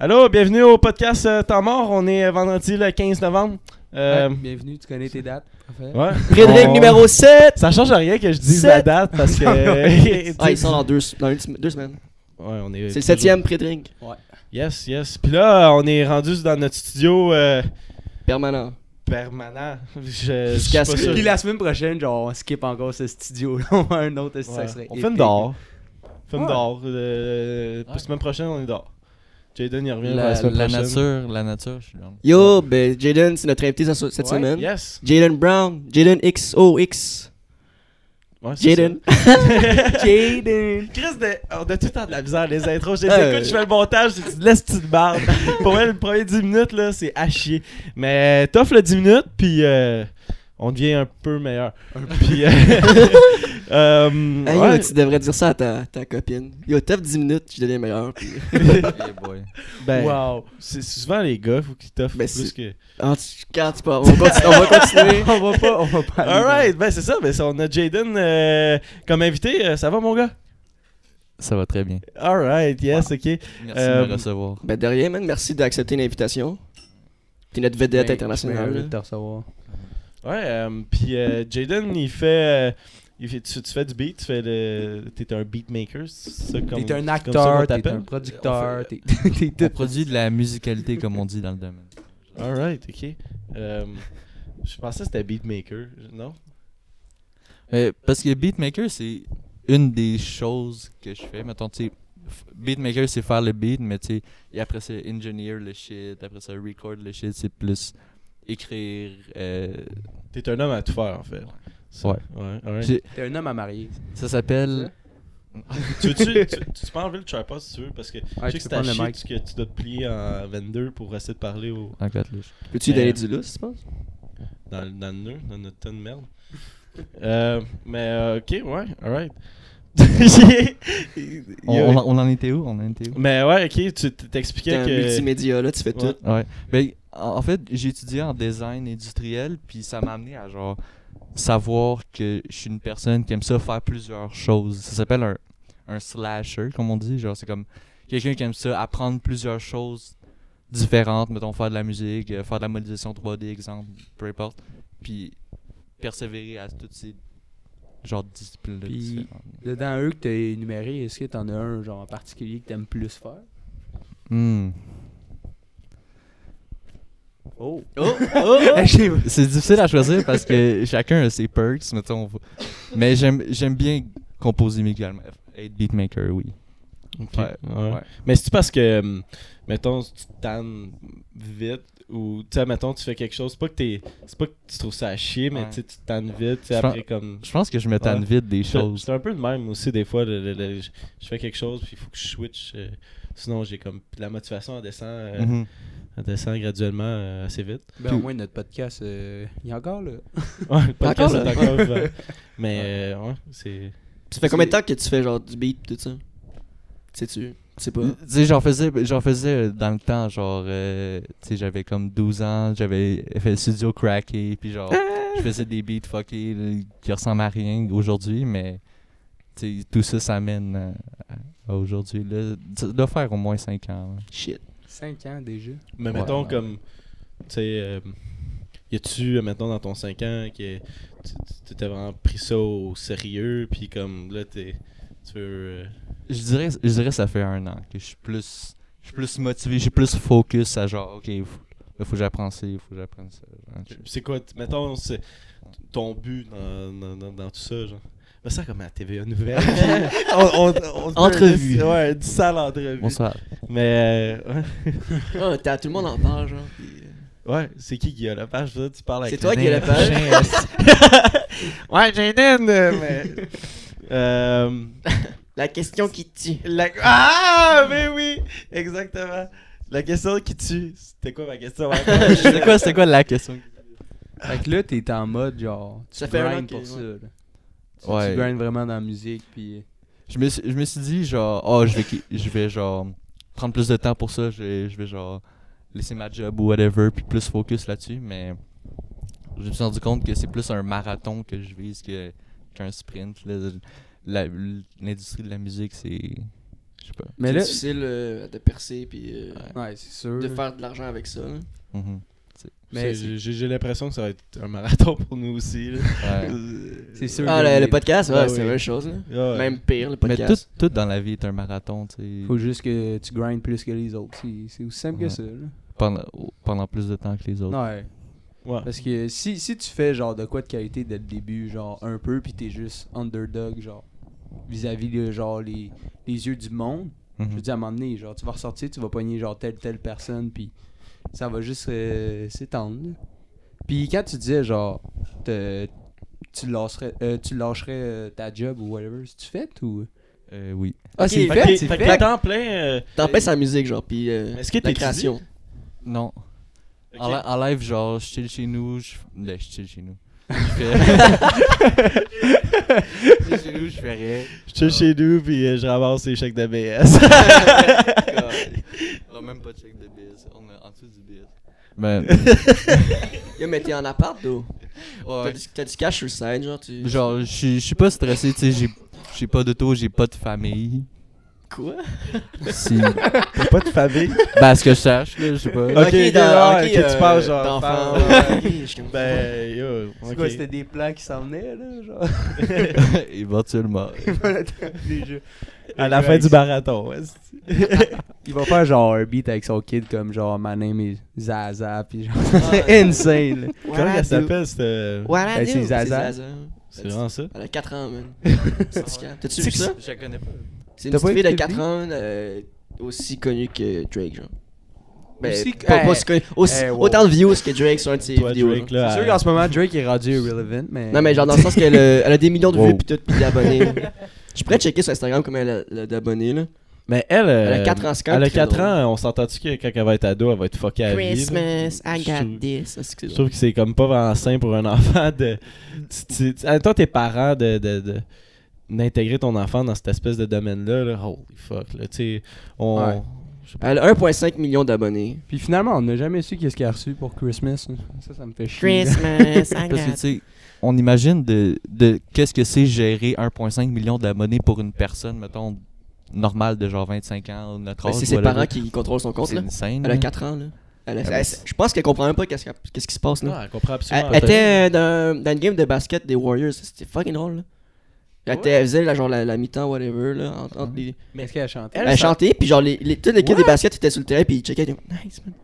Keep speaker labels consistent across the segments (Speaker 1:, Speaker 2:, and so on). Speaker 1: Allô, bienvenue au podcast euh, Temps mort. On est euh, vendredi le 15 novembre. Euh,
Speaker 2: Ouais, bienvenue, tu connais tes dates. Parfait.
Speaker 1: ouais.
Speaker 3: Prédric
Speaker 1: On-
Speaker 3: numéro 7!
Speaker 1: Ça change rien que je dise la
Speaker 3: Sept.
Speaker 1: date parce que. euh,
Speaker 2: Ouais.
Speaker 3: Ah, ils sont dans deux, dans une sem- deux semaines.
Speaker 1: Ouais, on est
Speaker 3: C'est le septième prédric.
Speaker 1: Yes, yes. Puis là, on est rendu dans notre studio euh,
Speaker 3: Permanent.
Speaker 1: permanent. Je- Je,
Speaker 3: Jusqu'à
Speaker 1: suis pas
Speaker 3: ce que-
Speaker 1: sûr.
Speaker 2: Puis la semaine prochaine, genre, on skip encore ce studio-là. On va à un autre, ça
Speaker 1: Ouais.
Speaker 2: serait
Speaker 1: On
Speaker 2: épique.
Speaker 1: filme dehors. Filme
Speaker 2: Ouais.
Speaker 1: dehors. Euh,
Speaker 4: Ouais.
Speaker 1: La semaine prochaine, on est dehors. Jaden, il revient la,
Speaker 4: La,
Speaker 1: semaine
Speaker 4: la
Speaker 1: prochaine.
Speaker 4: nature, la nature, je suis dans le-
Speaker 3: Yo, ben, Jaden, c'est notre invité ce- cette
Speaker 2: Ouais.
Speaker 3: semaine.
Speaker 1: Yes.
Speaker 3: Jaden Brown, Jaden XOX.
Speaker 1: Ouais, c'est
Speaker 3: Jaden.
Speaker 1: ça.
Speaker 2: Jaden!
Speaker 1: Chris, de, on a tout le temps de la misère, les intros. Je les
Speaker 3: Euh.
Speaker 1: écoute, je fais le montage, je dis, laisse tu de barbe. Pour moi, le premier 10 minutes, là, c'est à chier. Mais t'offres le 10 minutes, puis euh, on devient un peu meilleur. Puis. euh, euh,
Speaker 3: Hey, yo,
Speaker 1: ouais.
Speaker 3: tu devrais dire ça à ta, ta copine. Yo, t'as 10 minutes, je deviens meilleur. Puis-
Speaker 4: Eh boy.
Speaker 1: Ben,
Speaker 2: wow!
Speaker 1: c'est souvent les gars, faut qu'ils t'offrent
Speaker 3: Ben,
Speaker 1: plus
Speaker 3: c'est-
Speaker 1: que.
Speaker 3: Ah, tu- quand tu pars, on, continue- on va continuer.
Speaker 2: on va pas, on va pas. aller
Speaker 1: Alright, ben c'est ça. Ben, ça, on a Jaden euh, comme invité. Euh, ça va, mon gars?
Speaker 4: Ça va très bien.
Speaker 1: Alright, yes, ok.
Speaker 4: Merci
Speaker 1: Euh,
Speaker 4: de me recevoir.
Speaker 3: Ben, de rien, man. Merci d'accepter l'invitation. T'es notre vedette
Speaker 2: Ben,
Speaker 3: internationale.
Speaker 2: je suis
Speaker 3: là.
Speaker 2: heureux de te recevoir.
Speaker 1: Ouais, euh, puis euh, Jaden, il fait. euh, il fait tu, tu fais du beat, tu fais le. T'es un beatmaker, c'est ça comme.
Speaker 2: T'es un
Speaker 1: comme ça qu'on
Speaker 2: acteur, t'es
Speaker 1: t'appelle?
Speaker 2: un producteur,
Speaker 4: On
Speaker 2: t'es t'es
Speaker 4: On
Speaker 2: tout.
Speaker 4: produit de la musicalité, comme on dit dans le domaine.
Speaker 1: Alright, ok. Euh, je pensais que c'était beatmaker, non?
Speaker 4: Euh, parce que beatmaker, c'est une des choses que je fais. Mettons, tu sais, f- beatmaker, c'est faire le beat, mais tu sais, et après ça, engineer le shit, après ça, record le shit, c'est plus écrire. euh,
Speaker 1: T'es un homme à tout faire, en fait. Ça,
Speaker 4: Ouais.
Speaker 1: Ouais, alright.
Speaker 4: J'ai-
Speaker 2: T'es un homme à marier.
Speaker 4: Ça s'appelle.
Speaker 1: tu, veux-tu- tu, tu peux enlever le tripod si tu veux, parce que je
Speaker 2: tu
Speaker 1: sais que
Speaker 2: peux
Speaker 1: c'est à
Speaker 2: prendre le
Speaker 1: chier
Speaker 2: mic.
Speaker 1: que tu dois te plier en 22 pour essayer de parler au,
Speaker 4: Encore là.
Speaker 3: Peux-tu
Speaker 1: Euh,
Speaker 3: donner du lousse, je pense?
Speaker 1: dans, le- dans le nœud, dans notre tonne de merde. Euh, mais euh, ok, ouais, alright. Il-
Speaker 4: On, on en- on en était où On en était où
Speaker 1: Mais ouais, ok, tu t-
Speaker 3: T'es
Speaker 1: t'expliquais
Speaker 3: un
Speaker 1: que.
Speaker 3: multimédia, là, tu fais
Speaker 1: Ouais.
Speaker 3: tout.
Speaker 4: Ouais. Ben, en en fait, j'ai étudié en design industriel, puis ça m'a amené à genre savoir que je suis une personne qui aime ça faire plusieurs choses. Ça s'appelle un, un slasher, comme on dit. Genre, c'est comme quelqu'un qui aime ça apprendre plusieurs choses différentes. Mettons, faire de la musique, euh, faire de la modélisation 3D, exemple, peu importe. Puis persévérer à toutes ces genre disciplines
Speaker 2: Puis-
Speaker 4: différentes.
Speaker 2: Dedans eux que t'as énuméré, est-ce que t'en as un genre en particulier que t'aimes plus faire?
Speaker 4: Hmm.
Speaker 2: Oh!
Speaker 3: Oh, oh, oh.
Speaker 2: J'ai-
Speaker 4: C'est difficile à choisir parce que chacun a ses perks, mettons. Mais j'aime j'aime bien composer musicalement. Être beatmaker, oui.
Speaker 1: Ok,
Speaker 4: Ouais,
Speaker 1: ouais.
Speaker 4: ouais.
Speaker 1: Mais c'est-tu parce que, hum, mettons, tu te tannes vite ou, tu sais, mettons, tu fais quelque chose, c'est pas que t'es, c'est pas que tu trouves ça à chier, mais
Speaker 4: Ouais.
Speaker 1: tu sais, tu te tannes vite, tu sais,
Speaker 4: Je
Speaker 1: après comme.
Speaker 4: Je pense que je me tanne
Speaker 1: Ouais.
Speaker 4: vite des
Speaker 1: C'est
Speaker 4: choses.
Speaker 1: c'est un peu le même aussi, des fois, le- le- le- je je fais quelque chose, puis il faut que je switch, euh, sinon j'ai comme, la motivation, elle descend, euh,
Speaker 4: Mhm.
Speaker 1: elle descend graduellement euh, assez vite.
Speaker 2: Ben, au moins, notre podcast, euh, il est encore là.
Speaker 1: Ouais, le podcast
Speaker 3: Encore,
Speaker 1: est
Speaker 3: là.
Speaker 1: encore vivant. Mais euh, ouais, c'est.
Speaker 3: Ça fait combien de temps que tu fais genre du beat pis tout ça? Sais-tu? Je sais pas.
Speaker 4: Tu sais, j'en faisais, j'en faisais euh, dans le temps, genre, euh, tu sais, j'avais comme 12 ans, j'avais fait le studio cracky, puis genre, je faisais des beats fuckés là, qui ressemblent à rien aujourd'hui, mais tu sais, tout ça, ça mène à- à, à aujourd'hui. Là, ça doit faire au moins 5 ans. là.
Speaker 3: Shit.
Speaker 2: 5 ans déjà.
Speaker 1: Mais
Speaker 4: Ouais,
Speaker 1: mettons
Speaker 4: ouais.
Speaker 1: comme. Tu sais. euh, y a-tu, euh, mettons, dans ton 5 ans, que tu- tu tu t'es vraiment pris ça au sérieux, puis comme là, t'es. Tu veux. euh,
Speaker 4: Je dirais, je dirais ça fait un an que je suis plus, je suis plus motivé, je suis plus focus à genre, ok, faut, là, faut que j'apprenne ça, faut que j'apprenne ça. genre, tu-
Speaker 1: c'est quoi, t- mettons, c'est ton but dans, dans, dans- dans tout ça, genre. Mais ça, comme à TVA Nouvelle. on, on- on-
Speaker 3: Entrevue.
Speaker 1: Ouais, du sale entrevue.
Speaker 4: Bonsoir.
Speaker 1: Mais. euh,
Speaker 3: Ah, t'as- tout le monde en parle, genre. pis, euh,
Speaker 1: ouais, ouais, c'est qui Guillaume Lepage là, Tu parles avec
Speaker 3: C'est toi, Guy Lepage.
Speaker 1: Ouais, j'ai une. mais. euh,
Speaker 3: La question qui tue.
Speaker 1: La- Ah, mais oui, exactement. La question qui tue, c'était quoi ma question? Ouais, ouais, je-
Speaker 4: c'est quoi, c'est quoi la question?
Speaker 2: Fait que là, t'es en mode genre. Tu
Speaker 3: Ça fait un an
Speaker 2: grindes
Speaker 3: que-
Speaker 2: pour
Speaker 3: ouais.
Speaker 2: ça. là. Tu,
Speaker 4: Ouais.
Speaker 2: tu grindes vraiment dans la musique, puis. euh,
Speaker 4: Je me, suis- je me suis dit, genre, oh, je vais, qui- je vais, genre, prendre plus de temps pour ça, je vais, je vais, genre, laisser ma job ou whatever, puis plus focus là-dessus, mais je me suis rendu compte que c'est plus un marathon que je vise que, qu'un sprint. là. La- L'industrie de la musique, c'est Je sais pas.
Speaker 2: Mais
Speaker 3: c'est
Speaker 2: là,
Speaker 3: difficile euh, de percer puis euh,
Speaker 2: ouais, c'est sûr.
Speaker 3: de faire de l'argent avec ça. là.
Speaker 4: Mhm.
Speaker 2: Mais
Speaker 1: Mais j'ai j'ai l'impression que ça va être un marathon pour nous aussi. là.
Speaker 4: Ouais.
Speaker 2: C'est sûr.
Speaker 3: Ah,
Speaker 2: que-
Speaker 3: le, le podcast, ouais,
Speaker 1: Ah,
Speaker 3: c'est
Speaker 1: oui.
Speaker 3: la même chose. là.
Speaker 1: Ah ouais.
Speaker 3: Même pire, le
Speaker 4: Mais
Speaker 3: podcast.
Speaker 4: tout, tout dans la vie est un marathon, tu sais.
Speaker 2: Faut juste que tu grindes plus que les autres. C'est c'est aussi simple
Speaker 4: Ouais.
Speaker 2: que ça. là.
Speaker 4: Pendant, pendant plus de temps que les autres.
Speaker 2: Ouais.
Speaker 1: Ouais.
Speaker 2: Parce que si, si tu fais genre de quoi de qualité dès le début, genre un peu, puis t'es juste underdog, genre vis-à-vis de genre les, les yeux du monde, je veux
Speaker 4: Mhm.
Speaker 2: dire à un moment donné, genre tu vas ressortir, tu vas pogner genre telle telle personne, puis ça va juste euh, s'étendre. là. Puis quand tu disais genre te- tu lâcherais, euh, tu lâcherais euh, ta job ou whatever, c'est tu fait ou
Speaker 4: Euh, oui.
Speaker 2: Ah
Speaker 3: Ok,
Speaker 2: c'est
Speaker 1: Fait
Speaker 2: fait,
Speaker 1: que-
Speaker 2: c'est
Speaker 1: fait que
Speaker 2: fait.
Speaker 1: le temps plein. euh,
Speaker 3: T'en pèses la musique, genre, puis euh,
Speaker 1: Est-ce que
Speaker 3: la
Speaker 1: t'étudies?
Speaker 3: création.
Speaker 4: Non.
Speaker 1: ok.
Speaker 4: En, li- en live, genre, je chill chez nous. Je... Ben, je chill chez nous. Je fais- Je chill chez nous, je fais rien.
Speaker 1: Je suis chez nous puis euh, je ramasse les chèques d'ABS.
Speaker 4: On a même pas de check de bise. On est en dessous du bise. Ben,
Speaker 3: Yo, mais t'es en appart, d'où? T'as
Speaker 4: ouais.
Speaker 3: du- T'as du cash sur scène, genre, tu.
Speaker 4: Genre, je suis- je suis pas stressé, tu sais. j'ai- J'ai pas d'auto, j'ai pas de famille.
Speaker 3: Quoi?
Speaker 4: Si.
Speaker 1: T'as pas de famille.
Speaker 4: Ben, à ce que je cherche, là, je sais pas.
Speaker 1: Ok, ok, ouais, ok, tu
Speaker 3: euh,
Speaker 1: parles, genre,
Speaker 3: D'enfant,
Speaker 1: parle,
Speaker 3: ouais, ok, je comprends.
Speaker 1: ben, yo.
Speaker 2: C'est
Speaker 1: ok.
Speaker 2: quoi, c'était des plans qui s'en venaient là, genre
Speaker 4: Éventuellement.
Speaker 2: les jeux.
Speaker 1: À la fin du marathon. ouais.
Speaker 2: Il va faire genre un beat avec son kid comme genre My name is Zaza puis genre
Speaker 3: Ouais.
Speaker 2: insane. là.
Speaker 3: What
Speaker 1: Comment
Speaker 3: I
Speaker 1: elle
Speaker 3: do?
Speaker 1: s'appelle cette.
Speaker 3: What I
Speaker 2: Ben,
Speaker 3: do?
Speaker 2: c'est Zaza.
Speaker 1: C'est vraiment ça?
Speaker 3: Elle a 4 ans, man. C'est quand- T'as-tu
Speaker 4: C'est
Speaker 3: vu ça?
Speaker 4: Je la connais pas.
Speaker 3: C'est
Speaker 2: T'as
Speaker 3: une
Speaker 2: pas
Speaker 3: petite fille de
Speaker 2: écouté le
Speaker 3: 4 ans euh, aussi connue que Drake, genre. Ben,
Speaker 2: Aussi-
Speaker 3: pas, pas
Speaker 2: Hey.
Speaker 3: aussi connue. aussi-
Speaker 2: Hey, wow.
Speaker 3: Autant de views que Drake sur un de ses
Speaker 1: Toi,
Speaker 3: vidéos.
Speaker 1: Drake,
Speaker 3: genre.
Speaker 1: là.
Speaker 2: C'est sûr
Speaker 1: elle-
Speaker 2: qu'en ce moment Drake est rendu irrelevant mais
Speaker 3: Non, mais genre dans le sens qu'elle euh, elle a des millions de vues
Speaker 4: Wow.
Speaker 3: pis tout, pis d'abonnés. là. Je pourrais checker sur Instagram combien elle a- elle a d'abonnés, là.
Speaker 1: Mais elle.
Speaker 3: Elle a
Speaker 1: euh,
Speaker 3: 4 ans, c'est quand même
Speaker 1: Elle a
Speaker 3: très
Speaker 1: 4
Speaker 3: drôle.
Speaker 1: ans, on s'entend-tu que quand elle va être ado, elle va être fuckée à vie? là? Je trouve-
Speaker 3: this. Est-ce que
Speaker 1: Je
Speaker 3: c'est
Speaker 1: trouve que c'est comme pas vraiment sain pour un enfant de. tu- tu- tu- Attends, tes parents de. de- de- d'intégrer ton enfant dans cette espèce de domaine-là. là. Holy fuck, là. Tu sais, on.
Speaker 2: Ouais.
Speaker 1: je sais pas.
Speaker 3: Elle a 1,5 million d'abonnés. Ben,
Speaker 2: puis finalement on n'a jamais su qu'est-ce qu'il a reçu pour Christmas. là. Ça ça me fait chier. là.
Speaker 5: Christmas, I
Speaker 4: Parce que,
Speaker 5: got
Speaker 4: tu sais, on imagine de, de qu'est-ce que c'est gérer 1,5 million d'abonnés pour une personne, mettons, normale de genre 25 ans, ou notre
Speaker 3: Ben,
Speaker 4: âge.
Speaker 3: c'est ses
Speaker 4: whatever.
Speaker 3: parents qui contrôlent son compte,
Speaker 4: C'est
Speaker 3: là.
Speaker 4: une scène.
Speaker 3: Elle a
Speaker 4: là.
Speaker 3: 4 ans, là. Elle a-
Speaker 4: Ah, mais
Speaker 3: elle-
Speaker 4: c'est-
Speaker 3: je pense qu'elle comprend même pas qu'est-ce qu'a- qu'est-ce qui se passe, là.
Speaker 1: Non, Ah, elle comprend
Speaker 3: Elle,
Speaker 1: absolument
Speaker 3: elle était euh, dans, dans une game de basket des Warriors, c'était fucking drôle. Là. Elle, était- elle faisait là, genre la, la mi-temps, whatever. Là, entre, entre les-
Speaker 2: Mais est-ce qu'elle a chanté
Speaker 3: Elle, chantait, puis genre les, les, toute l'équipe des baskets était sur le terrain, puis ils checkaient. ils étaient comme, Nice, man.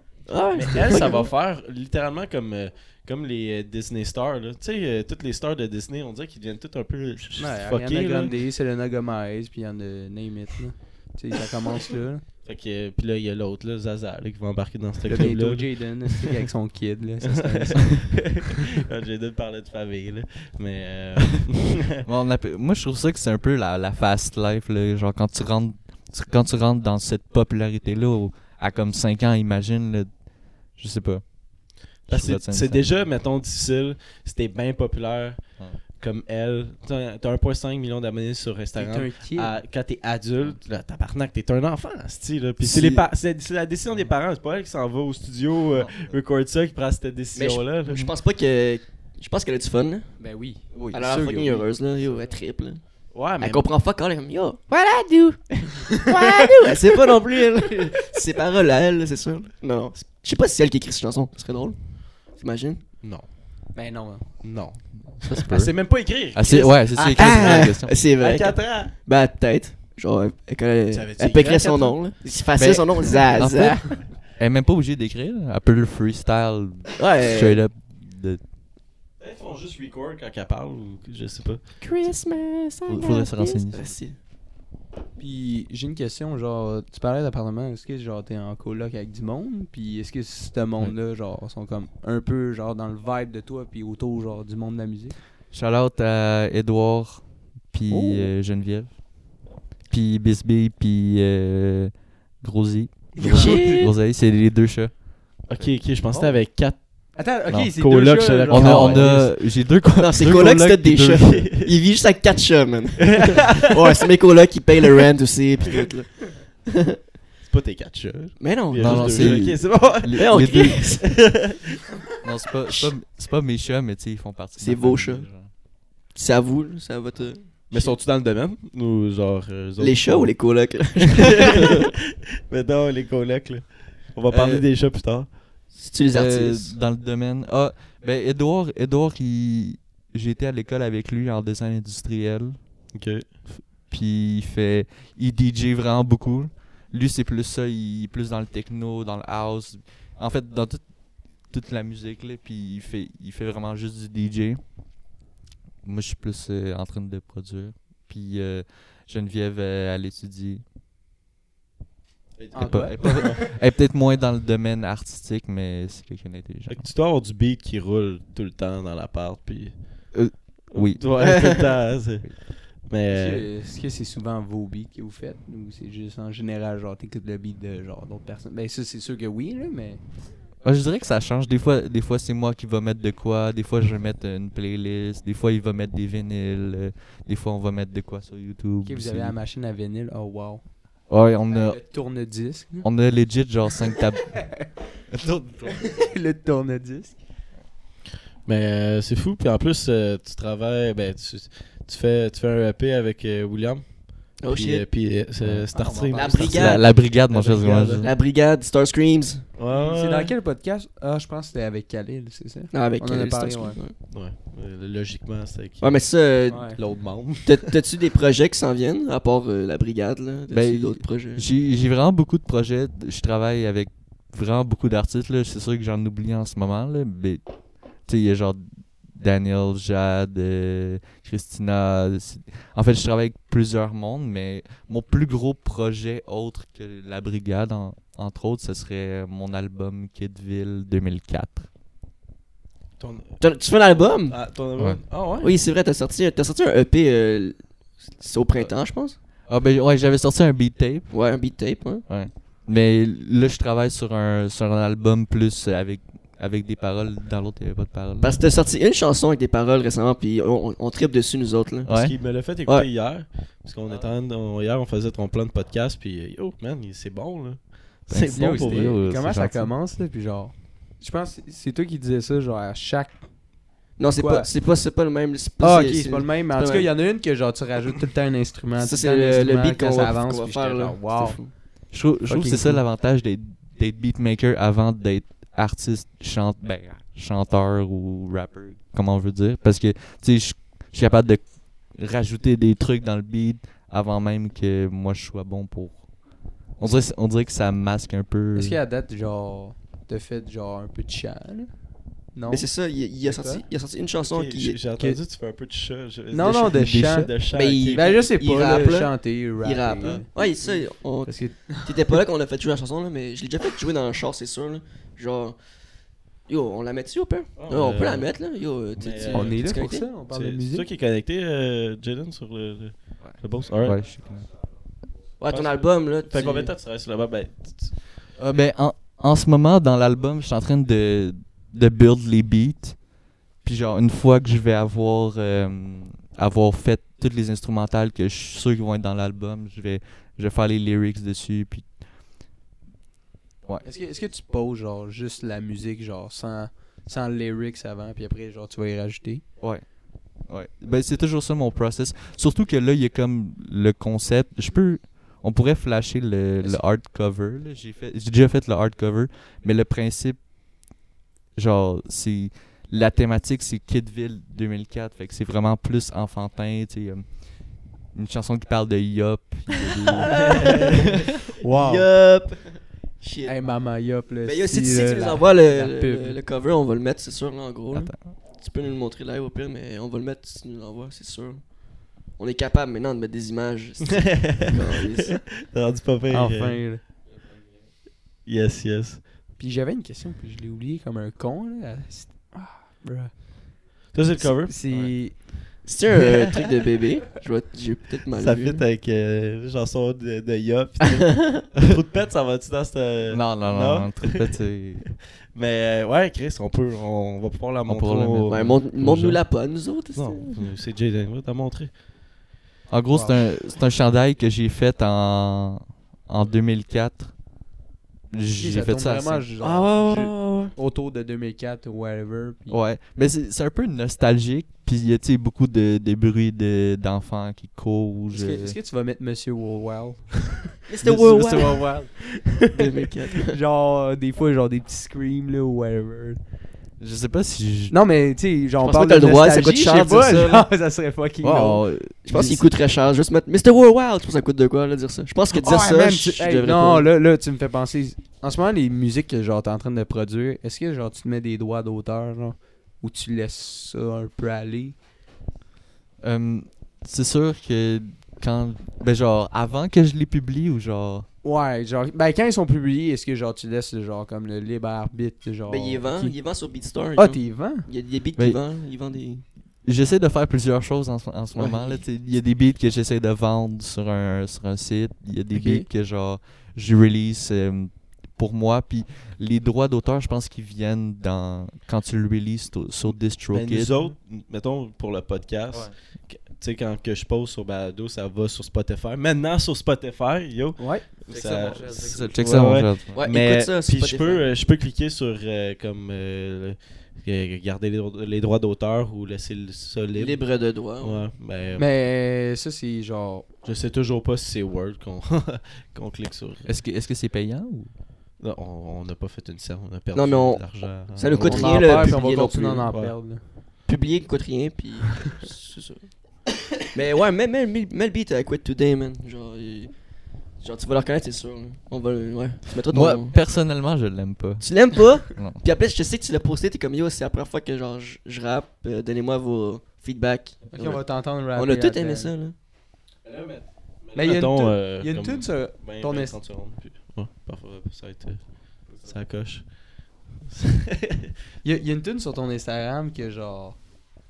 Speaker 3: Ah, ouais,
Speaker 1: Mais
Speaker 3: c'était
Speaker 1: elle, ça
Speaker 3: fucking
Speaker 1: va
Speaker 3: drôle.
Speaker 1: faire littéralement comme, euh, comme les euh, Disney stars. là. Tu sais, euh, toutes les stars de Disney, on dirait qu'ils deviennent toutes un peu
Speaker 2: Ouais, Ariana
Speaker 1: fuckés. là.
Speaker 2: Grande, Selena Gomez puis il y en a name it là. Tu sais, ça commence là.
Speaker 1: Fait que, euh, puis là, il y a l'autre, là, Zaza, là, qui va embarquer dans cette
Speaker 2: Là,
Speaker 1: club-là.
Speaker 2: bientôt Jaden là, c'est avec son kid là. Ça, c'est-
Speaker 1: Ah, J'ai dû parler de famille, là. Mais. euh,
Speaker 4: Bon, on appelle- moi, je trouve ça que c'est un peu la, la fast life, là, genre quand tu rentres tu- quand tu rentres dans cette popularité-là au- à comme 5 ans, imagine, là, je sais pas.
Speaker 3: Ah,
Speaker 1: Parce
Speaker 4: Je trouve
Speaker 1: que c'est
Speaker 4: ça une
Speaker 1: c'est
Speaker 4: scène.
Speaker 1: déjà, mettons, difficile. C'était bien populaire,
Speaker 4: Ouais.
Speaker 1: comme elle. T'as t'as 1,5 million d'abonnés sur Instagram.
Speaker 2: un kid.
Speaker 1: à- quand t'es adulte, là, tabarnak, t'es un enfant, asti, là. Puis
Speaker 4: Si-
Speaker 1: c'est les pa- c'est c'est la décision des parents, c'est pas elle qui s'en va au studio, euh, record ça, qui prend cette décision-là. là.
Speaker 3: Je pense pas que. Je pense qu'elle a du fun. là.
Speaker 2: Ben oui.
Speaker 4: Oui,
Speaker 3: Elle a l'air
Speaker 2: sûr,
Speaker 3: fucking
Speaker 2: yo.
Speaker 3: heureuse, là. Yo, elle triple. là.
Speaker 1: Ouais, Ah, mais
Speaker 3: Elle comprend fuck all, elle est comme yo.
Speaker 5: What I do? What I do?
Speaker 3: Elle sait pas non plus, elle. Ses paroles à elle, là, c'est sûr. Non, non. c'est- Je sais pas si c'est elle qui écrit cette chanson, ce serait drôle. T'imagines?
Speaker 1: non,
Speaker 2: Ben non.
Speaker 1: non.
Speaker 4: ça se peut.
Speaker 1: Elle sait même pas écrire.
Speaker 4: Ah, c'est- ouais, c'est c'est écrit, c'est la question.
Speaker 3: c'est
Speaker 1: À
Speaker 3: vrai.
Speaker 1: 4 ans.
Speaker 3: Ben, peut-être. Genre, elle- elle, connaît-
Speaker 1: Ça veut dire
Speaker 3: elle pécrait
Speaker 1: grand, quatre
Speaker 3: son nom, là. C'est facile, son nom,
Speaker 4: Ben, en
Speaker 3: Zaz.
Speaker 4: fait, elle est même pas obligée d'écrire, là. elle peut le freestyle straight
Speaker 3: Ouais.
Speaker 4: up. de-
Speaker 1: Peut-être font juste record quand elle parle ou je sais pas.
Speaker 5: Christmas, I
Speaker 4: Faut-
Speaker 5: got
Speaker 4: faudrait se
Speaker 5: this.
Speaker 4: renseigner.
Speaker 3: Ah, si.
Speaker 2: Puis j'ai une question, genre, tu parlais d'appartement, est-ce que genre t'es en coloc avec du monde? Puis est-ce que ce monde-là, genre, sont comme un peu genre dans le vibe de toi, puis autour genre du monde de la musique?
Speaker 4: Shout out à Edouard, puis
Speaker 2: Oh.
Speaker 4: euh, Geneviève, puis Bisbee, puis euh, Grosy.
Speaker 3: Shit.
Speaker 4: Groseille, c'est les deux chats.
Speaker 1: Ok, ok, je pensais que c'était avec 4
Speaker 2: Attends, ok,
Speaker 4: Non,
Speaker 2: c'est
Speaker 1: coloc,
Speaker 2: deux chats,
Speaker 3: Oh,
Speaker 1: chez la-
Speaker 2: genre.
Speaker 4: On a,
Speaker 1: Ah,
Speaker 4: on a, j'ai deux co-
Speaker 3: Non, c'est
Speaker 4: deux
Speaker 3: colocs,
Speaker 4: colocs
Speaker 3: c'était des
Speaker 4: puis deux
Speaker 3: chats. Il vit juste avec 4 chats, man. ouais, c'est mes colocs qui payent le rent aussi, pis tout, là.
Speaker 1: C'est pas tes 4 chats.
Speaker 3: Mais non.
Speaker 1: Il y a
Speaker 4: Non,
Speaker 1: juste
Speaker 4: non,
Speaker 1: deux
Speaker 4: c'est-
Speaker 1: chats. Ok, c'est bon.
Speaker 4: Les-
Speaker 3: Mais on
Speaker 4: les deux-
Speaker 3: crisse.
Speaker 4: Non, c'est pas, c'est pas, c'est pas mes chats, mais tu sais, ils font partie. de
Speaker 3: C'est
Speaker 4: ma
Speaker 3: vos
Speaker 4: famille,
Speaker 3: chats. C'est à vous, là, c'est à votre.
Speaker 1: Mais sont-tu dans le domaine Ou genre. euh, eux
Speaker 3: Les
Speaker 1: autres-
Speaker 3: chats ou les colocs là?
Speaker 1: Mais non, les colocs, là. On va parler
Speaker 4: Euh,
Speaker 1: des chats plus tard.
Speaker 3: C'est-tu les
Speaker 4: Euh,
Speaker 3: artistes
Speaker 4: dans le domaine. Ah, ben, Edouard, Edouard il... j'étais à l'école avec lui en design industriel.
Speaker 1: Ok.
Speaker 4: Puis il fait. Il DJ vraiment beaucoup. Lui, c'est plus ça. Il est plus dans le techno, dans le house. En fait, dans toute toute la musique. Là, puis il fait, il fait vraiment juste du DJ. Moi, je suis plus euh, en train de produire. Puis euh, Geneviève, euh, elle étudie.
Speaker 1: Ah,
Speaker 4: Elle est pas- elle est pas- elle est peut-être moins dans le domaine artistique, mais c'est quelqu'un d'intelligent.
Speaker 1: Fait que tu dois avoir du beat qui roule tout le temps dans l'appart, puis...
Speaker 4: Euh, oui.
Speaker 1: Ouais, tout le temps, hein, c'est-
Speaker 2: Est-ce
Speaker 1: Mais... euh,
Speaker 2: que- est-ce que c'est souvent vos beats que vous faites ou c'est juste en général genre t'écoutes le beat de genre d'autres personnes Ben ça c'est sûr que oui là mais
Speaker 4: Ah, je dirais que ça change. Des fois, des fois c'est moi qui va mettre de quoi. Des fois, je vais mettre une playlist. Des fois, il va mettre des vinyles. Euh, Des fois, on va mettre de quoi sur YouTube.
Speaker 2: ok vous
Speaker 4: aussi.
Speaker 2: avez la machine à vinyle oh wow Ben,
Speaker 4: Ouais, on a,
Speaker 2: le tourne-disque là.
Speaker 4: on a legit genre 5 tables.
Speaker 2: le tourne-disque
Speaker 1: Mais euh, c'est fou, puis en plus, euh, tu travailles... Ben, tu, tu fais, tu fais un EP avec euh, William,
Speaker 3: Oh
Speaker 1: puis, euh,
Speaker 3: shit.
Speaker 1: puis euh, c'est
Speaker 2: Ah, on
Speaker 1: Star
Speaker 2: va
Speaker 1: Stream.
Speaker 2: en
Speaker 3: La
Speaker 2: parler.
Speaker 4: la,
Speaker 3: brigade.
Speaker 4: la brigade, mon
Speaker 1: La
Speaker 4: cher
Speaker 1: brigade.
Speaker 4: Zouan.
Speaker 3: La brigade, Star Screams.
Speaker 1: Ouais,
Speaker 2: c'est dans quel podcast ah je pense que c'était avec Khalil c'est ça
Speaker 3: Non, avec
Speaker 2: On en a
Speaker 3: euh, Star
Speaker 2: parlé,
Speaker 3: Screams,
Speaker 2: ouais.
Speaker 3: ouais.
Speaker 1: Ouais, euh, logiquement, c'est qui?
Speaker 3: Ouais, mais ça, euh,
Speaker 2: Ouais.
Speaker 1: L'autre membre.
Speaker 3: t'as- t'as-tu des projets qui s'en viennent, à part euh, la brigade, là? T'as-tu
Speaker 4: Ben,
Speaker 3: d'autres projets?
Speaker 4: J'ai j'ai vraiment beaucoup de projets. Je travaille avec vraiment beaucoup d'artistes. là. C'est sûr que j'en oublie en ce moment. Là, mais tu sais, il y a genre Daniel, Jade, euh, Christina. c'est- En fait, je travaille avec plusieurs mondes, mais mon plus gros projet autre que la brigade, en- entre autres, ce serait mon album Kidville 2004.
Speaker 1: Ton...
Speaker 3: T'as- Tu fais un album?
Speaker 1: Ah, ton
Speaker 4: Ouais.
Speaker 1: Ah ouais?
Speaker 3: Oui, c'est vrai, t'as sorti, t'as sorti un EP, euh, c'est au printemps, je pense?
Speaker 4: Ah ben ouais, j'avais sorti un beat tape.
Speaker 3: Ouais, un beat tape, ouais.
Speaker 4: Mais là, je travaille sur un, sur un album plus avec, avec des paroles. Dans l'autre, il n'y avait pas de paroles.
Speaker 3: Parce que t'as sorti une chanson avec des paroles récemment, puis on, on, on tripe dessus, nous autres, là.
Speaker 1: Parce
Speaker 4: Ouais.
Speaker 1: qu'il me l'a fait écouter
Speaker 3: Ouais.
Speaker 1: hier. Parce qu'on
Speaker 4: Ah.
Speaker 1: était en... on- Hier, on faisait ton plan de podcast, puis euh, yo, man, il- c'est bon, là.
Speaker 4: Thanks,
Speaker 1: C'est bon
Speaker 4: yo,
Speaker 1: pour
Speaker 4: c'était-
Speaker 1: vrai.
Speaker 4: euh,
Speaker 2: comment
Speaker 4: c'est
Speaker 2: ça
Speaker 4: gentil.
Speaker 2: commence là puis genre je pense que c'est toi qui disais ça genre à chaque
Speaker 3: Non, c'est
Speaker 2: Quoi?
Speaker 3: pas, c'est pas, c'est pas le même. c'est pas-
Speaker 2: ah ok c'est pas le même mais en
Speaker 3: c'est
Speaker 2: tout
Speaker 3: pas
Speaker 2: cas il
Speaker 3: le
Speaker 2: y en a une que genre tu rajoutes tout le temps un instrument tout
Speaker 3: Ça,
Speaker 2: le
Speaker 3: c'est
Speaker 2: temps un
Speaker 3: le, le
Speaker 2: instrument
Speaker 3: beat
Speaker 2: quand
Speaker 3: qu'on
Speaker 2: ça
Speaker 3: va,
Speaker 2: avance
Speaker 3: qu'on va
Speaker 2: puis
Speaker 3: faire,
Speaker 2: j'étais
Speaker 3: là.
Speaker 2: genre, wow
Speaker 3: C'est fou.
Speaker 4: Je trouve, je trouve que
Speaker 2: Fucking
Speaker 4: c'est ça
Speaker 2: cool.
Speaker 4: l'avantage d'être d'être beatmaker avant d'être artiste, chante, ben, chanteur ou rapper, comme on veut dire. Parce que, tu sais, je je suis capable de rajouter des trucs dans le beat avant même que moi je sois bon pour. On dirait, on dirait que ça masque un peu.
Speaker 2: Est-ce qu'à date, genre, t'as fait genre un peu de chant, là? Non.
Speaker 3: Mais c'est ça, il, il a
Speaker 2: C'est
Speaker 3: sorti,
Speaker 2: quoi?
Speaker 3: il a sorti une chanson
Speaker 1: Ok,
Speaker 3: qui.
Speaker 1: j'ai- J'ai entendu, tu fais un peu de chat. je-
Speaker 2: Non, non, de
Speaker 1: des
Speaker 2: chant.
Speaker 1: De chat.
Speaker 3: Mais il-
Speaker 1: ok.
Speaker 2: Ben, je sais pas,
Speaker 3: Il
Speaker 2: là,
Speaker 3: rappe, là.
Speaker 2: chanter, rapper.
Speaker 3: Il rappe, hein.
Speaker 2: là.
Speaker 3: là. Ouais, ça, on-
Speaker 2: Parce que
Speaker 3: t'étais pas là qu'on a fait jouer la chanson, là, mais je l'ai déjà fait jouer dans le char, c'est sûr, là. Genre. Yo, on la met-tu ou pas?
Speaker 1: Ah,
Speaker 3: Yo, on
Speaker 1: euh,
Speaker 3: peut la mettre, là. Yo, tu.
Speaker 1: mais,
Speaker 3: tu-
Speaker 1: euh,
Speaker 2: on
Speaker 3: tu
Speaker 2: est là pour
Speaker 3: connecté?
Speaker 2: ça, on parle de
Speaker 1: C'est c'est toi
Speaker 2: musique.
Speaker 1: qui est connecté, euh, Jaden, sur le, le, le boss. Alright.
Speaker 4: Ouais, je suis connu.
Speaker 3: Ouais, ton album, là.
Speaker 1: Fait
Speaker 3: tu-
Speaker 1: combien de temps tu travailles sur là-bas? Ben, tu- tu-
Speaker 4: Ah, ben, en, en ce moment, dans l'album, je suis en train de, de build les beats. Puis genre, une fois que je vais avoir, euh, avoir fait toutes les instrumentales que je suis sûr qu'ils vont être dans l'album, je vais, je vais faire les lyrics dessus. Puis
Speaker 2: Est-ce que, est-ce que tu poses, genre, juste la musique, genre, sans, sans lyrics avant, puis après, genre, tu vas y rajouter?
Speaker 4: Ouais. Ouais. Ben, c'est toujours ça mon process. Surtout que là, il y a comme le concept. Je peux. On pourrait flasher le, le hardcover. là. J'ai fait- j'ai déjà fait le hardcover. Mais le principe, genre, c'est. La thématique, c'est Kidville 2004. Fait que c'est vraiment plus enfantin. Tu sais, euh, une chanson qui parle de Yop. il y a des-
Speaker 2: Wow!
Speaker 3: Yup! Shit.
Speaker 2: Hey, maman, yop, là.
Speaker 3: Mais Ben, yo, si, si
Speaker 2: là,
Speaker 3: tu nous
Speaker 2: la-
Speaker 3: envoies
Speaker 2: la
Speaker 3: le,
Speaker 2: pub.
Speaker 3: le, le cover, on va le mettre, c'est sûr, là, en gros. là.
Speaker 4: Attends.
Speaker 3: Tu peux nous le montrer live au pire, mais on va le mettre si tu nous l'envoies, c'est sûr. On est capable maintenant de mettre des images. c'est- Calisse.
Speaker 1: T'as rendu pas pire. euh,
Speaker 2: Enfin, là.
Speaker 1: Yes, yes.
Speaker 2: Puis j'avais une question, puis je l'ai oubliée comme un con, là. C'est- Ah, bruh.
Speaker 1: Ça, c'est le cover.
Speaker 2: C'est...
Speaker 3: C'est un euh, truc de bébé. Je vois- J'ai peut-être mal
Speaker 1: Ça
Speaker 3: vu.
Speaker 1: fit avec euh, les chansons de, de Ya. pis tout. Trou de pète, ça va-tu dans cette.
Speaker 4: Non, non, non.
Speaker 1: Non?
Speaker 4: non, trop petit, c'est-
Speaker 1: Mais euh, ouais, Chris, on peut. On va pouvoir la montrer.
Speaker 4: pourra la mettre.
Speaker 1: au-
Speaker 3: Ouais, montre- montre-nous la pas, nous autres.
Speaker 1: Non, c'est Jaden, va t'en montrer.
Speaker 4: En gros, c'est un, c'est un chandail que j'ai fait en, en 2004. j'ai fait
Speaker 2: tourne
Speaker 4: ça. à
Speaker 2: vraiment
Speaker 4: cinq-
Speaker 2: genre,
Speaker 1: Ah ouais, ouais,
Speaker 2: ju-
Speaker 1: ouais, ouais.
Speaker 2: autour de 2004 ou whatever. puis-
Speaker 4: Ouais, mais c'est c'est un peu nostalgique, puis il y a tu sais, beaucoup de, de bruits de- d'enfants qui courent.
Speaker 2: Est-ce que,
Speaker 4: euh,
Speaker 2: est-ce que tu vas mettre Monsieur Wow
Speaker 3: C'était
Speaker 2: Mr. Wow genre, euh, des fois, genre des petits screams là ou whatever.
Speaker 4: Je sais pas si je...
Speaker 2: Non, mais tu sais, genre, on
Speaker 3: Je pense
Speaker 2: parle
Speaker 3: pas que
Speaker 2: de
Speaker 3: t'as le droit, ça
Speaker 2: nostalgie,
Speaker 3: coûte cher
Speaker 2: je sais
Speaker 3: de dire
Speaker 2: pas, genre,
Speaker 3: ça,
Speaker 2: ça serait fucking long.
Speaker 4: Wow,
Speaker 3: Je pense qu'il coûte très cher. Juste mettre Mr. Worldwide, je pense que ça coûte de quoi, là, dire ça. Je pense que dire
Speaker 2: Ah Ouais,
Speaker 3: ça,
Speaker 2: man,
Speaker 3: je,
Speaker 2: tu-
Speaker 3: je
Speaker 2: hey,
Speaker 3: devrais
Speaker 2: non,
Speaker 3: pas.
Speaker 2: là, là, tu me fais penser. En ce moment, les musiques que genre t'es en train de produire, est-ce que genre tu te mets des droits d'auteur, genre, ou tu laisses ça un peu aller
Speaker 4: euh, c'est sûr que quand... Ben genre, avant que je les publie ou genre...
Speaker 2: Ouais, genre, ben quand ils sont publiés, est-ce que genre tu laisses genre comme le libre arbitre, genre.
Speaker 3: Ben, il vend,
Speaker 2: qui-
Speaker 3: il vend sur BeatStar.
Speaker 2: Ah,
Speaker 3: genre.
Speaker 2: t'es vent
Speaker 3: Il y a des beats
Speaker 4: Mais-
Speaker 3: qui vendent, ils vendent des.
Speaker 4: J'essaie de faire plusieurs choses en ce, en ce
Speaker 3: Ouais.
Speaker 4: moment. là, tu sais. Il y a des beats que j'essaie de vendre sur un, sur un site. Il y a des
Speaker 2: Ok.
Speaker 4: beats que genre je release euh, pour moi. Puis les droits d'auteur, je pense qu'ils viennent dans quand tu le releases to- sur
Speaker 1: Ben,
Speaker 4: DistroKid.
Speaker 1: nous autres, mettons pour le podcast, que- tu sais, quand que je pose sur Balado, ça va sur Spotify. Maintenant, sur Spotify, yo.
Speaker 2: Ouais.
Speaker 1: ça-
Speaker 4: Check ça, Euh, check ça,
Speaker 1: Ouais,
Speaker 4: mon
Speaker 1: ouais.
Speaker 4: chat.
Speaker 3: Ouais,
Speaker 1: mais
Speaker 3: écoute ça,
Speaker 1: puis
Speaker 3: Spotify.
Speaker 1: je peux, euh, je peux cliquer sur euh, comme euh, le- euh, garder les, dro- les droits d'auteur ou laisser le- ça libre.
Speaker 3: Libre de droit. ouais.
Speaker 1: Ouais, ben,
Speaker 2: Mais ça, c'est genre.
Speaker 1: je sais toujours pas si c'est Word qu'on qu'on clique sur.
Speaker 4: Est-ce que est-ce que c'est payant ou
Speaker 1: Non, on on n'a pas fait une scène, on a perdu
Speaker 3: Non, mais on-
Speaker 1: de l'argent.
Speaker 3: ça nous
Speaker 1: On-
Speaker 3: coûte
Speaker 2: on
Speaker 1: on-
Speaker 2: en
Speaker 3: rien, le
Speaker 2: perd, puis on
Speaker 3: publier
Speaker 2: va
Speaker 3: non
Speaker 2: continuer
Speaker 3: plus,
Speaker 2: d'en
Speaker 1: ouais.
Speaker 2: perdre. là.
Speaker 3: Publier qui coûte rien, puis. c'est ça. Mais ouais, mets, mets, mets- mets le beat à Quit Today, man. Genre, il- genre tu vas le reconnaître, c'est sûr. là. On va. le- Ouais. Tu mettras ton.
Speaker 4: Moi personnellement, je l'aime pas.
Speaker 3: Tu l'aimes pas?
Speaker 4: Non.
Speaker 3: Puis après, je sais que tu l'as posté, t'es comme yo, c'est la première fois que genre je, je rappe, euh, donnez-moi vos feedbacks.
Speaker 2: Ok,
Speaker 3: on,
Speaker 2: on va
Speaker 3: a,
Speaker 2: t'entendre rapper.
Speaker 3: on a tout aimé
Speaker 2: là-dedans.
Speaker 3: ça, là.
Speaker 2: Mais il y a une
Speaker 1: mettons,
Speaker 2: toune-
Speaker 1: euh,
Speaker 2: Il y a une
Speaker 1: comme
Speaker 2: tune sur.
Speaker 1: vingt,
Speaker 2: ton
Speaker 1: vingt,
Speaker 2: est-
Speaker 1: 30 secondes, puis- ouais, parfois, ça a été. Ça coche.
Speaker 2: Il y, a- il y a une tune sur ton Instagram que genre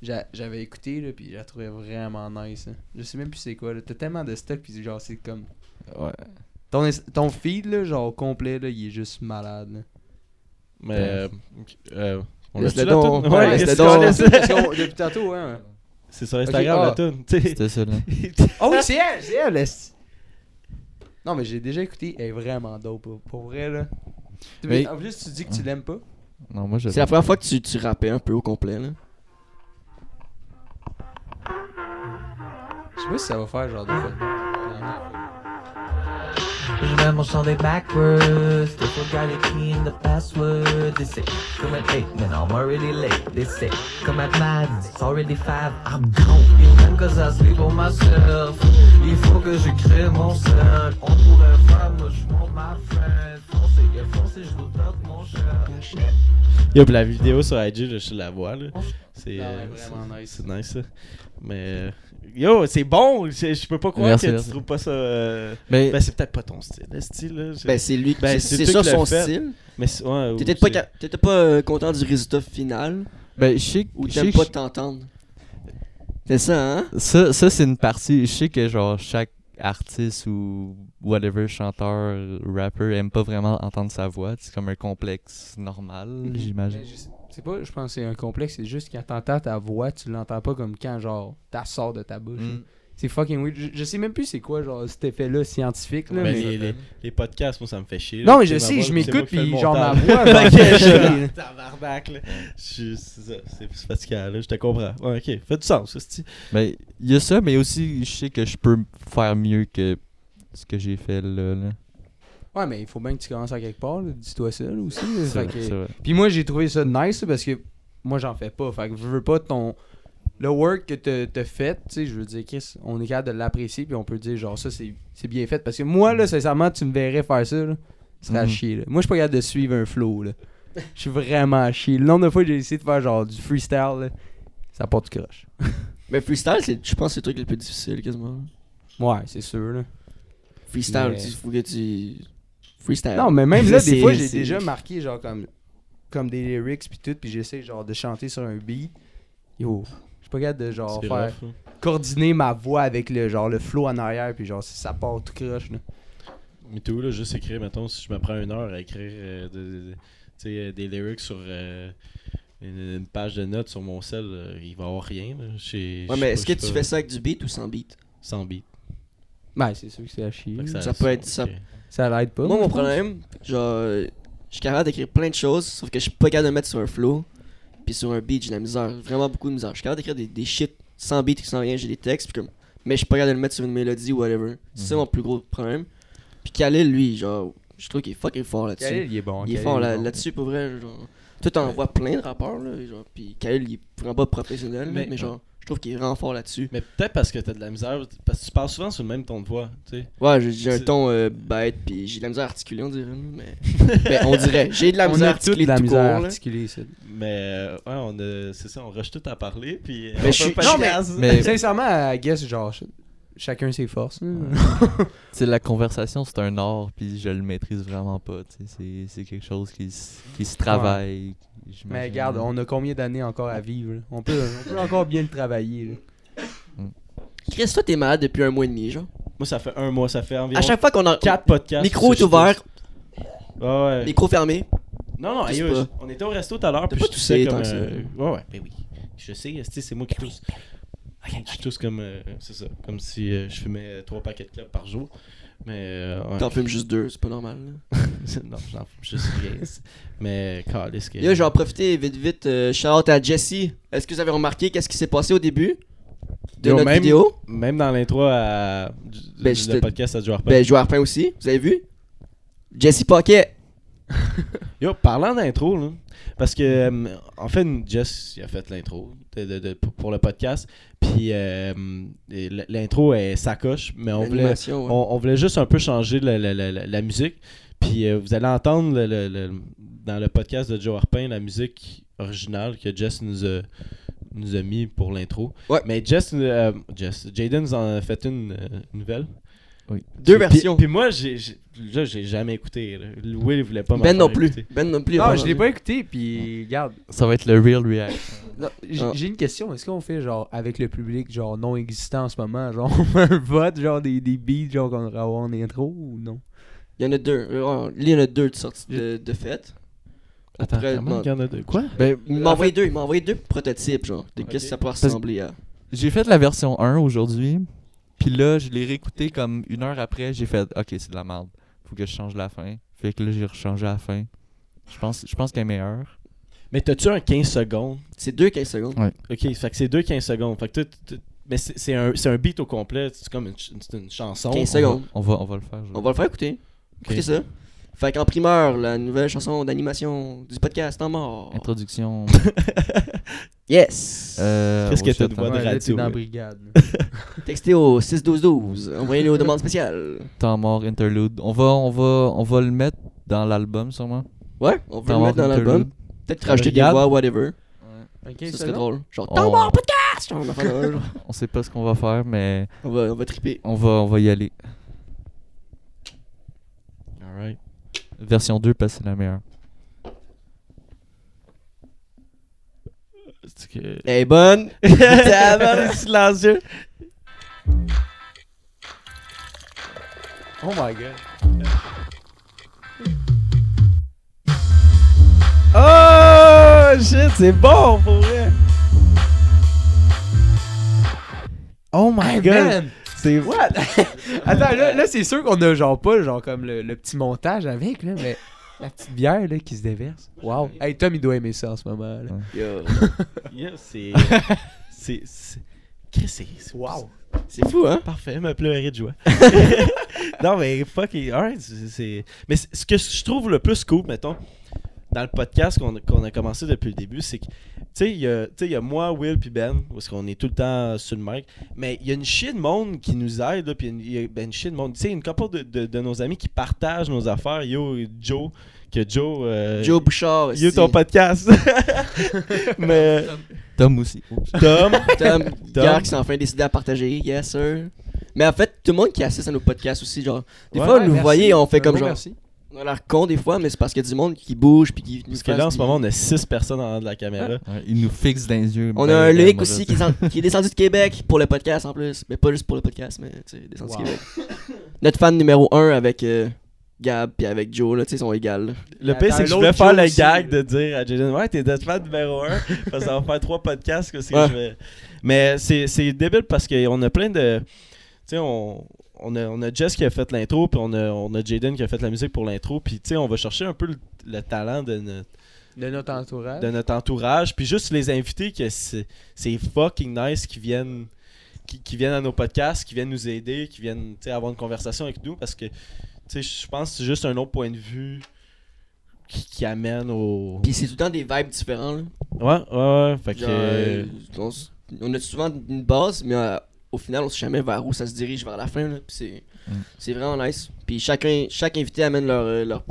Speaker 2: j'a- j'avais écouté là puis je la trouvais vraiment nice. hein. Je sais même plus c'est quoi là. T'as tellement de stock puis genre c'est comme
Speaker 4: Ouais.
Speaker 2: ton ins- ton feed là genre au complet là il est juste malade. là.
Speaker 1: Mais. euh, euh, on
Speaker 3: Laisse-le
Speaker 1: l'a-tu, la
Speaker 3: donc.
Speaker 1: toune?
Speaker 3: Ouais,
Speaker 1: laisse-le ah.
Speaker 3: laisse-le
Speaker 1: donc.
Speaker 3: donc.
Speaker 2: Parce qu'on- Depuis tantôt hein.
Speaker 1: C'est sur Instagram
Speaker 2: Ok,
Speaker 1: la toune. tu sais.
Speaker 4: C'était ça là.
Speaker 2: Oh oui c'est elle c'est elle. esti. Non mais j'ai déjà écouté elle est vraiment dope pour, pour vrai là. Tu-
Speaker 4: Mais-
Speaker 2: En plus tu dis que
Speaker 3: Mm.
Speaker 2: tu l'aimes pas.
Speaker 4: Non, moi je
Speaker 3: C'est la première fois que tu, tu rappais un peu au complet, là.
Speaker 2: Je sais pas si ça va faire genre de
Speaker 6: Je vais mon des backwards. They forgot the key and the password. They say, come at 8, man, I'm already late. They say, come at 9, it's already 5, I'm gone. Ils m'aiment cause I sleep on myself. Il faut que je crée mon cercle. On pourrait faire, moi je monte ma friend. Foncez, yeah, foncez, je vous donne mon cher.
Speaker 1: Yo, puis la vidéo sur IG, là, je la vois, là. C'est
Speaker 2: Non,
Speaker 1: euh,
Speaker 2: Ah ouais, vraiment
Speaker 1: c'est-
Speaker 2: nice.
Speaker 1: C'est nice, ça. Mais. euh, Yo, c'est bon! Je je peux pas croire
Speaker 4: Merci,
Speaker 1: que
Speaker 4: merci.
Speaker 1: tu trouves pas ça. euh,
Speaker 4: Mais
Speaker 1: Ben, c'est peut-être pas ton style, le style, là. je-
Speaker 3: Ben, c'est lui,
Speaker 1: Ben,
Speaker 3: c'est-
Speaker 1: c'est
Speaker 3: c'est
Speaker 1: toi
Speaker 3: ça
Speaker 1: qui l'as
Speaker 3: son
Speaker 1: fait.
Speaker 3: style.
Speaker 1: mais c'est- ouais, ou
Speaker 3: T'étais pas,
Speaker 1: c'est-
Speaker 3: ca- t'étais pas euh, content du résultat final,
Speaker 4: ben, je sais que-
Speaker 3: ou
Speaker 4: je
Speaker 3: t'aimes
Speaker 4: sais que
Speaker 3: pas t'entendre. C'est ça, hein?
Speaker 4: Ça, ça c'est une partie. Je sais que genre chaque artiste ou whatever, chanteur, rapper aime pas vraiment entendre sa voix. C'est comme un complexe
Speaker 2: Mhm.
Speaker 4: normal, j'imagine.
Speaker 2: Mais Ben, je sais- C'est pas, je pense que c'est un complexe, c'est juste quand t'entends ta voix, tu l'entends pas comme quand genre t'as sort de ta bouche.
Speaker 4: Mm.
Speaker 2: là. C'est fucking weird. Je, je sais même plus c'est quoi genre cet effet-là scientifique là.
Speaker 1: Ben,
Speaker 2: mais-
Speaker 1: les, les- les podcasts, moi, ça me fait chier. là.
Speaker 2: Non mais je
Speaker 1: C'est ma
Speaker 2: sais,
Speaker 1: voix-
Speaker 2: je
Speaker 1: c'est moi
Speaker 2: m'écoute
Speaker 1: qui fais le
Speaker 2: puis genre ma
Speaker 1: montage. Ok,
Speaker 2: voix. genre, je-
Speaker 1: je- Tabarnak, là. Je suis- C'est ça, c'est plus fatigant, là. Je te comprends. Ouais, ok. Fait du sens, ça, c'est-tu.
Speaker 4: Mais il y a ça, mais aussi je sais que je peux faire mieux que ce que j'ai fait là. là.
Speaker 2: Ouais mais il faut bien que tu commences à quelque part, là. dis-toi ça là, aussi. là.
Speaker 4: C'est
Speaker 2: Fait
Speaker 4: vrai,
Speaker 2: que-
Speaker 4: c'est vrai.
Speaker 2: Puis moi j'ai trouvé ça nice là, parce que moi j'en fais pas. Fait que je veux pas ton le work que t'as- t'as fait, tu sais, je veux dire Chris, on est capable de l'apprécier puis on peut dire genre ça c'est c'est bien fait parce que moi là sincèrement tu me verrais faire ça là. Ce serait à
Speaker 4: Mhm.
Speaker 2: chier. là. Moi, je suis pas capable de suivre un flow. Là. Je suis vraiment à chier. Le nombre de fois que j'ai essayé de faire genre du freestyle, là, ça porte du crush.
Speaker 3: Mais freestyle, c'est- je pense que c'est le truc le plus difficile, quasiment.
Speaker 2: Ouais, c'est sûr. Là.
Speaker 3: Freestyle,
Speaker 2: Mais-
Speaker 3: il faut que tu. Freestyle.
Speaker 2: Non, mais même là,
Speaker 3: Euh, C'est-
Speaker 2: des fois, j'ai
Speaker 3: c'est-
Speaker 2: déjà marqué genre comme, comme des lyrics puis tout, puis j'essaie genre de chanter sur un beat. Yo, je suis pas capable de genre
Speaker 1: C'est
Speaker 2: faire
Speaker 1: rough, là.
Speaker 2: coordonner ma voix avec le genre le flow en arrière puis genre ça part tout crush là.
Speaker 1: Mais tout là, juste écrire, mettons, si je me prends une heure à écrire euh, de- de- de- tu sais, euh, des lyrics sur euh, une, une page de notes sur mon cell, euh, il va y avoir rien. là. Je sais- je
Speaker 3: Ouais,
Speaker 1: sais pas,
Speaker 3: mais est-ce
Speaker 1: je
Speaker 3: que
Speaker 1: sais
Speaker 3: tu
Speaker 1: pas.
Speaker 3: fais ça avec du beat ou sans beat?
Speaker 1: sans beat?
Speaker 2: Ben, c'est sûr que c'est à chier.
Speaker 1: Fait que
Speaker 3: Hmm, Ça peut être- ça-
Speaker 1: ok.
Speaker 2: Ça l'aide pas.
Speaker 3: Moi,
Speaker 2: je
Speaker 3: mon
Speaker 2: pense.
Speaker 3: problème, genre, euh, je suis capable d'écrire plein de choses, sauf que je suis pas capable de mettre sur un flow. Puis sur un beat, j'ai de la misère, vraiment beaucoup de misère. Je suis capable d'écrire des, des shit sans beat, sans rien, j'ai des textes, puis comme, mais je suis pas capable de le mettre sur une mélodie ou whatever. C'est ça mon plus gros problème. Puis Khalil, lui, genre, je trouve qu'il est fucking fort là-dessus.
Speaker 2: Khalil, il est bon.
Speaker 3: il est
Speaker 2: Khalil,
Speaker 3: fort là-
Speaker 2: bon.
Speaker 3: là-dessus, pour vrai. Genre, toi, t'en vois plein de rappeurs, là, genre, puis Khalil, il est vraiment pas professionnel, là, mais,
Speaker 1: Mais-
Speaker 3: genre, je trouve qu'il est vraiment fort là-dessus.
Speaker 1: Mais peut-être parce que t'as de la misère, parce que tu parles souvent sur le même ton de voix, tu sais.
Speaker 3: Ouais, j'ai- j'ai un
Speaker 1: Tu-
Speaker 3: ton euh, bête, puis j'ai de la misère à articuler, on dirait. Mais... Ben, on dirait. J'ai de la
Speaker 2: On
Speaker 3: misère à
Speaker 2: a toute
Speaker 3: articuler
Speaker 2: la
Speaker 3: tout court.
Speaker 2: misère
Speaker 3: là.
Speaker 2: articulée, ça.
Speaker 1: Mais euh, ouais, on a- c'est ça, on rush tout à parler, puis. euh,
Speaker 3: Mais je suis- non, mais-
Speaker 4: Mais tu
Speaker 2: Sincèrement, euh, I guess, genre, ch- chacun ses forces. là.
Speaker 4: sais, la conversation, c'est un art, puis je le maîtrise vraiment pas. tu sais. C'est- C'est quelque chose qui, se- qui se travaille. j'imagine.
Speaker 2: Mais regarde, on a combien d'années encore à vivre? là? On peut, on peut encore bien le travailler. là.
Speaker 3: Chris, toi, t'es malade depuis un mois et demi, genre.
Speaker 1: Moi, ça fait un mois, ça fait environ
Speaker 3: À chaque fois qu'on a.
Speaker 1: 4 podcasts.
Speaker 3: Micro
Speaker 1: que
Speaker 3: est
Speaker 1: je
Speaker 3: ouvert,
Speaker 1: fais. Ouais, ouais.
Speaker 3: micro fermé.
Speaker 1: Non, non,
Speaker 3: Je sais
Speaker 1: aïe,
Speaker 3: pas.
Speaker 1: je- on était au resto tout à l'heure,
Speaker 3: T'as
Speaker 1: puis
Speaker 3: pas
Speaker 1: je toussais
Speaker 3: toussé
Speaker 1: comme...
Speaker 3: tant que
Speaker 1: euh, Ouais, ouais, ben oui. Je sais, esti, c'est moi qui tousse. Je tousse comme... euh, c'est ça, comme si euh, je fumais 3 paquets de clubs par jour. Mais... euh, ouais.
Speaker 3: T'en fumes juste deux, c'est pas normal. là.
Speaker 1: non, j'en fume juste rien. esti. Mais, calisse que...
Speaker 3: Yo, je vais en profiter vite, vite. Euh, shout out à Jesse. Est-ce que vous avez remarqué qu'est-ce qui s'est passé au début de
Speaker 1: Yo,
Speaker 3: notre
Speaker 1: même-
Speaker 3: vidéo
Speaker 1: Même dans l'intro à... du- du-
Speaker 3: Ben,
Speaker 1: le
Speaker 3: j'étais-
Speaker 1: podcast à Joueur Pop.
Speaker 3: Ben, joueur Arpin aussi, vous avez vu Jesse Paquet.
Speaker 1: Yo, parlant d'intro, là, parce que, euh, en fait, Jess il a fait l'intro de- de- de- pour pour le podcast, puis euh, et l- l'intro est sacoche, mais on voulait,
Speaker 3: L'animation, ouais.
Speaker 1: on, on voulait juste un peu changer la, la- la- la- la musique, puis euh, vous allez entendre le- le- le- dans le podcast de Joe Harpin la musique originale que Jess nous a, nous a mis pour l'intro.
Speaker 3: Ouais.
Speaker 1: Mais Jess, euh, Jess, Jaden nous en a fait une euh, nouvelle.
Speaker 3: Deux
Speaker 1: Puis-
Speaker 3: versions.
Speaker 1: Puis moi, j'ai j'ai- là, j'ai jamais écouté. là. Will, il voulait pas m'en
Speaker 3: Ben non
Speaker 1: faire
Speaker 3: plus.
Speaker 1: écouter.
Speaker 3: Ben non plus.
Speaker 2: Non, je l'ai
Speaker 3: apparemment.
Speaker 2: pas écouté, puis regarde.
Speaker 4: Ça va être le real react.
Speaker 2: Non, j-
Speaker 3: Ah.
Speaker 2: J'ai une question. Est-ce qu'on fait genre avec le public genre non existant en ce moment, genre on fait un vote, genre des, des beats genre qu'on aura en intro ou non
Speaker 3: Il y en a deux. Euh, Il y en a deux de sorties de, de fête.
Speaker 4: Attends,
Speaker 3: pourrait
Speaker 4: comment?
Speaker 1: Il y en a deux. Quoi?
Speaker 4: Ben,
Speaker 3: Euh, Il m'a envoyé deux, il m'a envoyé deux prototypes, genre, de qu'est-ce que ça peut ressembler à.
Speaker 4: J'ai fait la version 1 aujourd'hui, puis là, je l'ai réécouté comme une heure après, j'ai fait « Ok, c'est de la merde, faut que je change la fin. » Fait que là, j'ai rechangé la fin. Je pense, je pense qu'elle est meilleure.
Speaker 1: Mais t'as-tu un 15 secondes?
Speaker 3: C'est deux 15 secondes.
Speaker 1: Ok, fait que c'est deux 15 secondes. Fait que t'as- t'as- mais c'est c'est un, c'est un beat au complet, c'est comme une, ch- c'est une chanson.
Speaker 3: 15
Speaker 4: On va-
Speaker 3: secondes.
Speaker 4: On va, on va le faire. je-
Speaker 3: On va le faire écouter. Écoutez ça. Fait qu'en primeur, la nouvelle chanson d'animation du podcast en mort.
Speaker 4: Introduction.
Speaker 3: Yes!
Speaker 4: euh,
Speaker 1: Qu'est-ce que
Speaker 4: oh
Speaker 1: t'as
Speaker 4: shit,
Speaker 1: de voix de
Speaker 2: Ouais, là,
Speaker 1: radio,
Speaker 2: t'es dans la
Speaker 1: là.
Speaker 2: brigade. là.
Speaker 3: Textez au 61212. Envoyez-le aux demandes spéciales.
Speaker 4: Temps mort, interlude. On va, on va, on va le mettre dans l'album, sûrement.
Speaker 3: Ouais, on veut
Speaker 4: Temps
Speaker 3: le
Speaker 4: mort,
Speaker 3: mettre dans l'album.
Speaker 4: interlude.
Speaker 3: Peut-être rajouter des
Speaker 4: Regarde. Oh.
Speaker 3: voix, whatever.
Speaker 2: Ok,
Speaker 3: Ça
Speaker 2: ça
Speaker 3: serait
Speaker 2: là?
Speaker 3: drôle. Genre,
Speaker 4: On-
Speaker 3: temps mort podcast! Genre, une affaire de même.
Speaker 4: On sait pas ce qu'on va faire, mais
Speaker 3: On va, on va triper.
Speaker 4: on va, on va y aller.
Speaker 1: Alright.
Speaker 4: Version 2, parce que c'est la meilleure.
Speaker 1: C'est que-
Speaker 3: Elle est bonne!
Speaker 1: Tabarnak, c'est silencieux.
Speaker 2: Oh my god.
Speaker 1: Oh shit, c'est bon pour vrai. Oh my
Speaker 2: Hey,
Speaker 1: god.
Speaker 2: man!
Speaker 1: C'est
Speaker 2: What? Attends, là, là, c'est sûr qu'on a genre pas genre comme le, le petit montage avec, là, mais la petite bière là, qui se déverse. Wow. Hey, Tom, il doit aimer ça en ce moment. Là.
Speaker 3: Yo.
Speaker 1: Yeah, c'est. C'est. c'est- Chris, c'est. c'est-
Speaker 2: Wow.
Speaker 3: C'est fou, hein?
Speaker 1: Parfait, me pleurer de joie. non, mais fuck, it, alright, c'est- c'est- Mais c- ce que je trouve le plus cool, mettons, dans le podcast qu'on qu'on a commencé depuis le début, c'est que, tu sais, il y a- tu sais, il y a moi, Will, puis Ben, parce qu'on est tout le temps sur le mic, mais il y a une chier de monde qui nous aide, là, puis il y a une, ben, une chier de monde. Tu sais, une couple de, de- de nos amis qui partagent nos affaires. Yo, Joe, que Joe. euh,
Speaker 3: Joe Bouchard.
Speaker 1: Yo,
Speaker 3: ici.
Speaker 1: ton podcast. mais.
Speaker 4: Tom aussi. Oups.
Speaker 1: Tom.
Speaker 3: Tom, Gare qui s'est enfin décidé à partager, yes sir. Mais en fait, tout le monde qui assiste à nos podcasts aussi, genre, des
Speaker 1: Ouais,
Speaker 3: fois,
Speaker 2: Ouais,
Speaker 3: vous nous
Speaker 2: merci.
Speaker 3: voyez, on fait
Speaker 2: Un
Speaker 3: comme
Speaker 2: gros
Speaker 3: genre,
Speaker 2: merci.
Speaker 3: on a l'air con des fois, mais c'est parce qu'il y a du monde qui bouge puis qui nous
Speaker 1: Parce que
Speaker 3: fasse
Speaker 1: là, en ce
Speaker 3: des-
Speaker 1: moment, on a six personnes en avant de la caméra.
Speaker 4: Ouais, Il nous fixe dans les yeux.
Speaker 3: On
Speaker 4: Ben,
Speaker 3: a un
Speaker 4: ben,
Speaker 3: Loïc
Speaker 4: mauvais.
Speaker 3: aussi qui, est en- qui est descendu de Québec pour le podcast en plus. Mais pas juste pour le podcast, mais tu sais, descendu
Speaker 2: Wow.
Speaker 3: de Québec. Notre fan numéro 1 avec euh, Gab puis avec Joe, là, tu sais, ils sont égales. là.
Speaker 1: Le
Speaker 2: Attends,
Speaker 1: pire, c'est que je
Speaker 2: l'autre
Speaker 1: voulais faire
Speaker 2: Joe
Speaker 1: le
Speaker 2: aussi,
Speaker 1: gag de
Speaker 2: là.
Speaker 1: dire à Jaden, ouais, t'es notre fan numéro 1, parce que ça va faire trois podcasts que c'est que
Speaker 3: Ouais.
Speaker 1: je vais- Mais c'est c'est débile parce qu'on a plein de. Tu sais, on, on, on a, on a Jess qui a fait l'intro, puis on a, on a Jaden qui a fait la musique pour l'intro. Puis, tu sais, on va chercher un peu le, le talent de notre,
Speaker 2: De notre entourage.
Speaker 1: de notre entourage. Puis juste les invités que c'est c'est fucking nice qui viennent, qui, qui viennent à nos podcasts, qui viennent nous aider, qui viennent tu sais, avoir une conversation avec nous. Parce que, tu sais, je pense que c'est juste un autre point de vue qui, qui amène au.
Speaker 3: Puis c'est tout le temps des vibes différents. Là.
Speaker 1: Ouais, ouais, ouais. Fait que.
Speaker 3: Genre, euh, on, s- on a souvent une base, mais euh, au final, on sait jamais vers où ça se dirige vers la fin. là, puis c'est
Speaker 4: Mm.
Speaker 3: c'est vraiment nice. Puis chacun, chaque invité amène leur, euh, leur,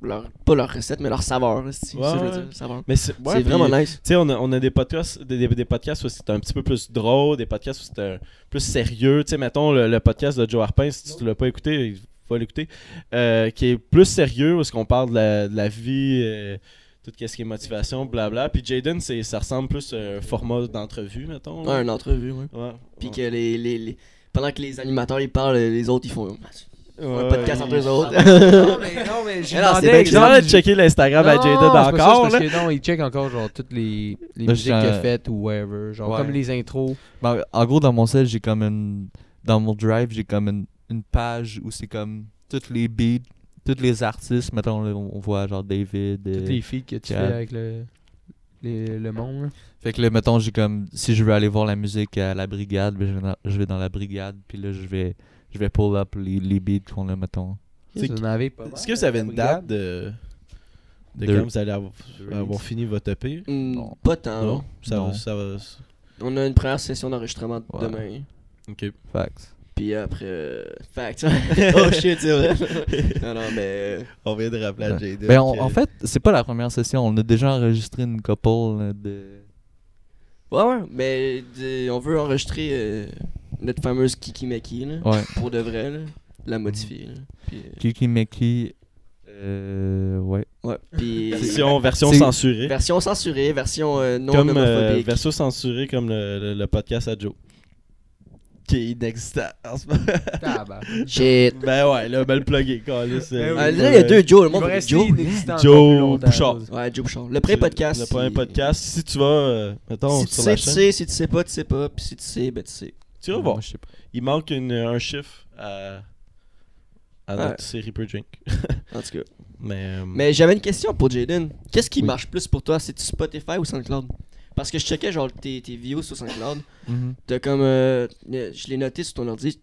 Speaker 3: leur- Pas leur recette, mais leur saveur. là, si-
Speaker 1: Ouais,
Speaker 3: ça, je veux
Speaker 1: ouais.
Speaker 3: dire, saveur.
Speaker 1: mais c'est ouais,
Speaker 3: c'est
Speaker 1: puis-
Speaker 3: vraiment nice.
Speaker 1: Tu sais, on a, on a des podcasts, des, des- des podcasts où c'est un petit peu plus drôle, des podcasts où c'est euh, plus sérieux. Tu sais, mettons le, le podcast de Joe Harpin, si tu l'as pas écouté, il faut l'écouter, euh, qui est plus sérieux, où est-ce qu'on parle de la, de la vie, euh, tout ce qui est motivation, blabla. Puis Jaden, c'est- ça ressemble plus à un format d'entrevue, mettons.
Speaker 3: Ouais,
Speaker 1: là.
Speaker 3: une entrevue, ouais.
Speaker 1: Ouais.
Speaker 3: Puis que les, les, les- pendant que les animateurs ils parlent, les autres ils font euh,
Speaker 1: Ouais.
Speaker 3: un podcast entre eux autres.
Speaker 2: non, mais, non, mais j'ai
Speaker 3: Mais non,
Speaker 2: demandé
Speaker 3: c'est bien
Speaker 1: Hey, J'ai envie de checker l'Instagram à
Speaker 2: Non,
Speaker 1: Jaden
Speaker 2: c'est pas ça, c'est
Speaker 1: encore.
Speaker 2: parce
Speaker 1: Ah, là.
Speaker 2: que non, il check encore genre toutes les, les
Speaker 4: Là,
Speaker 2: musiques qu'il a
Speaker 4: je-
Speaker 2: faites ou whatever. Genre
Speaker 4: Ouais.
Speaker 2: comme les intros.
Speaker 4: Ben, en gros, dans mon cell, j'ai comme une. Dans mon drive, j'ai comme une, une page où c'est comme toutes les beats, tous les artistes. Mettons, là, on voit genre David. euh,
Speaker 2: Toutes les filles que tu
Speaker 4: Cap.
Speaker 2: fais avec le, les- le monde. là.
Speaker 4: Fait que là, mettons, j'ai comme. Si je veux aller voir la musique à la brigade, ben, je vais dans, je vais dans la brigade, puis là, je vais. Je vais pull up les, les beats qu'on a, mettons.
Speaker 1: C'est-
Speaker 2: Vous en avez pas mal,
Speaker 1: Est-ce que vous avez
Speaker 2: la
Speaker 1: une date
Speaker 2: brigade?
Speaker 1: de, de
Speaker 4: De-
Speaker 1: quand vous allez avoir, avoir fini votre E EP?
Speaker 3: Hmm,
Speaker 4: Non.
Speaker 3: Pas tant.
Speaker 1: Non? Ça,
Speaker 4: Non.
Speaker 1: Va, ça va.
Speaker 3: On a une première session d'enregistrement
Speaker 4: Ouais.
Speaker 3: demain.
Speaker 1: Ok.
Speaker 4: Facts.
Speaker 3: Puis après. euh, fact. oh shit, c'est vrai. non, non, mais. euh,
Speaker 1: On vient de rappeler à Jaden.
Speaker 4: Ben, on-
Speaker 1: que-
Speaker 4: en fait, c'est pas la première session. On a déjà enregistré une couple là, de.
Speaker 3: Ouais, ouais. Mais euh, on veut enregistrer euh, notre fameuse Kiki Maki, là.
Speaker 4: Ouais.
Speaker 3: Pour de vrai, là. La modifier, là. Puis.
Speaker 4: Kiki Meki. Euh. Ouais.
Speaker 3: euh, ouais. Puis. euh,
Speaker 1: Version, version
Speaker 4: C'est-
Speaker 1: censurée.
Speaker 3: Version censurée, version euh, non
Speaker 1: comme euh,
Speaker 3: homophobique.
Speaker 1: version censurée comme le, le- le podcast à Joe. Qui est inexistant en ce moment.
Speaker 2: Tabarnak.
Speaker 3: Shit.
Speaker 1: ben ouais, là, ben le plugué, câlisse, euh,
Speaker 3: Ah, là, il y a deux Joe, le
Speaker 2: Il
Speaker 3: monde
Speaker 2: va
Speaker 3: veut
Speaker 2: rester
Speaker 3: Joe.
Speaker 2: inexistant encore
Speaker 1: Joe
Speaker 2: plus longtemps,
Speaker 1: Bouchard.
Speaker 2: cause-
Speaker 3: Ouais, Joe Bouchard. Le
Speaker 1: le-
Speaker 3: pré-podcast.
Speaker 1: Le premier
Speaker 3: il-
Speaker 1: podcast. Si tu vas, euh, mettons,
Speaker 3: Si tu
Speaker 1: sur
Speaker 3: sais,
Speaker 1: la
Speaker 3: tu
Speaker 1: chaîne,
Speaker 3: sais. Si tu sais pas, tu sais pas. Puis si tu sais, ben tu sais.
Speaker 1: tu vas
Speaker 4: Ouais,
Speaker 1: voir.
Speaker 4: moi, je sais pas.
Speaker 1: Il manque une- un chiffre à, à
Speaker 3: Ouais.
Speaker 1: notre série Peu Drink.
Speaker 3: En tout cas.
Speaker 1: Mais, euh,
Speaker 3: Mais j'avais une question pour Jaden. Qu'est-ce qui
Speaker 4: Oui.
Speaker 3: marche plus pour toi C'est-tu Spotify ou SoundCloud Parce que je checkais genre tes, tes views sur SoundCloud.
Speaker 4: Mhm.
Speaker 3: T'as comme. euh, euh, je l'ai noté sur ton ordi.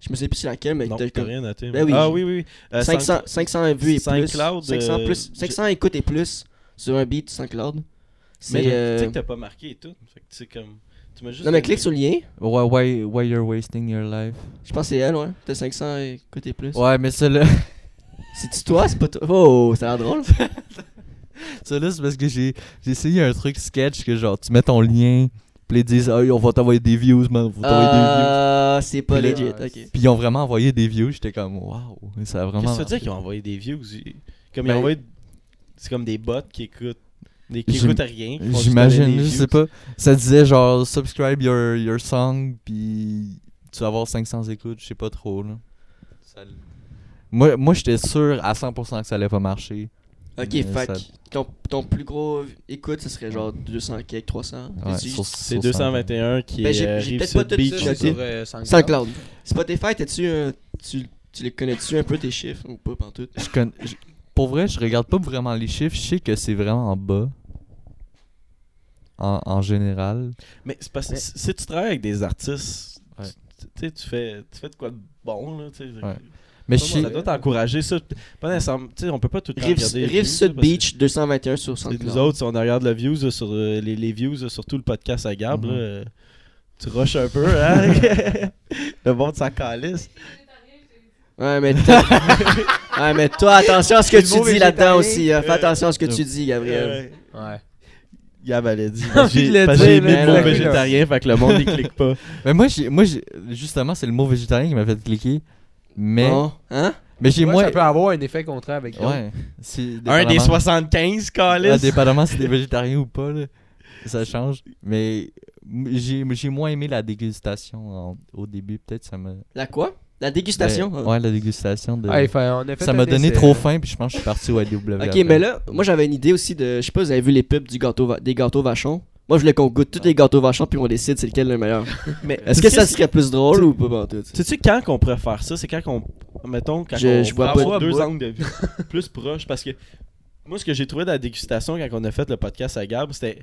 Speaker 3: Je me sais plus c'est laquelle, mais
Speaker 1: non,
Speaker 3: t'as
Speaker 1: t'as
Speaker 3: comme
Speaker 1: rien noté.
Speaker 3: Ben oui,
Speaker 1: ah
Speaker 3: j'ai-
Speaker 1: oui, oui. oui. Euh,
Speaker 3: 500, 500 vues et plus.
Speaker 1: SoundCloud,
Speaker 3: 500,
Speaker 1: euh,
Speaker 3: plus,
Speaker 1: j'ai-
Speaker 3: 500 écoutes et plus sur un beat SoundCloud.
Speaker 1: Mais
Speaker 3: C'est.
Speaker 1: tu sais
Speaker 3: Euh...
Speaker 1: que t'as pas marqué et tout. Fait que tu sais, comme. Tu m'as juste.
Speaker 3: Non, mais clique sur le lien.
Speaker 4: Why, why, why you're wasting your life?
Speaker 3: Je pense que c'est elle, ouais. T'as 500 écoutes et plus.
Speaker 4: Ouais, mais ça là,
Speaker 3: C'est-tu toi C'est pas toi Oh, ça a l'air drôle.
Speaker 4: ça là c'est parce que j'ai j'ai essayé un truc sketch que genre, tu mets ton lien, puis ils disent, ah, on va t'envoyer des views, man, on va t'envoyer des views.
Speaker 3: Ah, c'est pas
Speaker 4: Puis là,
Speaker 3: legit.
Speaker 2: ouais,
Speaker 3: Ok.
Speaker 4: Puis ils ont vraiment envoyé des views, j'étais comme, waouh, ça a
Speaker 1: Qu'est-ce
Speaker 4: vraiment.
Speaker 1: que tu veux dire qu'ils ont envoyé des views Ils- Comme ils
Speaker 4: Ben,
Speaker 1: ont envoyé. C'est comme des bots qui écoutent. Des, qui
Speaker 4: j'im-
Speaker 1: écoutent à rien. qui font juste donner
Speaker 4: J'imagine,
Speaker 1: des
Speaker 4: je
Speaker 1: views.
Speaker 4: sais pas. Ça disait genre, subscribe your, your song, puis tu vas avoir 500 écoutes, je sais pas trop, là. Ça l- Moi, moi j'étais sûr à 100% que ça allait pas marcher.
Speaker 3: Ok,
Speaker 4: Mais
Speaker 3: fait
Speaker 4: ça-
Speaker 3: que ton, ton plus gros écoute, ce serait genre 200 quelques, 300.
Speaker 4: Ouais,
Speaker 3: T'es-tu-
Speaker 4: sur-
Speaker 1: C'est
Speaker 4: sur
Speaker 1: 221 qui
Speaker 3: Ben, j'ai-
Speaker 1: est euh,
Speaker 3: j'ai peut-être
Speaker 1: Riverside
Speaker 3: pas tout
Speaker 1: Beach.
Speaker 3: ça,
Speaker 2: Ça, c'est
Speaker 3: Noté.
Speaker 2: sur, euh, SoundCloud.
Speaker 3: SoundCloud. Spotify, t'as-tu un- tu, tu les connais-tu un peu tes chiffres ou pas pantoute?
Speaker 4: Je conna- je- Pour vrai, je regarde pas vraiment les chiffres. Je sais que c'est vraiment en bas. En, en général.
Speaker 1: Mais c'est parce que si si tu travailles avec des artistes,
Speaker 4: Ouais.
Speaker 1: tu- tu sais, tu fais, tu fais de quoi de bon, là, tu sais.
Speaker 4: Ouais. Mais je
Speaker 1: Ça
Speaker 4: sais.
Speaker 1: doit t'encourager, ça. Pas nécessairement- tu sais, on peut pas tout le temps
Speaker 3: Rive,
Speaker 1: regarder les
Speaker 3: Rive
Speaker 1: views,
Speaker 3: Sud
Speaker 1: parce que
Speaker 3: Beach 221 sur
Speaker 1: c'est
Speaker 3: SoundCloud.
Speaker 1: Nous autres, si on regarde le views, euh, sur, euh, les, les views euh, sur tout le podcast à Gab,
Speaker 4: Mhm.
Speaker 1: là, euh, tu rushes un peu, hein? le monde s'en calisse.
Speaker 3: Ouais, mais toi, ouais, mais toi, attention à ce que
Speaker 2: C'est le mot
Speaker 3: tu dis là-dedans
Speaker 2: végétalien.
Speaker 3: aussi. hein. Fais attention à ce que
Speaker 4: Euh,
Speaker 3: tu dis, Gabriel.
Speaker 1: Euh,
Speaker 2: Ouais.
Speaker 1: Gab, elle a dit.
Speaker 2: envie de
Speaker 1: J'ai
Speaker 2: le
Speaker 1: parce que j'ai
Speaker 2: dire,
Speaker 1: mis
Speaker 3: mais
Speaker 1: le mot
Speaker 3: non.
Speaker 1: végétarien, fait que le monde, il clique pas.
Speaker 4: Mais moi, j'ai, moi j'ai- justement, c'est le mot végétarien qui m'a fait cliquer. Mais,
Speaker 3: Bon, hein?
Speaker 4: mais j'ai
Speaker 2: Ouais,
Speaker 4: moins.
Speaker 2: Ça peut avoir un effet contraire avec d'autres.
Speaker 4: Ouais. c'est
Speaker 1: Un des
Speaker 4: dépendamment-
Speaker 1: 75,
Speaker 4: Ah,
Speaker 1: calisse.
Speaker 4: dépendamment si t'es végétarien ou pas, là, ça change. Mais m- j'ai, j'ai moins aimé la dégustation en- au début. Peut-être ça me.
Speaker 3: La quoi? La dégustation?
Speaker 4: Ouais,
Speaker 3: hein?
Speaker 4: ouais, la dégustation. De...
Speaker 2: Ah, il fait- on a fait
Speaker 4: ça
Speaker 2: un
Speaker 4: m'a donné
Speaker 2: essai.
Speaker 4: trop faim, puis je pense que je suis parti au IW.
Speaker 3: Ok, mais là, moi j'avais une idée aussi de. Je sais pas, vous avez vu les pubs du gâteau va- des gâteaux vachons Moi, je voulais qu'on goûte tous les gâteaux vachons puis on décide c'est lequel le meilleur.
Speaker 1: Mais
Speaker 3: Est-ce que ça serait plus drôle ou pas, en tout?
Speaker 1: Sais-tu quand qu'on pourrait faire ça? C'est quand qu'on. Mettons, quand
Speaker 3: Je-
Speaker 1: on
Speaker 3: je vois
Speaker 1: pourrait
Speaker 3: pas
Speaker 1: avoir
Speaker 3: de
Speaker 1: deux
Speaker 3: bout.
Speaker 1: angles de vue plus proches. Parce que moi, ce que j'ai trouvé dans la dégustation quand on a fait le podcast à Gab, c'était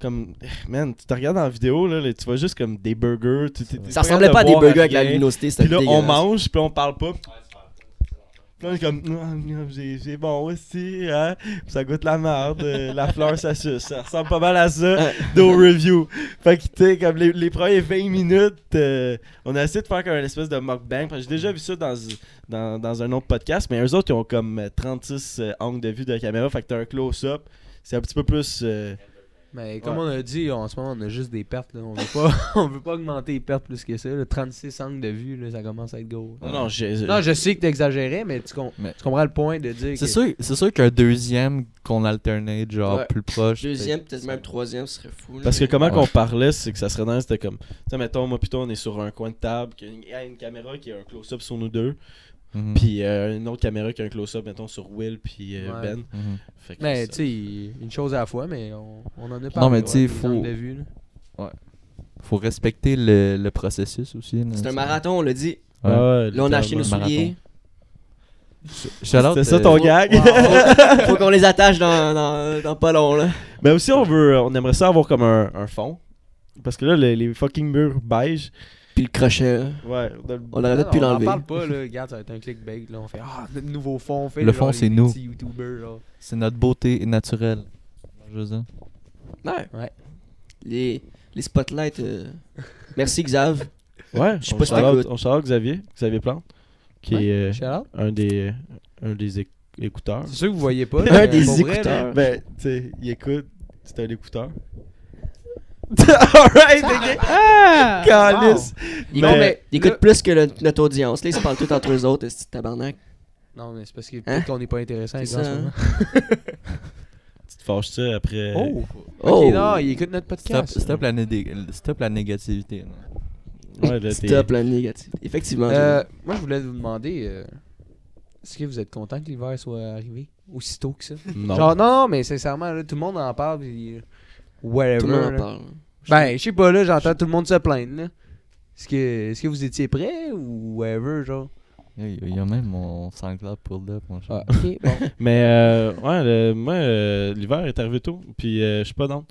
Speaker 1: comme. Man, tu te regardes en vidéo, là, là, tu vois juste comme des burgers. tu- tu- t'es
Speaker 3: Ça ressemblait pas
Speaker 1: capable
Speaker 3: à
Speaker 1: de
Speaker 3: des
Speaker 1: voir
Speaker 3: burgers avec la
Speaker 1: rien.
Speaker 3: luminosité, c'était
Speaker 1: Puis là, on
Speaker 3: dégueulasse.
Speaker 1: mange, puis on parle pas. Puis là, on est comme, Ah, j'ai j'ai bon aussi, hein? ça goûte la merde, euh, la fleur, ça suce. Ça ressemble pas mal à ça, d'eau review. Fait que, tu sais, comme les, les premières 20 minutes, euh, on a essayé de faire comme une espèce de mukbang. Parce que J'ai déjà vu ça dans, dans, dans un autre podcast, mais eux autres, ils ont comme euh, 36 euh, angles de vue de la caméra. Fait que t'as un close-up, c'est un petit peu plus. euh,
Speaker 2: Mais comme on a dit, en ce moment, on a juste des pertes. Là. On, veut pas, on veut pas augmenter les pertes plus que ça. là. 36 angles de vue, là, ça commence à être gros.
Speaker 1: Non, non, j'ai.
Speaker 2: Euh, Non, je sais que t'exagérais, mais, tu com-
Speaker 4: Mais-
Speaker 2: tu comprends le point de dire
Speaker 4: C'est
Speaker 2: que-
Speaker 4: sûr, c'est sûr qu'un deuxième qu'on alternait, genre
Speaker 3: Ouais.
Speaker 4: plus proche.
Speaker 3: Deuxième, peut-être même troisième, ce serait fou. là.
Speaker 1: Parce que comment
Speaker 4: Ouais.
Speaker 1: qu'on parlait, c'est que ça serait dans c'était comme, tu sais, mettons, moi, plutôt, on est sur un coin de table, qu'il y a une- il y a une caméra qui a un close-up sur nous deux,
Speaker 4: Mhm.
Speaker 1: puis euh, une autre caméra qui a un close-up, mettons, sur Will, puis euh,
Speaker 2: Ouais.
Speaker 1: Ben.
Speaker 4: Mhm.
Speaker 1: Fait que
Speaker 2: Mais
Speaker 1: ça-
Speaker 2: tu sais, une chose à la fois, mais on, on en a parlé.
Speaker 4: mais
Speaker 2: ouais,
Speaker 4: tu sais,
Speaker 2: des
Speaker 4: faut-
Speaker 2: angles de vue, là.
Speaker 4: Faut respecter le, le processus aussi. là.
Speaker 3: C'est un
Speaker 4: Ça-
Speaker 3: marathon, on l'a dit.
Speaker 1: Ah Ouais,
Speaker 4: Ouais.
Speaker 3: Là, on a acheté nos
Speaker 4: Marathon.
Speaker 3: souliers.
Speaker 4: Shout-out,
Speaker 1: C'était ça
Speaker 4: euh,
Speaker 1: ton gag.
Speaker 3: Faut- Faut qu'on les attache dans, dans, dans pas long, là.
Speaker 1: Mais aussi, on veut, on aimerait ça avoir comme un, un fond. Parce que là, les, les fucking murs beige,
Speaker 3: Puis le crochet, là.
Speaker 1: ouais, dans le-
Speaker 3: on l'aurait
Speaker 2: Non,
Speaker 3: pu
Speaker 2: non,
Speaker 3: l'enlever.
Speaker 2: On en parle pas, là. Regarde, ça va être un clickbait. Là. On fait Ah, notre nouveau fond. On fait
Speaker 4: Le
Speaker 2: genre
Speaker 4: fond,
Speaker 2: les
Speaker 4: c'est nous.
Speaker 2: petits YouTubers, là.
Speaker 4: C'est notre beauté naturelle. Je veux dire.
Speaker 3: Ouais.
Speaker 2: Ouais.
Speaker 3: Les, les spotlights. euh, Merci, Xav.
Speaker 1: ouais,
Speaker 3: Je sais
Speaker 1: on
Speaker 3: pas si
Speaker 1: shout-out-
Speaker 3: t'écoutes.
Speaker 1: On shout out Xavier, Xavier Plante, qui
Speaker 2: Ouais.
Speaker 1: est euh,
Speaker 2: Shout out.
Speaker 1: un des, un des éc- écouteurs.
Speaker 2: C'est sûr que vous voyez pas.
Speaker 3: Un
Speaker 2: mais
Speaker 3: des
Speaker 2: pour vrai,
Speaker 3: écouteurs.
Speaker 2: là,
Speaker 1: Ben, tu sais, il écoute, c'est un écouteur. Alright, ok.
Speaker 5: Ah!
Speaker 1: Calice.
Speaker 3: Ils
Speaker 1: Mais-
Speaker 3: écoutent- ils écoutent
Speaker 2: là-
Speaker 3: plus que le- notre audience. Là, ils se parlent tous entre eux autres, c'est tabarnak.
Speaker 2: Non, mais c'est parce que
Speaker 3: Hein?
Speaker 2: peut-être qu'on n'est pas intéressant.
Speaker 3: C'est
Speaker 2: les gars, en
Speaker 3: ça, hein?
Speaker 2: ce moment.
Speaker 1: Tu te fâches ça après.
Speaker 2: Oh!
Speaker 3: Oh.
Speaker 2: Ok, non, il écoute notre
Speaker 4: Stop,
Speaker 2: podcast.
Speaker 4: stop la, nég- stop la négativité. là.
Speaker 1: Ouais, là, t'es-
Speaker 3: Stop la négative. Effectivement.
Speaker 2: Euh, moi, je voulais vous demander euh, est-ce que vous êtes content que l'hiver soit arrivé aussitôt que ça
Speaker 1: Non.
Speaker 2: Genre, non, non, mais sincèrement, là, tout le monde en parle. Puis, euh,
Speaker 3: je-
Speaker 2: whatever.
Speaker 3: tout le monde en
Speaker 2: là.
Speaker 3: parle.
Speaker 2: Ben, je sais pas, là, j'entends tout le monde se plaindre, là. Est-ce que, est-ce que vous étiez prêts ou whatever, genre?
Speaker 4: Il y a- il y a même mon SoundCloud pulled up, mon cher.
Speaker 2: ok, bon.
Speaker 1: Mais euh, ouais, le- moi, euh, l'hiver est arrivé tôt, puis euh, je suis pas dans.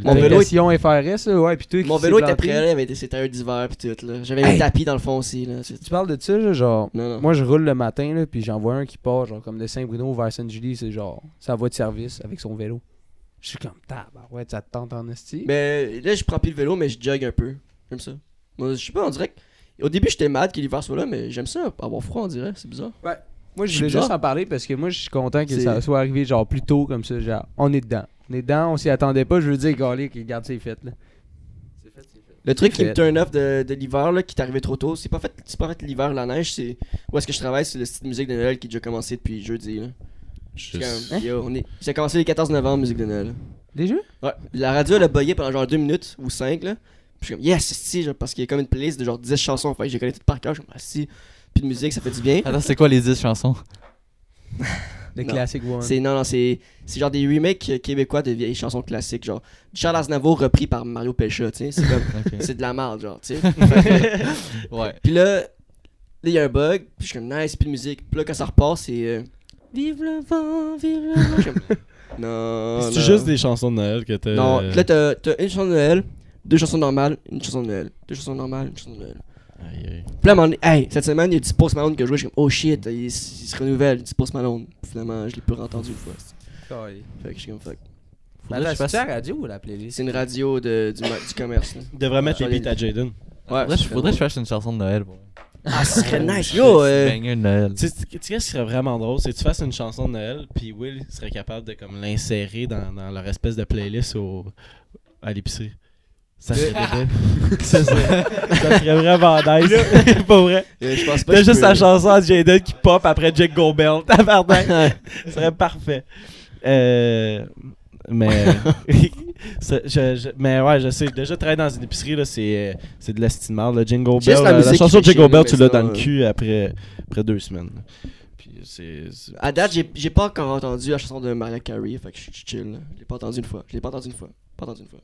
Speaker 3: Mon vélo, est-
Speaker 2: Sillon FRS, là, ouais, puis toi, qui
Speaker 3: mon
Speaker 2: s'est
Speaker 3: vélo était
Speaker 2: planté.
Speaker 3: prêt, là, il avait été ses tailleurs d'hiver puis tout. là. J'avais un tapis dans le fond aussi. Là. C'est-
Speaker 2: Tu parles de ça, là, genre,
Speaker 3: Non, non.
Speaker 2: moi, je roule le matin, là, puis j'en vois un qui part, genre, comme de Saint-Bruno vers Sainte-Julie, c'est genre, sa voie de service avec son vélo. Je suis comme, ouais, ça te tente en esti.
Speaker 3: Ben, Mais là, je prends plus le vélo, mais je jog un peu. J'aime ça. Moi, je sais pas, on dirait que- Au début, j'étais malade que l'hiver soit là, mais j'aime ça, avoir froid, on dirait. C'est bizarre.
Speaker 2: Moi, je
Speaker 3: c'est
Speaker 2: voulais
Speaker 3: bizarre.
Speaker 2: juste en parler parce que moi, je suis content que
Speaker 3: C'est-
Speaker 2: ça soit arrivé, genre, plus tôt, comme ça, genre, on est dedans. On est dedans, on s'y attendait pas, je veux dire, Garlic, regarde, c'est fait, là.
Speaker 3: Le truc qui me
Speaker 2: Fait.
Speaker 3: turn off de, de l'hiver, là, qui est arrivé trop tôt, c'est pas fait, c'est pas fait l'hiver, la neige, c'est. Où est-ce que je travaille, c'est le style de musique de Noël qui est déjà commencé depuis jeudi, là. C'est comme, yo, on est. Ça a commencé le 14 novembre, musique de Noël.
Speaker 2: Déjà?
Speaker 3: Ouais. La radio, elle a bugué pendant genre 2 minutes ou 5, là. Puis je suis comme, yes, si, genre, parce qu'il y a comme une playlist de genre 10 chansons, fait que j'ai connais toutes par cœur, je suis comme, ah, si. Puis de musique, ça fait du bien.
Speaker 4: Attends, c'est quoi les 10 chansons
Speaker 2: Le
Speaker 3: Non.
Speaker 2: classic one.
Speaker 3: C'est non, non, c'est c'est genre des remakes euh, québécois de vieilles chansons classiques, genre Charles Aznavour repris par Mario Pelcha, tu sais, c'est comme
Speaker 4: Ok.
Speaker 3: c'est de la merde, genre, tu sais.
Speaker 4: Ouais.
Speaker 3: Puis là, là, il y a un bug, puis je suis comme nice, puis de musique. Puis là, quand ça repart, c'est euh, Vive le vent, vive le vent. Je suis comme, non.
Speaker 1: C'est
Speaker 3: non.
Speaker 1: juste des euh, chansons de Noël que t'as.
Speaker 3: oh, Non, là, t'as t'as une chanson de Noël, deux chansons normales, une chanson de Noël, deux chansons normales, une chanson de Noël.
Speaker 1: Aïe, aïe.
Speaker 3: Puis là, à un moment donné, hey, cette semaine, il y a du Post Malone que je jouais, je suis comme, oh shit, il, il se renouvelle, du Post Malone. Finalement, je l'ai plus entendu une fois.
Speaker 2: Calé.
Speaker 3: Fait que je suis comme, fuck.
Speaker 4: Faudrait que je fasse-
Speaker 2: Ben, la radio ou la playlist?
Speaker 3: C'est une radio de, du, ma- du commerce. là.
Speaker 1: Il devrait mettre
Speaker 3: Ouais.
Speaker 1: les beats à Jaden.
Speaker 3: Ouais,
Speaker 4: faudrait que je- faudrait que je fasse une chanson de Noël. Bon.
Speaker 3: Ah, ce serait nice. Yo, euh,
Speaker 4: Banger de Noël.
Speaker 1: Tu sais, tu- tu sais, ce qui serait vraiment drôle, c'est que tu fasses une chanson de Noël, puis Will serait capable de comme l'insérer dans, dans leur espèce de playlist au, à l'épicerie. Ça serait débile. ça, serait, ça serait vraiment nice. Pas vrai.
Speaker 3: euh, je pense pas.
Speaker 1: T'as
Speaker 3: que je
Speaker 1: juste
Speaker 3: peux-
Speaker 1: la chanson à Jaden qui pop après Jake Gobel. Tabarnak. Ce serait parfait. Euh, mais. ça- je- je- mais ouais, je sais. Déjà, travailler dans une épicerie, là, c'est, euh, c'est de l'estimard. Le Jingle Bell.
Speaker 3: Juste la
Speaker 1: euh, La,
Speaker 3: musique qui
Speaker 1: chanson
Speaker 3: fait
Speaker 1: Jingle
Speaker 3: chier,
Speaker 1: Bell,
Speaker 3: mais
Speaker 1: tu l'as dans
Speaker 3: sinon,
Speaker 1: le cul après, après deux semaines. Puis c'est. c'est-
Speaker 3: À date, j'ai- j'ai pas encore entendu la chanson de Mariah Carey, fait que je suis chill. là. Je l'ai pas entendu une fois. Je l'ai pas entendu une fois. Pas entendu une fois.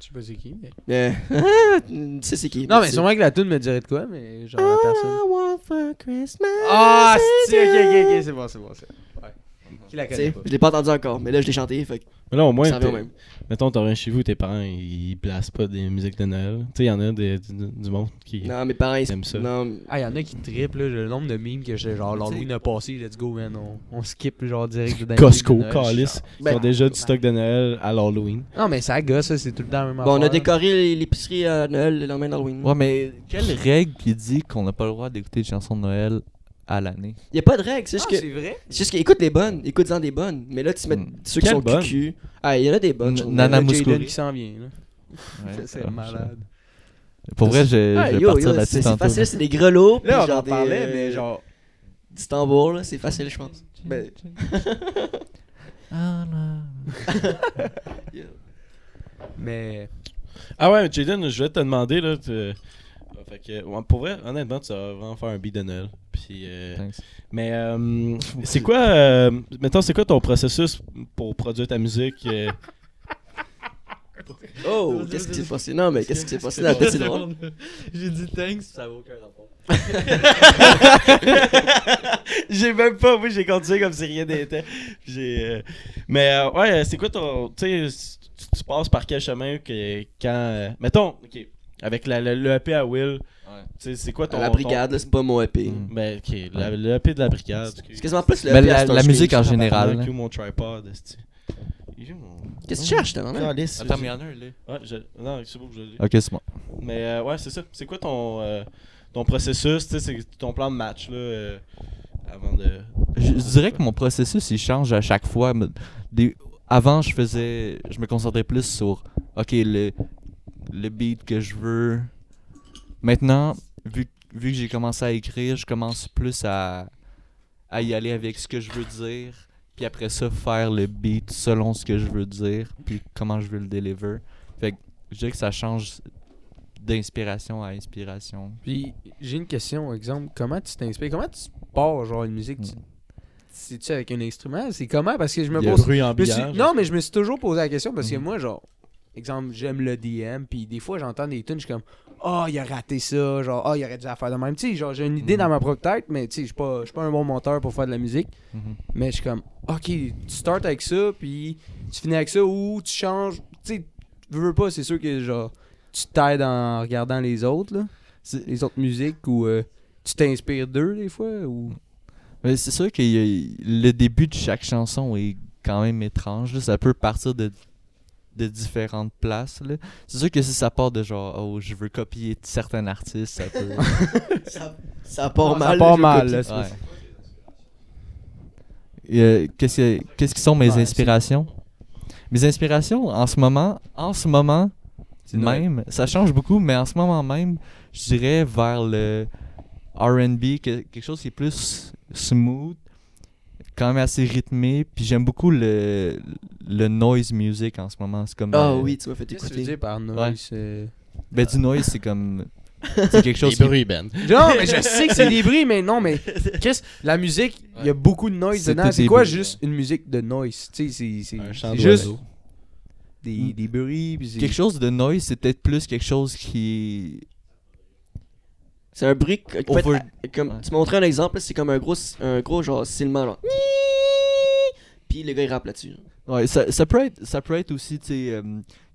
Speaker 2: Je sais pas c'est qui, mais.
Speaker 3: Euh, ah, tu sais c'est qui.
Speaker 2: Non, mais
Speaker 3: c'est-
Speaker 2: sûrement que la tune me dirait de quoi, mais genre la personne.
Speaker 5: I want for Christmas.
Speaker 2: Ah, c'est
Speaker 5: is
Speaker 2: ok,
Speaker 5: you.
Speaker 2: ok, ok, c'est bon, c'est bon. c'est bon. Ouais. Qui la
Speaker 3: tu
Speaker 2: connaît
Speaker 3: sais,
Speaker 2: pas
Speaker 3: Je l'ai pas entendu encore, mais là je l'ai chanté, fait que
Speaker 1: Mais là, au moins,
Speaker 3: ça revient
Speaker 1: t'es-
Speaker 3: au même.
Speaker 1: mettons, t'en reviens chez vous, tes parents, ils blasent pas des musiques de Noël. Tu sais, il y en a des- du, du monde qui.
Speaker 3: Non, mes parents, ils
Speaker 1: T'aimes ça.
Speaker 3: Non, mais-
Speaker 2: Ah, y'en a qui trippent, là, le nombre de mimes que j'ai, genre, l'Halloween a passé, let's go, man, on, on skip, genre, direct dans les
Speaker 1: Costco,
Speaker 2: mimes de Noël,
Speaker 1: Calis,
Speaker 2: genre.
Speaker 1: qui ont déjà du stock de Noël à l'Halloween.
Speaker 2: Non, mais ça gosse, ça, c'est tout le temps la même
Speaker 3: Bon, on a
Speaker 2: affaire.
Speaker 3: décoré l'épicerie à Noël le lendemain d'Halloween.
Speaker 4: Ouais, mais quelle règle qui dit qu'on n'a pas le droit d'écouter des chansons de Noël à l'année
Speaker 3: Y a pas de règle, c'est
Speaker 2: Ah,
Speaker 3: juste que.
Speaker 2: c'est vrai?
Speaker 3: C'est juste que, écoute les bonnes, écoute-en des bonnes. Mais là, tu mets
Speaker 4: Hmm.
Speaker 3: ceux qui
Speaker 1: Quelles
Speaker 3: sont
Speaker 1: bonnes?
Speaker 3: cucu. Ah, il y en a des bonnes.
Speaker 4: N-
Speaker 3: j'en ai.
Speaker 4: Nana-
Speaker 2: Anna
Speaker 4: Anna Mouskouri.
Speaker 2: qui s'en vient, là. Ça, c'est
Speaker 4: Ouais,
Speaker 2: malade.
Speaker 4: Pour vrai, je,
Speaker 3: Ah,
Speaker 4: je vais
Speaker 3: yo,
Speaker 4: partir
Speaker 3: yo, c'est
Speaker 4: là-dessus
Speaker 3: c'est
Speaker 4: tantôt.
Speaker 3: facile, c'est des grelots. puis
Speaker 2: Là, on
Speaker 3: genre
Speaker 2: en
Speaker 3: des,
Speaker 2: parlait,
Speaker 3: euh,
Speaker 2: mais genre.
Speaker 3: Du tambour, là, c'est facile, je pense. Ben,
Speaker 4: Ah, non.
Speaker 2: Mais.
Speaker 1: Ah ouais, mais Jaden, je vais te demander, là. tu- euh, Fait que, ouais, pour vrai, honnêtement, tu vas vraiment faire un beat de Noël. Puis. euh,
Speaker 4: Thanks.
Speaker 1: Mais euh, c'est quoi, euh, mettons, c'est quoi ton processus pour produire ta musique euh?
Speaker 3: Oh, qu'est-ce qui s'est passé? Non, mais qu'est-ce qui s'est passé? Après, c'est drôle.
Speaker 4: J'ai dit thanks, ça vaut aucun rapport.
Speaker 1: j'ai même pas, oui, j'ai continué comme si rien n'était. J'ai, euh, Mais euh, ouais, c'est quoi ton, tu sais, tu- tu passes par quel chemin que quand, euh, mettons, ok, avec la, la- le EP à Will,
Speaker 4: Ouais.
Speaker 1: tu sais, c'est quoi ton,
Speaker 3: la brigade, là, c'est pas mon EP.
Speaker 4: Mm.
Speaker 1: Ben ok, la- le EP de la brigade.
Speaker 3: C'est quasiment plus le
Speaker 4: Mais
Speaker 3: EP à
Speaker 4: la-
Speaker 3: Stone
Speaker 4: la
Speaker 3: Street.
Speaker 4: musique en
Speaker 1: Tabarnak,
Speaker 4: général, là.
Speaker 1: cue mon tripod, esti. Il joue mon-
Speaker 3: Qu'est-ce que tu cherches, t'as vraiment?
Speaker 1: Calisse,
Speaker 4: Attends,
Speaker 1: je-
Speaker 4: mais il y en a un, là.
Speaker 1: Ouais, je- Non, c'est bon, je l'ai.
Speaker 4: Ok, c'est bon.
Speaker 1: Mais euh, ouais, c'est ça. C'est quoi ton, euh, ton processus, tu sais, c'est ton plan de match là, euh, avant de.
Speaker 4: Je, je dirais que mon processus il change à chaque fois. Mais des- avant, je faisais, je me concentrais plus sur, ok, le, le beat que je veux. Maintenant, vu, vu que j'ai commencé à écrire, je commence plus à, à y aller avec ce que je veux dire. Puis après ça, faire le beat selon ce que je veux dire, puis comment je veux le deliver. Fait que je dirais que ça change d'inspiration à inspiration.
Speaker 2: Puis, j'ai une question, exemple, comment tu t'inspires? Comment tu pars, genre, une musique? Tu... C'est-tu avec un instrument? C'est comment? Parce que je me
Speaker 4: Il y a
Speaker 2: pose.
Speaker 1: bruit
Speaker 2: Je Mhm. me suis- Non, mais je me suis toujours posé la question parce que moi, genre, exemple, j'aime le DM, puis des fois, j'entends des tunes, je suis comme, oh, il a raté ça, genre, oh, il aurait dû la faire de même. Tu sais, genre, j'ai une idée
Speaker 4: Mhm.
Speaker 2: dans ma propre tête, mais tu sais, je suis pas, je suis pas un bon monteur pour faire de la musique.
Speaker 4: Mhm.
Speaker 2: Mais je suis comme, ok, tu starts avec ça, puis tu finis avec ça, ou tu changes. Tu sais, veux, veux pas, c'est sûr que, genre, tu t'aides en regardant les autres, là,
Speaker 4: C'est-
Speaker 2: les autres musiques, ou euh, tu t'inspires d'eux, des fois, ou.
Speaker 4: Mais c'est sûr que y a- le début de chaque chanson est quand même étrange. là. Ça peut partir de, de différentes places. là. C'est sûr que si ça part de genre, oh, je veux copier certains artistes, ça peut.
Speaker 3: Ça part
Speaker 2: ça
Speaker 3: mal.
Speaker 2: part
Speaker 3: je
Speaker 2: mal,
Speaker 3: copie.
Speaker 2: là, c'est pas-
Speaker 4: Ouais. Et, euh, qu'est-ce, que- qu'est-ce qui sont mes
Speaker 2: Ouais,
Speaker 4: inspirations Mes inspirations, en ce moment, en ce moment
Speaker 2: C'est Noël.
Speaker 4: même, ça change beaucoup, mais en ce moment même, je dirais vers le RB, que- quelque chose qui est plus smooth, quand même assez rythmé, puis j'aime beaucoup le, le noise music en ce moment. C'est comme,
Speaker 3: Ah
Speaker 4: euh,
Speaker 3: oui, tu m'as fait
Speaker 2: Qu'est-ce que tu veux
Speaker 3: écouter.
Speaker 2: dire par noise? euh?
Speaker 4: ben, du noise, c'est comme. C'est quelque chose. qui-
Speaker 1: Ben.
Speaker 2: Non, mais je sais que c'est des bruits, mais non, mais qu'est-ce la musique, il y a beaucoup de noise
Speaker 4: C'est
Speaker 2: dedans.
Speaker 4: tout
Speaker 2: C'est
Speaker 4: des
Speaker 2: quoi
Speaker 4: bruits,
Speaker 2: juste une musique de noise Tu sais, c'est-
Speaker 1: Un
Speaker 2: c'est
Speaker 1: chant
Speaker 2: c'est juste
Speaker 1: d'oiseau.
Speaker 2: des, des bruits. Puis c'est-
Speaker 4: Hmm. Quelque chose de noise, c'est peut-être plus quelque chose qui.
Speaker 3: C'est un bruit. que- en fait,
Speaker 4: Over-
Speaker 3: à- comme,
Speaker 4: Ouais.
Speaker 3: Tu montrais un exemple, là, c'est comme un gros, un gros genre silement. Genre. Puis le gars il rappe là-dessus.
Speaker 4: Ouais, ça, ça peut être, ça peut être aussi, tu sais, euh,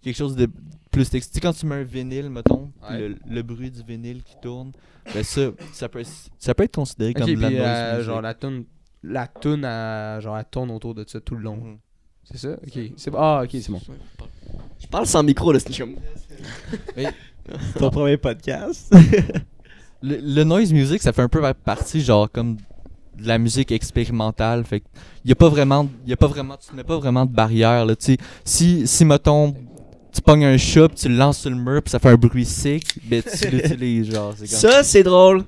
Speaker 4: quelque chose de plus texte. Tu sais, quand tu mets un vinyle, mettons, puis
Speaker 2: Ouais.
Speaker 4: le, le bruit du vinyle qui tourne, ben ça, ça peut, être- ça peut être considéré
Speaker 2: Ok,
Speaker 4: comme de la
Speaker 2: puis,
Speaker 4: noise
Speaker 2: euh,
Speaker 4: music.
Speaker 2: genre la tune, la tune, elle- genre elle tourne autour de ça tout le long.
Speaker 4: Mhm.
Speaker 2: C'est ça Ok. C'est ah ok c'est bon.
Speaker 3: Je parle sans micro, là, c'est comme.
Speaker 1: Ton premier podcast.
Speaker 4: Le, le noise music, ça fait un peu partie, genre, comme de la musique expérimentale. Fait qu'il y a pas vraiment, y a pas vraiment, tu te mets pas vraiment de barrière, là, tu sais. Si, si, mettons, tu pognes un chat, puis tu le lances sur le mur, puis ça fait un bruit sick, ben tu l'utilises, genre. c'est comme-
Speaker 3: Ça, c'est drôle.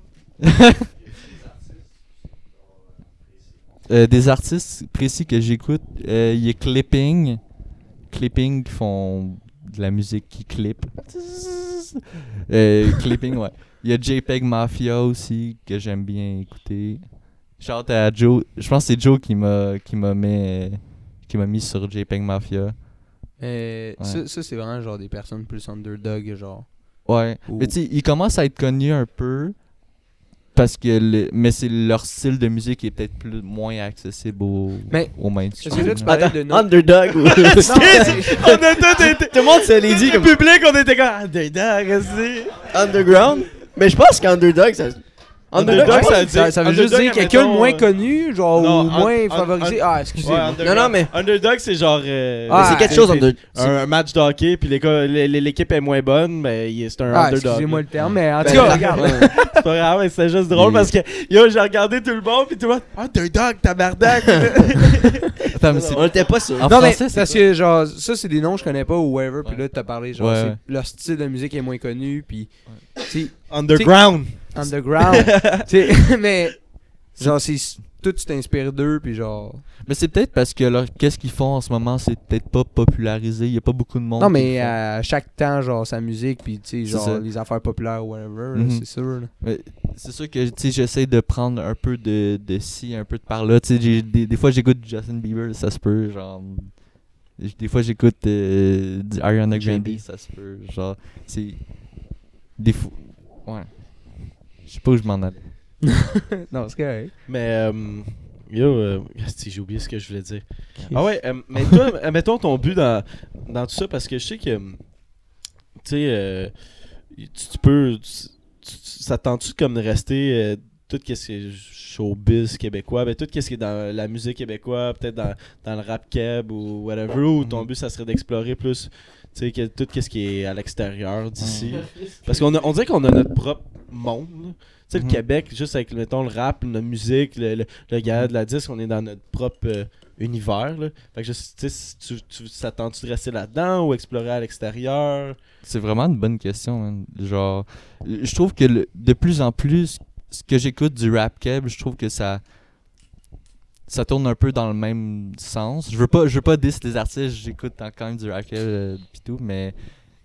Speaker 4: Euh, des artistes précis que j'écoute, euh, il y a Clipping. Clipping qui font de la musique qui clip. Euh, clipping, ouais. Il y a JPEG Mafia aussi que j'aime bien écouter. Shout à Joe. Je pense que c'est Joe qui m'a qui m'a mis, euh, qui m'a mis sur JPEG Mafia.
Speaker 2: Mais
Speaker 4: Ouais.
Speaker 2: ça, ça, c'est vraiment genre des personnes plus underdog, genre.
Speaker 4: Ouais.
Speaker 2: Ou-
Speaker 4: Mais tu sais, ils commencent à être connus un peu parce que le- mais c'est leur style de musique qui est peut-être plus moins accessible au
Speaker 2: Mais-
Speaker 4: au mainstream.
Speaker 2: Est-ce que là, tu
Speaker 4: là.
Speaker 2: parlais de notre.
Speaker 3: Underdog ou.
Speaker 1: Excuse, on a tout été.
Speaker 3: Tout le monde se l'est dit
Speaker 1: Le
Speaker 3: comme
Speaker 1: public, on était comme. Ah, dedans, restez.
Speaker 3: underground. Mais je pense qu'underdog, ça. Underdog,
Speaker 1: Underdog,
Speaker 3: je pense-
Speaker 1: ça-
Speaker 2: Ça, ça veut juste
Speaker 1: Underdog,
Speaker 2: dire quelqu'un de
Speaker 1: admettons,
Speaker 2: moins
Speaker 1: euh,
Speaker 2: connu, genre,
Speaker 1: non,
Speaker 2: ou
Speaker 1: un-
Speaker 2: moins
Speaker 1: un-
Speaker 2: favorisé. Ah, excusez.
Speaker 1: Ouais, underdog.
Speaker 3: Non, non, mais-
Speaker 1: Underdog, c'est genre. euh,
Speaker 2: Ah,
Speaker 3: c'est quelque chose, under-
Speaker 1: Un, un match de hockey, puis les gars- l'é- l'é- l'équipe est moins bonne, mais il- c'est un
Speaker 2: Ah,
Speaker 1: underdog.
Speaker 2: excusez-moi le terme, mais en
Speaker 3: Ben,
Speaker 2: tout cas,
Speaker 3: ouais.
Speaker 2: regarde.
Speaker 3: Ouais.
Speaker 1: C'est pas grave, mais c'est juste drôle
Speaker 4: Mais-
Speaker 1: parce que yo, j'ai regardé tout le monde, puis tout le monde. Ah, Underdog, tabarnak!
Speaker 4: Attends, mais c'est-
Speaker 3: On était pas sûr.
Speaker 4: En
Speaker 2: non, mais
Speaker 4: français, c'est
Speaker 2: parce que genre ça c'est des noms que je connais pas ou whatever puis
Speaker 4: Ouais.
Speaker 2: là t'as parlé genre
Speaker 4: Ouais,
Speaker 2: c'est-
Speaker 4: ouais.
Speaker 2: leur style de musique est moins connu puis c'est
Speaker 1: Underground!
Speaker 2: underground c'est mais genre c'est tout tu t'inspires d'eux puis genre
Speaker 4: mais c'est peut-être parce que leur qu'est-ce qu'ils font en ce moment, c'est peut-être pas popularisé, il y a pas beaucoup de monde.
Speaker 2: non
Speaker 4: qui
Speaker 2: mais
Speaker 4: le font.
Speaker 3: euh,
Speaker 2: à chaque temps genre sa musique puis tu sais
Speaker 4: C'est
Speaker 2: genre
Speaker 4: ça.
Speaker 2: les affaires populaires ou whatever là,
Speaker 4: Mhm.
Speaker 2: c'est sûr là.
Speaker 4: Mais c'est sûr que tu sais, j'essaie de prendre un peu de, de ci, un peu de par là. Tu sais, j'ai- des, des fois j'écoute du Justin Bieber, ça se peut. Genre, j- des fois j'écoute euh, du Ariana Grande,
Speaker 1: JB.
Speaker 4: ça se peut. Genre, c'est des fois. Ouais. Je sais pas où je m'en allais.
Speaker 2: non c'est correct
Speaker 1: Mais, euh, yo, euh, asti, j'ai oublié ce que je voulais dire. Ah ouais, euh, mais toi, euh, mettons ton but dans, dans tout ça, parce que je sais que, euh, tu sais, euh, tu, tu peux, tu- tu- tu- ça te tente-tu comme de rester euh, tout ce qui est showbiz québécois, ben, tout ce qui est dans la musique québécoise, peut-être dans, dans le rap keb ou whatever, ou ton but, ça serait d'explorer plus, tu sais, que- tout ce qui est à l'extérieur d'ici. Parce qu'on a- on dirait qu'on a notre propre monde. là. Tu sais, le
Speaker 4: Mhm.
Speaker 1: Québec, juste avec, mettons, le rap, la musique, le, le, le gala de la disque, on est dans notre propre euh, univers. Là. Fait que, je, sais- tu sais, si tu, tu s'attends-tu de rester là-dedans ou explorer à l'extérieur?
Speaker 4: C'est vraiment une bonne question, man. Genre, je trouve que le- de plus en plus, ce que j'écoute du rap keb, je trouve que ça ça tourne un peu dans le même sens. Je veux pas je veux pas diss les artistes, j'écoute en- quand même du rap keb euh, pis tout, mais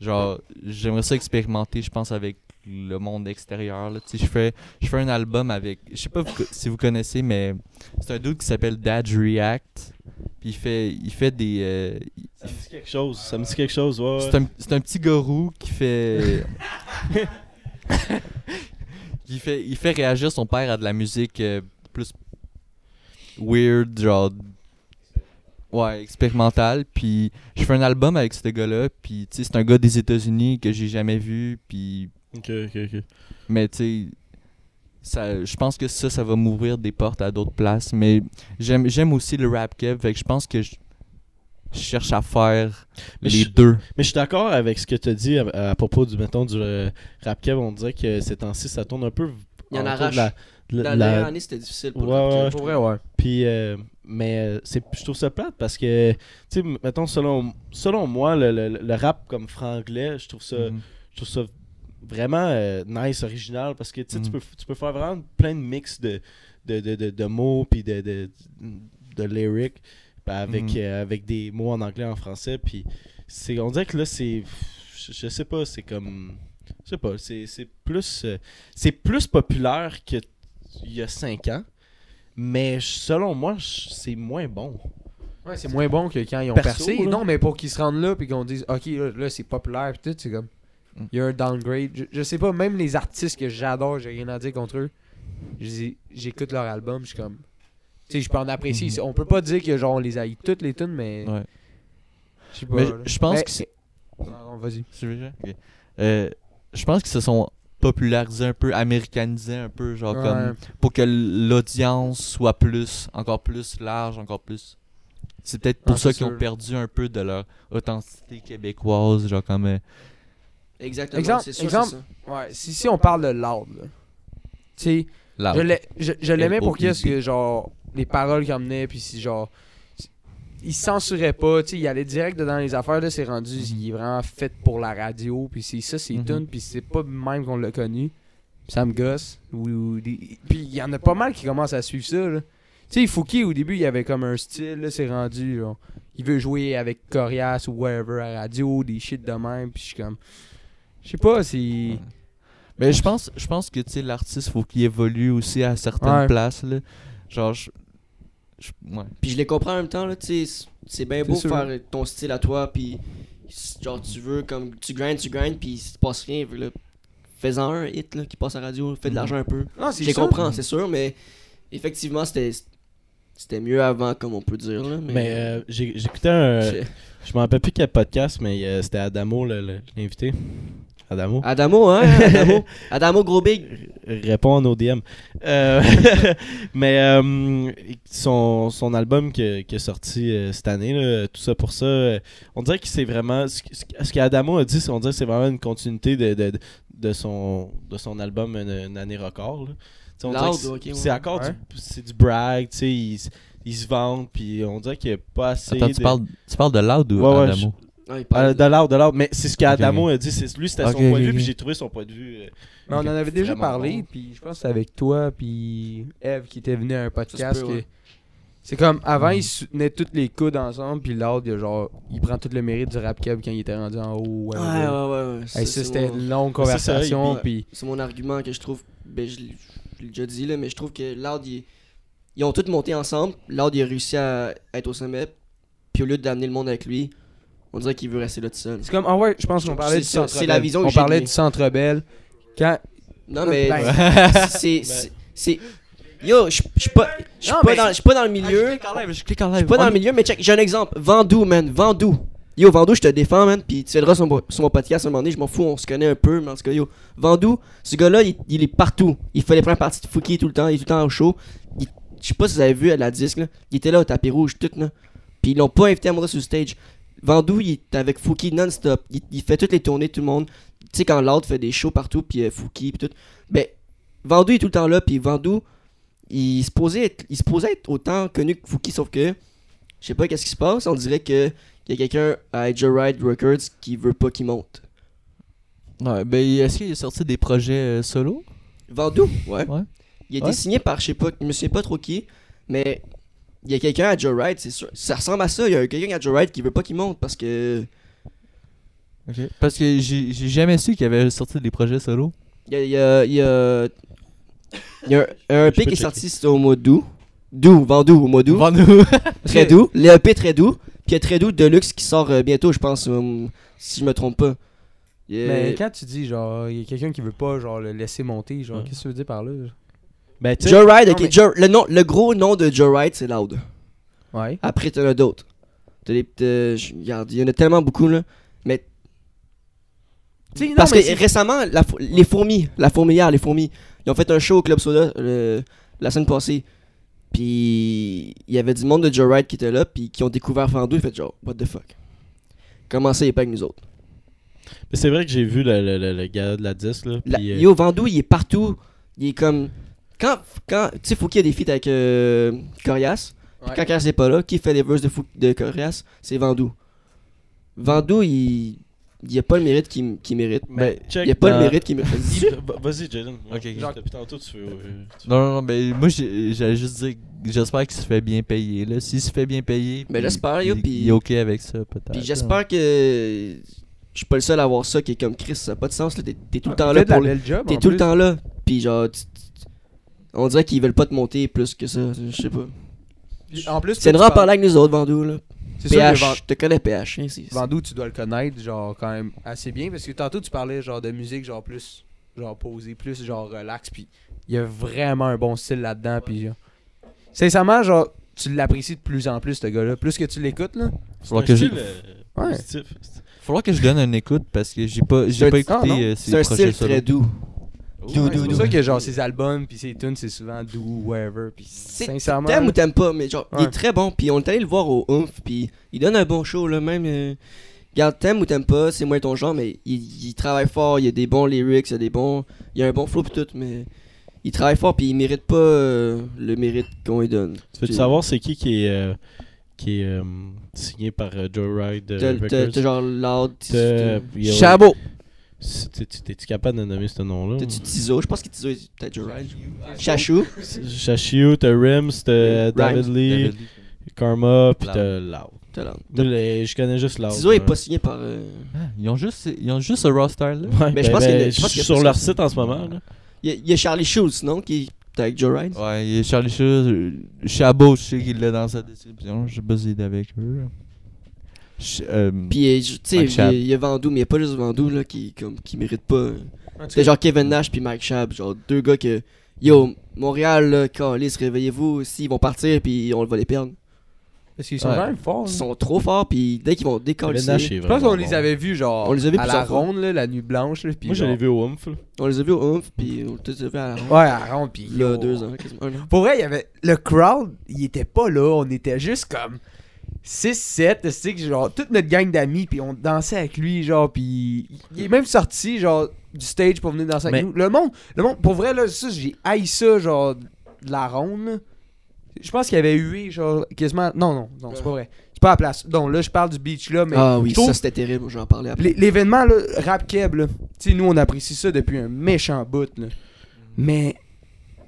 Speaker 4: genre j'aimerais ça expérimenter, je pense avec le monde extérieur là, tu sais je fais je fais un album avec je sais pas vous co- si vous connaissez mais c'est un dude qui s'appelle Dad React puis il fait il fait des euh, il-
Speaker 1: Ça me dit quelque chose. Ça me dit quelque chose, ouais.
Speaker 4: c'est un, c'est un petit gourou qui fait. qui fait. Il fait réagir son père à de la musique euh, plus weird, genre. Ouais, expérimentale. Puis je fais un album avec ce gars-là. Puis tu sais, c'est un gars des États-Unis que j'ai jamais vu. Puis.
Speaker 1: Ok, ok, ok.
Speaker 4: Mais tu sais. ça- Je pense que ça, ça va m'ouvrir des portes à d'autres places. Mais j'aime j'aime aussi le rap keb. Fait que je pense que je je cherche à faire
Speaker 1: Mais
Speaker 4: les
Speaker 1: je-
Speaker 4: deux.
Speaker 1: Mais je suis d'accord avec ce que tu as dit à, à propos du, mettons, du euh, rap keb. On dirait que ces temps-ci, ça tourne un peu.
Speaker 3: Il y en
Speaker 1: autour de
Speaker 3: arrache.
Speaker 1: la- de
Speaker 3: Dans
Speaker 1: la-
Speaker 3: la
Speaker 1: la-
Speaker 3: dernière année, c'était difficile pour le
Speaker 1: Ouais,
Speaker 3: rap
Speaker 1: ouais.
Speaker 3: keb.
Speaker 2: pour vrai ouais
Speaker 1: Puis, euh, mais euh, c'est, je trouve ça plate parce que, tu sais, mettons, selon, selon moi, le, le- le rap comme franglais, je trouve ça,
Speaker 4: Mhm.
Speaker 1: je trouve ça vraiment euh, nice, original parce que, tu sais, tu
Speaker 4: Mhm.
Speaker 1: peux, tu peux faire vraiment plein de mix de, de, de, de- de mots puis de, de, de lyrics ben, avec,
Speaker 4: Mhm.
Speaker 1: euh, avec des mots en anglais, en français. Puis, c'est, on dirait que là, c'est. Je, je sais pas, c'est comme. Je sais pas, c'est, c'est plus. euh, c'est plus populaire que il y a 5 ans. Mais je- selon moi, je- c'est moins bon.
Speaker 2: ouais c'est moins bon que quand ils ont
Speaker 1: Perso,
Speaker 2: percé
Speaker 1: là.
Speaker 2: non mais pour qu'ils se rendent là puis qu'on dise ok là, là, c'est populaire puis tout c'est comme
Speaker 4: Mm.
Speaker 2: il y a un downgrade je, je sais pas même les artistes que j'adore j'ai rien à dire contre eux je dis- j'écoute leur album je suis comme tu sais je peux en apprécier
Speaker 4: Mhm.
Speaker 2: on peut pas dire que genre on les haït toutes les tunes mais
Speaker 4: Ouais.
Speaker 2: je sais pas
Speaker 4: Mais
Speaker 2: là.
Speaker 4: je pense
Speaker 2: Mais-
Speaker 4: que c'est-
Speaker 2: Ah, non, vas-y
Speaker 4: Tu veux, Jean? Ok. Euh, je pense qu'ils se sont popularisés un peu, américanisés un peu, genre
Speaker 2: Ouais.
Speaker 4: comme pour que l'audience soit plus, encore plus large, encore plus. C'est peut-être pour
Speaker 2: Ah,
Speaker 4: ça
Speaker 2: c'est
Speaker 4: qu'ils ont
Speaker 2: sûr.
Speaker 4: perdu un peu de leur authenticité québécoise, genre comme. euh,
Speaker 3: Exactement.
Speaker 2: Exemple-
Speaker 3: c'est sûr,
Speaker 2: exemple-
Speaker 3: c'est ça.
Speaker 2: Ouais, si, si on parle de l'ordre, là. tu sais,
Speaker 4: la-
Speaker 2: je l'ai- je je l'aimais pour
Speaker 4: L-O-U-D.
Speaker 2: qu'est-ce que, genre, les paroles qu'il emmenait, puis si, genre, il se censurait pas, tu sais, il allait direct dedans les affaires, là, c'est rendu, il est vraiment fait pour la radio, puis c'est ça, c'est
Speaker 4: Mhm.
Speaker 2: tune, puis c'est pas même qu'on l'a connu. Ça me gosse. Ou, ou des- Puis il y en a pas mal qui commencent à suivre ça, là. Tu sais, Fouki, au début, il avait comme un style, là, c'est rendu, genre, il veut jouer avec Corias ou whatever à radio, des shit de même, puis je suis comme... Je sais pas, c'est...
Speaker 4: Mais je pense, je pense que tu sais, l'artiste faut qu'il évolue aussi à certaines
Speaker 2: Ouais.
Speaker 4: places là. Genre, je- je- ouais.
Speaker 3: Puis je les comprends en même temps, là, tu sais, c'est- c'est bien beau
Speaker 2: sûr.
Speaker 3: faire ton style à toi, puis si- genre tu veux, comme tu grindes, tu grindes, puis si tu passes rien, là, fais-en un hit là, qui passe à la radio, fais de
Speaker 4: Mhm.
Speaker 3: l'argent un peu.
Speaker 2: Non, c'est
Speaker 3: Je les
Speaker 2: sûr.
Speaker 3: comprends, c'est sûr, mais effectivement, c'était c'était mieux avant, comme on peut dire, là, mais...
Speaker 1: Mais euh, j'ai- j'écoutais un.
Speaker 3: Je-
Speaker 1: Je m'en rappelle plus quel podcast, mais euh, c'était Adamo, le- le- l'invité. Adamo.
Speaker 3: Adamo, hein, Adamo, Adamo gros big.
Speaker 1: Répond au DM. Euh, mais euh, son, son album qui est sorti euh, cette année, là, tout ça pour ça, euh, on dirait que c'est vraiment. Ce, que- ce que- ce qu'Adamo a dit, c'est- on dirait que c'est vraiment une continuité de, de, de son, de son album Une, une année record. là. Tu sais, on dirait que
Speaker 3: Loud,
Speaker 1: c'est-
Speaker 3: ok, ouais.
Speaker 1: C'est encore
Speaker 2: Ouais.
Speaker 1: du, c'est du brag, tu sais, ils s- ils se vendent, puis on dirait qu'il n'y a pas assez.
Speaker 4: Attends, tu
Speaker 1: de-
Speaker 4: parles, tu parles de Loud ou
Speaker 1: Ouais, ouais,
Speaker 4: Adamo
Speaker 3: Ouais, il
Speaker 1: Euh,
Speaker 3: parle-
Speaker 1: de l'art, de l'art. Mais c'est ce qu'Adamo
Speaker 4: Ok,
Speaker 1: a dit. C'est, lui, c'était
Speaker 4: Ok,
Speaker 1: son point
Speaker 4: ok,
Speaker 1: de vue,
Speaker 4: ok.
Speaker 1: puis j'ai trouvé son point de vue. euh,
Speaker 2: Mais on en avait déjà
Speaker 1: vraiment
Speaker 2: parlé,
Speaker 1: bon.
Speaker 2: puis je pense que c'est avec toi, puis Eve qui était venue à un podcast.
Speaker 3: peut,
Speaker 2: que-
Speaker 3: ouais.
Speaker 2: C'est comme avant, ils soutenaient tous les coudes ensemble, puis l'autre, il a genre, il prend tout le mérite du rap cab quand il était rendu en haut.
Speaker 3: Ouais,
Speaker 2: whatever.
Speaker 3: ouais, ouais, ouais.
Speaker 2: Hey, ça, c'était
Speaker 3: mon-
Speaker 2: une longue
Speaker 1: Ça, c'est vrai,
Speaker 2: conversation,
Speaker 1: il-
Speaker 2: puis
Speaker 3: C'est mon argument que je trouve. Ben, je l'ai je l'ai déjà dit, là, mais je trouve que Loud, ils, ils ont tous monté ensemble. Loud, il a réussi à être au sommet. Puis au lieu d'amener le monde avec lui, on dirait qu'il veut rester là tout seul.
Speaker 2: C'est comme, ah ouais, je pense qu'on parlait
Speaker 3: C'est-
Speaker 2: du
Speaker 3: c'est-
Speaker 2: centre
Speaker 3: c'est la vision que
Speaker 2: On
Speaker 3: j'ai
Speaker 2: parlait
Speaker 3: donnée.
Speaker 2: du centre belle. Quand.
Speaker 3: Non, mais.
Speaker 2: Ben,
Speaker 3: c'est- C'est. c'est- Yo, je je suis pas, je suis
Speaker 2: Non,
Speaker 3: pas,
Speaker 2: mais-
Speaker 3: dans- je suis pas dans le milieu.
Speaker 4: clique en live, je clique en
Speaker 3: Je suis pas dans le milieu, mais check, j'ai un exemple. Vandou, man. Vandou. Yo, Vandou, je te défends, man. Puis tu viendras sur mon, sur mon podcast à un moment donné, je m'en fous, on se connaît un peu. Mais en tout cas, yo, Vandou, ce gars-là, il, il est partout. Il fait les premières parties de Fouki tout le temps, il est tout le temps au show. Il- Je sais pas si vous avez vu à la disque, là. Il était là au tapis rouge, tout, là. Puis ils l'ont pas invité à monter sur le stage. Vandou, il est avec Fouki non-stop. Il, il fait toutes les tournées, de tout le monde. Tu sais, quand Loud fait des shows partout, puis euh, Fouki, puis tout. Ben, Vandou est tout le temps là, puis Vandou, il se posait être, il se posait être autant connu que Fouki, sauf que je sais pas qu'est-ce qui se passe, on dirait que il y a quelqu'un à Edge Ride Records qui veut pas qu'il monte.
Speaker 4: Ouais, ben, est-ce qu'il a sorti des projets euh, solo
Speaker 3: Vandou, ouais.
Speaker 4: Ouais.
Speaker 3: Il a été
Speaker 4: Ouais.
Speaker 3: signé par je sais pas, je me souviens pas trop qui, mais il y a quelqu'un à Joe Ride, c'est sûr. Ça ressemble à ça, il y a quelqu'un à Joe Ride qui veut pas qu'il monte parce que
Speaker 4: Parce que j'ai j'ai jamais su qu'il avait sorti des projets solo.
Speaker 3: il y a il y a il y a, il y a un, un
Speaker 1: Je peux
Speaker 3: EP qui est
Speaker 1: checker.
Speaker 3: sorti c'était au mois d'août. Doux, Vandou au mois d'août.
Speaker 4: Vends-nous.
Speaker 3: Très doux. L'EP très doux. Puis il y a très doux Deluxe qui sort euh, bientôt, je pense, euh, si je me trompe pas. Il y a-
Speaker 2: Mais quand tu dis, genre, il y a quelqu'un qui veut pas, genre, le laisser monter, genre,
Speaker 1: Ouais.
Speaker 2: qu'est-ce que tu veux dire par là? genre?
Speaker 1: Ben, tu sais,
Speaker 3: Joe Ride, ok.
Speaker 2: mais-
Speaker 3: Joe- le, nom, le gros nom de Joe Ride, c'est Loud.
Speaker 2: Ouais.
Speaker 3: Après, t'en as d'autres. T'as des petits- je- regarde, Il y en a tellement beaucoup, là. Parce que récemment, la fou- les fourmis, la fourmilière, les fourmis, ils ont fait un show au Club Soda le- la semaine passée. Puis, il y avait du monde de Joe Ride qui était là, puis qui ont découvert Fandou. Ils ont fait genre, what the fuck. Comment ça, il est pas avec nous autres?
Speaker 1: mais c'est vrai que j'ai vu le, le, le- le gars de la 10, là.
Speaker 3: La-
Speaker 1: puis, euh,
Speaker 3: Yo, Vandou, il est partout. Il est comme. Quand. quand tu sais, faut qu'il y ait des feats avec euh, Corias. Puis
Speaker 2: Ouais.
Speaker 3: Quand Corias n'est pas là, qui fait les verses de, Fou- de Corias C'est Vandou. Vandou, il. Il a pas le mérite qu'il m- qu'il mérite. Ben,
Speaker 1: mais check,
Speaker 3: Il a pas le
Speaker 1: dans-
Speaker 3: mérite qu'il mérite.
Speaker 1: Va- Vas-y, Jaden.
Speaker 4: Ok, ok.
Speaker 1: Genre, Depuis tantôt, tu veux. euh, tu-
Speaker 4: Non, non, non, mais moi, j'ai- j'allais juste dire que j'espère qu'il se fait bien payer. là. S'il se fait bien payer.
Speaker 3: Mais
Speaker 4: puis-
Speaker 3: j'espère, yo,
Speaker 4: il-
Speaker 3: puis-
Speaker 4: Il est ok avec ça, peut-être.
Speaker 3: Puis j'espère que. Je suis pas le seul à avoir ça qui est comme Chris, ça n'a pas de sens. là. T'es t'es
Speaker 2: Ah,
Speaker 3: tout le temps là pour le- T'es tout le temps là. Puis genre. tu- tu- On dirait qu'ils veulent pas te monter plus que ça. Je sais pas.
Speaker 2: En plus,
Speaker 3: C'est une
Speaker 2: toi, tu
Speaker 3: en parler avec nous autres, Vandou. Là.
Speaker 2: parles- C'est sûr que Van-
Speaker 3: PH, je te connais PH. hein, c'est- c'est-
Speaker 2: Vandou, tu dois le connaître, genre, quand même assez bien, parce que tantôt, tu parlais, genre, de musique, genre, plus, genre, posée, plus, genre, relax, puis il y a vraiment un bon style là-dedans, puis, genre, sincèrement, genre, tu l'apprécies de plus en plus, ce gars-là. Plus que tu l'écoutes, là.
Speaker 1: C'est
Speaker 4: Faudra
Speaker 1: un
Speaker 4: que je-
Speaker 1: style, euh,
Speaker 2: Ouais.
Speaker 1: positif.
Speaker 4: Faudra que je donne une écoute parce que j'ai pas, j'ai
Speaker 3: un-
Speaker 4: pas
Speaker 2: ah,
Speaker 4: écouté
Speaker 2: non,
Speaker 4: euh, ses
Speaker 3: C'est un
Speaker 4: projets
Speaker 3: style
Speaker 4: solo.
Speaker 3: très doux.
Speaker 2: Ouais,
Speaker 3: doux,
Speaker 2: c'est
Speaker 3: doux.
Speaker 2: pour ça que, genre, ses albums, puis ses tunes, c'est souvent do, whatever, puis
Speaker 3: C'est-
Speaker 2: sincèrement.
Speaker 3: T'aimes ou t'aimes pas, mais genre, il
Speaker 2: Ouais.
Speaker 3: est très bon. Puis on est allé le voir au Oomph, puis il donne un bon show, là, même. euh, Regarde, t'aimes ou t'aimes pas, c'est moins ton genre, mais il, il travaille fort, il a des bons lyrics, il a des bons. Il a un bon flow, pis tout, mais. Il travaille fort, puis il mérite pas euh, le mérite qu'on lui donne.
Speaker 1: Tu veux-tu
Speaker 3: J'ai-
Speaker 1: savoir c'est qui qui est. euh, qui est euh, signé par euh, Joe Ride euh,
Speaker 3: T'as t'as- t'as
Speaker 1: Records?
Speaker 3: genre Loud, t'as-
Speaker 1: T'as- yo,
Speaker 3: Chabot.
Speaker 1: c'est- t'es- t'es- T'es-tu capable de nommer ce nom-là?
Speaker 3: T'as-tu Tizo Je pense que Tizo est peut-être Joe Ride. Chachou.
Speaker 1: Chachio, t'as Rims, t'as
Speaker 3: Rhymes.
Speaker 1: David Lee,
Speaker 4: David Lee.
Speaker 1: Karma, puis
Speaker 4: Loud.
Speaker 1: t'as Loud.
Speaker 3: T'as Loud.
Speaker 1: Nous, les- Je connais juste Loud.
Speaker 3: Tizo est
Speaker 1: hein.
Speaker 3: pas signé par. euh,
Speaker 4: Ah, Ils ont juste, ils ont juste ce roster là.
Speaker 1: Ouais, ben,
Speaker 3: Mais je pense qu'il y a- je
Speaker 1: je
Speaker 3: pense qu'il y
Speaker 1: suis
Speaker 3: a
Speaker 1: sur
Speaker 3: plus
Speaker 1: leur
Speaker 3: que
Speaker 1: site en ce moment. là.
Speaker 3: Il y, a- il y a Charlie Schultz, non Qui, T'es avec Joe Ryan?
Speaker 4: Ouais, et Charlie Sheen, euh, Chabot, je sais qu'il l'a dans sa description. Je sais pas s'il est avec eux. Ch- euh,
Speaker 3: Puis, euh, je- tu sais,
Speaker 4: Mike Schaab.
Speaker 3: il y a Vandou, mais il y a pas juste Vandou là, qui, comme, qui mérite pas. euh,
Speaker 2: En tout
Speaker 3: C'est
Speaker 2: cas,
Speaker 3: genre Kevin Nash puis Mike Schaab, genre deux gars que. Yo, Montréal, là, se réveillez-vous, s'ils vont partir puis on va les perdre.
Speaker 2: Parce qu'ils sont
Speaker 4: Ouais.
Speaker 2: quand même forts.
Speaker 3: Ils
Speaker 2: là.
Speaker 3: sont trop forts puis dès qu'ils vont
Speaker 1: Ben,
Speaker 3: décoller,
Speaker 2: Je pense qu'on les avait vus genre
Speaker 3: On les a vus
Speaker 2: à
Speaker 3: plusieurs
Speaker 2: la
Speaker 3: fois.
Speaker 2: ronde, là, la nuit blanche. Là, puis
Speaker 1: Moi, je
Speaker 2: genre-
Speaker 1: l'ai vu au Oomph. là.
Speaker 3: on les a vus au Humph puis on les a vus à la ronde.
Speaker 2: Ouais, à la ronde. Puis
Speaker 3: Là,
Speaker 2: yo.
Speaker 3: deux ans, quasiment un an.
Speaker 2: Pour vrai, il y avait. Le crowd, il était pas là. On était juste comme 6-7. C'est que genre, toute notre gang d'amis. Puis on dansait avec lui, genre. Puis il est même sorti, genre, du stage pour venir danser avec
Speaker 1: Mais-
Speaker 2: nous. Le monde, le monde, pour vrai, là, ça, j'ai haï ça, genre, de la ronde. là. Je pense qu'il y avait hué, genre, quasiment. Non, non, non, c'est pas vrai. C'est pas à la place. Non, là, je parle du beach, là. Mais
Speaker 3: Ah oui,
Speaker 2: je trouve
Speaker 3: ça c'était terrible, j'en parlais après.
Speaker 2: L'é- L'événement, là, rap keb, là, tu sais, nous, on apprécie ça depuis un méchant bout, là. Mais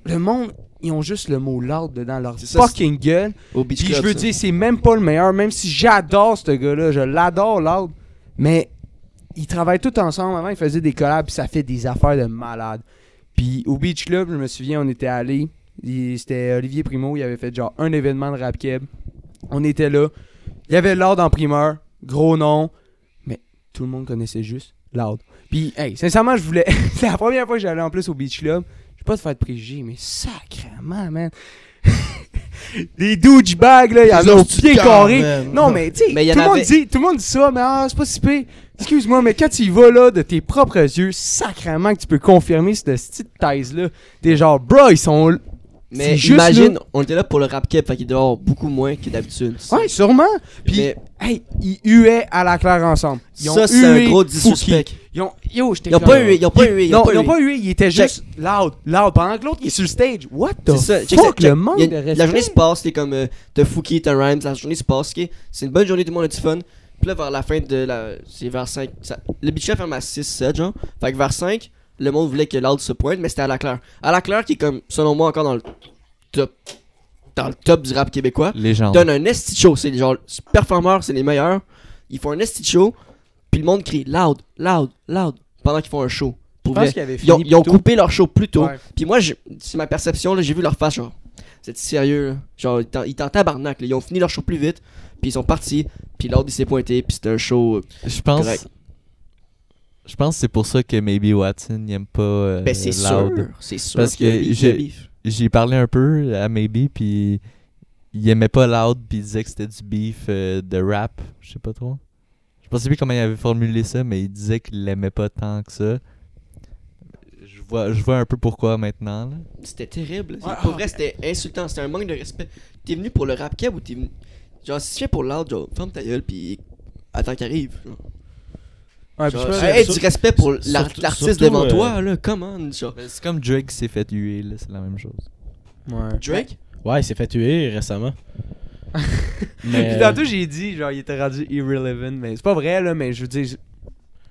Speaker 2: le monde, ils ont juste le mot loud dedans leur
Speaker 3: C'est ça,
Speaker 2: fucking gueule.
Speaker 3: Au Beach
Speaker 2: Puis je
Speaker 3: Club,
Speaker 2: veux
Speaker 3: ça.
Speaker 2: dire, c'est même pas le meilleur, même si j'adore ce gars-là, je l'adore loud. Mais ils travaillent tous ensemble. Avant, ils faisaient des collabs, puis ça fait des affaires de malade. Puis au Beach Club, je me souviens, on était allés. Il- C'était Olivier Primo, il avait fait genre un événement de rap keb. On était là. Il y avait Loud en primeur, gros nom, mais tout le monde connaissait juste Loud. Puis, hey, sincèrement, je voulais. C'est la première fois que j'allais en plus au Beach Club. Je vais pas te faire de préjugés, mais sacrément, man. Les douchebags, là, il y en
Speaker 3: Les
Speaker 2: a au
Speaker 3: hosties de
Speaker 2: pied
Speaker 3: cœur,
Speaker 2: carré.
Speaker 1: man.
Speaker 2: Non, mais tu sais, tout,
Speaker 3: Mais il y en
Speaker 2: le monde
Speaker 3: avait-
Speaker 2: dit- tout le monde dit ça, mais ah, c'est pas si pire. Excuse-moi, mais quand tu y vas, là, de tes propres yeux, sacrément que tu peux confirmer cette petite thèse-là. T'es genre, bro, ils sont. l-
Speaker 3: Mais
Speaker 2: juste
Speaker 3: imagine, on était là pour le rap cap, fait qu'il dehors beaucoup moins que d'habitude.
Speaker 2: Ouais, sûrement. Puis,
Speaker 3: Mais-
Speaker 2: hey, ils huaient à la claire ensemble. Ils ont
Speaker 3: ça c'est un
Speaker 2: hué
Speaker 3: gros
Speaker 2: Fouki.
Speaker 3: disrespect.
Speaker 2: Ils ont, yo, j'étais
Speaker 3: Ils ont
Speaker 2: comme-
Speaker 3: pas eu, ils ont pas eu, ils ont
Speaker 2: Non,
Speaker 3: pas
Speaker 2: ils
Speaker 3: eu.
Speaker 2: ont pas eu, ils étaient
Speaker 3: Check.
Speaker 2: juste loud, loud. Pendant que l'autre, il est sur le stage. What the
Speaker 3: C'est ça, check ça,
Speaker 2: fuck,
Speaker 3: check.
Speaker 2: le manque
Speaker 3: Il y a-
Speaker 2: de respect.
Speaker 3: La journée se passe, t'es comme euh, t'as Fouki, t'as Rhymes, la journée se passe, ok? C'est une bonne journée, tout le monde a du fun. Puis là, vers la fin de la. C'est vers 5. ça- le bitch ferme à 6, 7, genre. Fait que vers 5, le monde voulait que l'autre se pointe, mais c'était à la claire. À la claire, qui est comme, selon moi, encore dans le top. Dans le top du rap québécois.
Speaker 4: Légende.
Speaker 3: Donne un esti de show. C'est genre, ce performeur, c'est les meilleurs. Ils font un esti de show. Puis le monde crie loud, loud, loud. Pendant qu'ils font un show.
Speaker 2: Je
Speaker 3: Pour
Speaker 2: pense
Speaker 3: vrai.
Speaker 2: qu'il avait
Speaker 3: Ils ont,
Speaker 2: fini
Speaker 3: ils ont
Speaker 2: plus tôt.
Speaker 3: coupé leur show plus tôt.
Speaker 2: Ouais.
Speaker 3: Puis moi, je- c'est ma perception, là, j'ai vu leur face, genre, c'est sérieux, là? Genre, ils t'en- ils t'en tabarnak, là. Ils ont fini leur show plus vite, puis ils sont partis, puis l'ordre, il s'est pointé, puis c'était un show. euh,
Speaker 4: Je pense.
Speaker 3: Correct.
Speaker 4: Je pense que c'est pour ça que Maybe Watson n'aime pas euh,
Speaker 3: ben, c'est
Speaker 4: Loud.
Speaker 3: sûr, c'est sûr.
Speaker 4: Parce
Speaker 3: qu'il y a
Speaker 4: que
Speaker 3: beef,
Speaker 4: j'ai-
Speaker 3: il y a beef.
Speaker 4: J'ai parlé un peu à Maybe, puis il aimait pas Loud, puis il disait que c'était du beef euh, de rap, je sais pas trop. Je pensais plus comment il avait formulé ça, mais il disait qu'il l'aimait pas tant que ça. Je vois, je vois un peu pourquoi maintenant. Là.
Speaker 3: C'était terrible.
Speaker 2: Ouais,
Speaker 3: pour
Speaker 2: ah,
Speaker 3: vrai, c'était insultant, c'était un manque de respect. T'es venu pour le rap cab ou t'es venu. Genre, si tu viens pour l'ordre, genre, ferme ta gueule, puis attends qu'il arrive. genre.
Speaker 2: Ouais, puis je
Speaker 3: Genre,
Speaker 2: pense-
Speaker 1: Ouais,
Speaker 3: hey,
Speaker 1: sur-
Speaker 3: du respect pour l'ar-
Speaker 1: surtout-
Speaker 3: l'artiste
Speaker 1: surtout,
Speaker 3: devant
Speaker 1: euh,
Speaker 3: toi, là, comment, genre.
Speaker 4: Ben, C'est comme Drake qui s'est fait huer, là, c'est la même chose.
Speaker 2: Ouais.
Speaker 3: Drake?
Speaker 1: Ouais, il s'est fait tuer récemment.
Speaker 2: Puis
Speaker 1: mais,
Speaker 2: tantôt, j'ai dit, genre, il était rendu irrelevant, mais c'est pas vrai, là, mais je veux dire.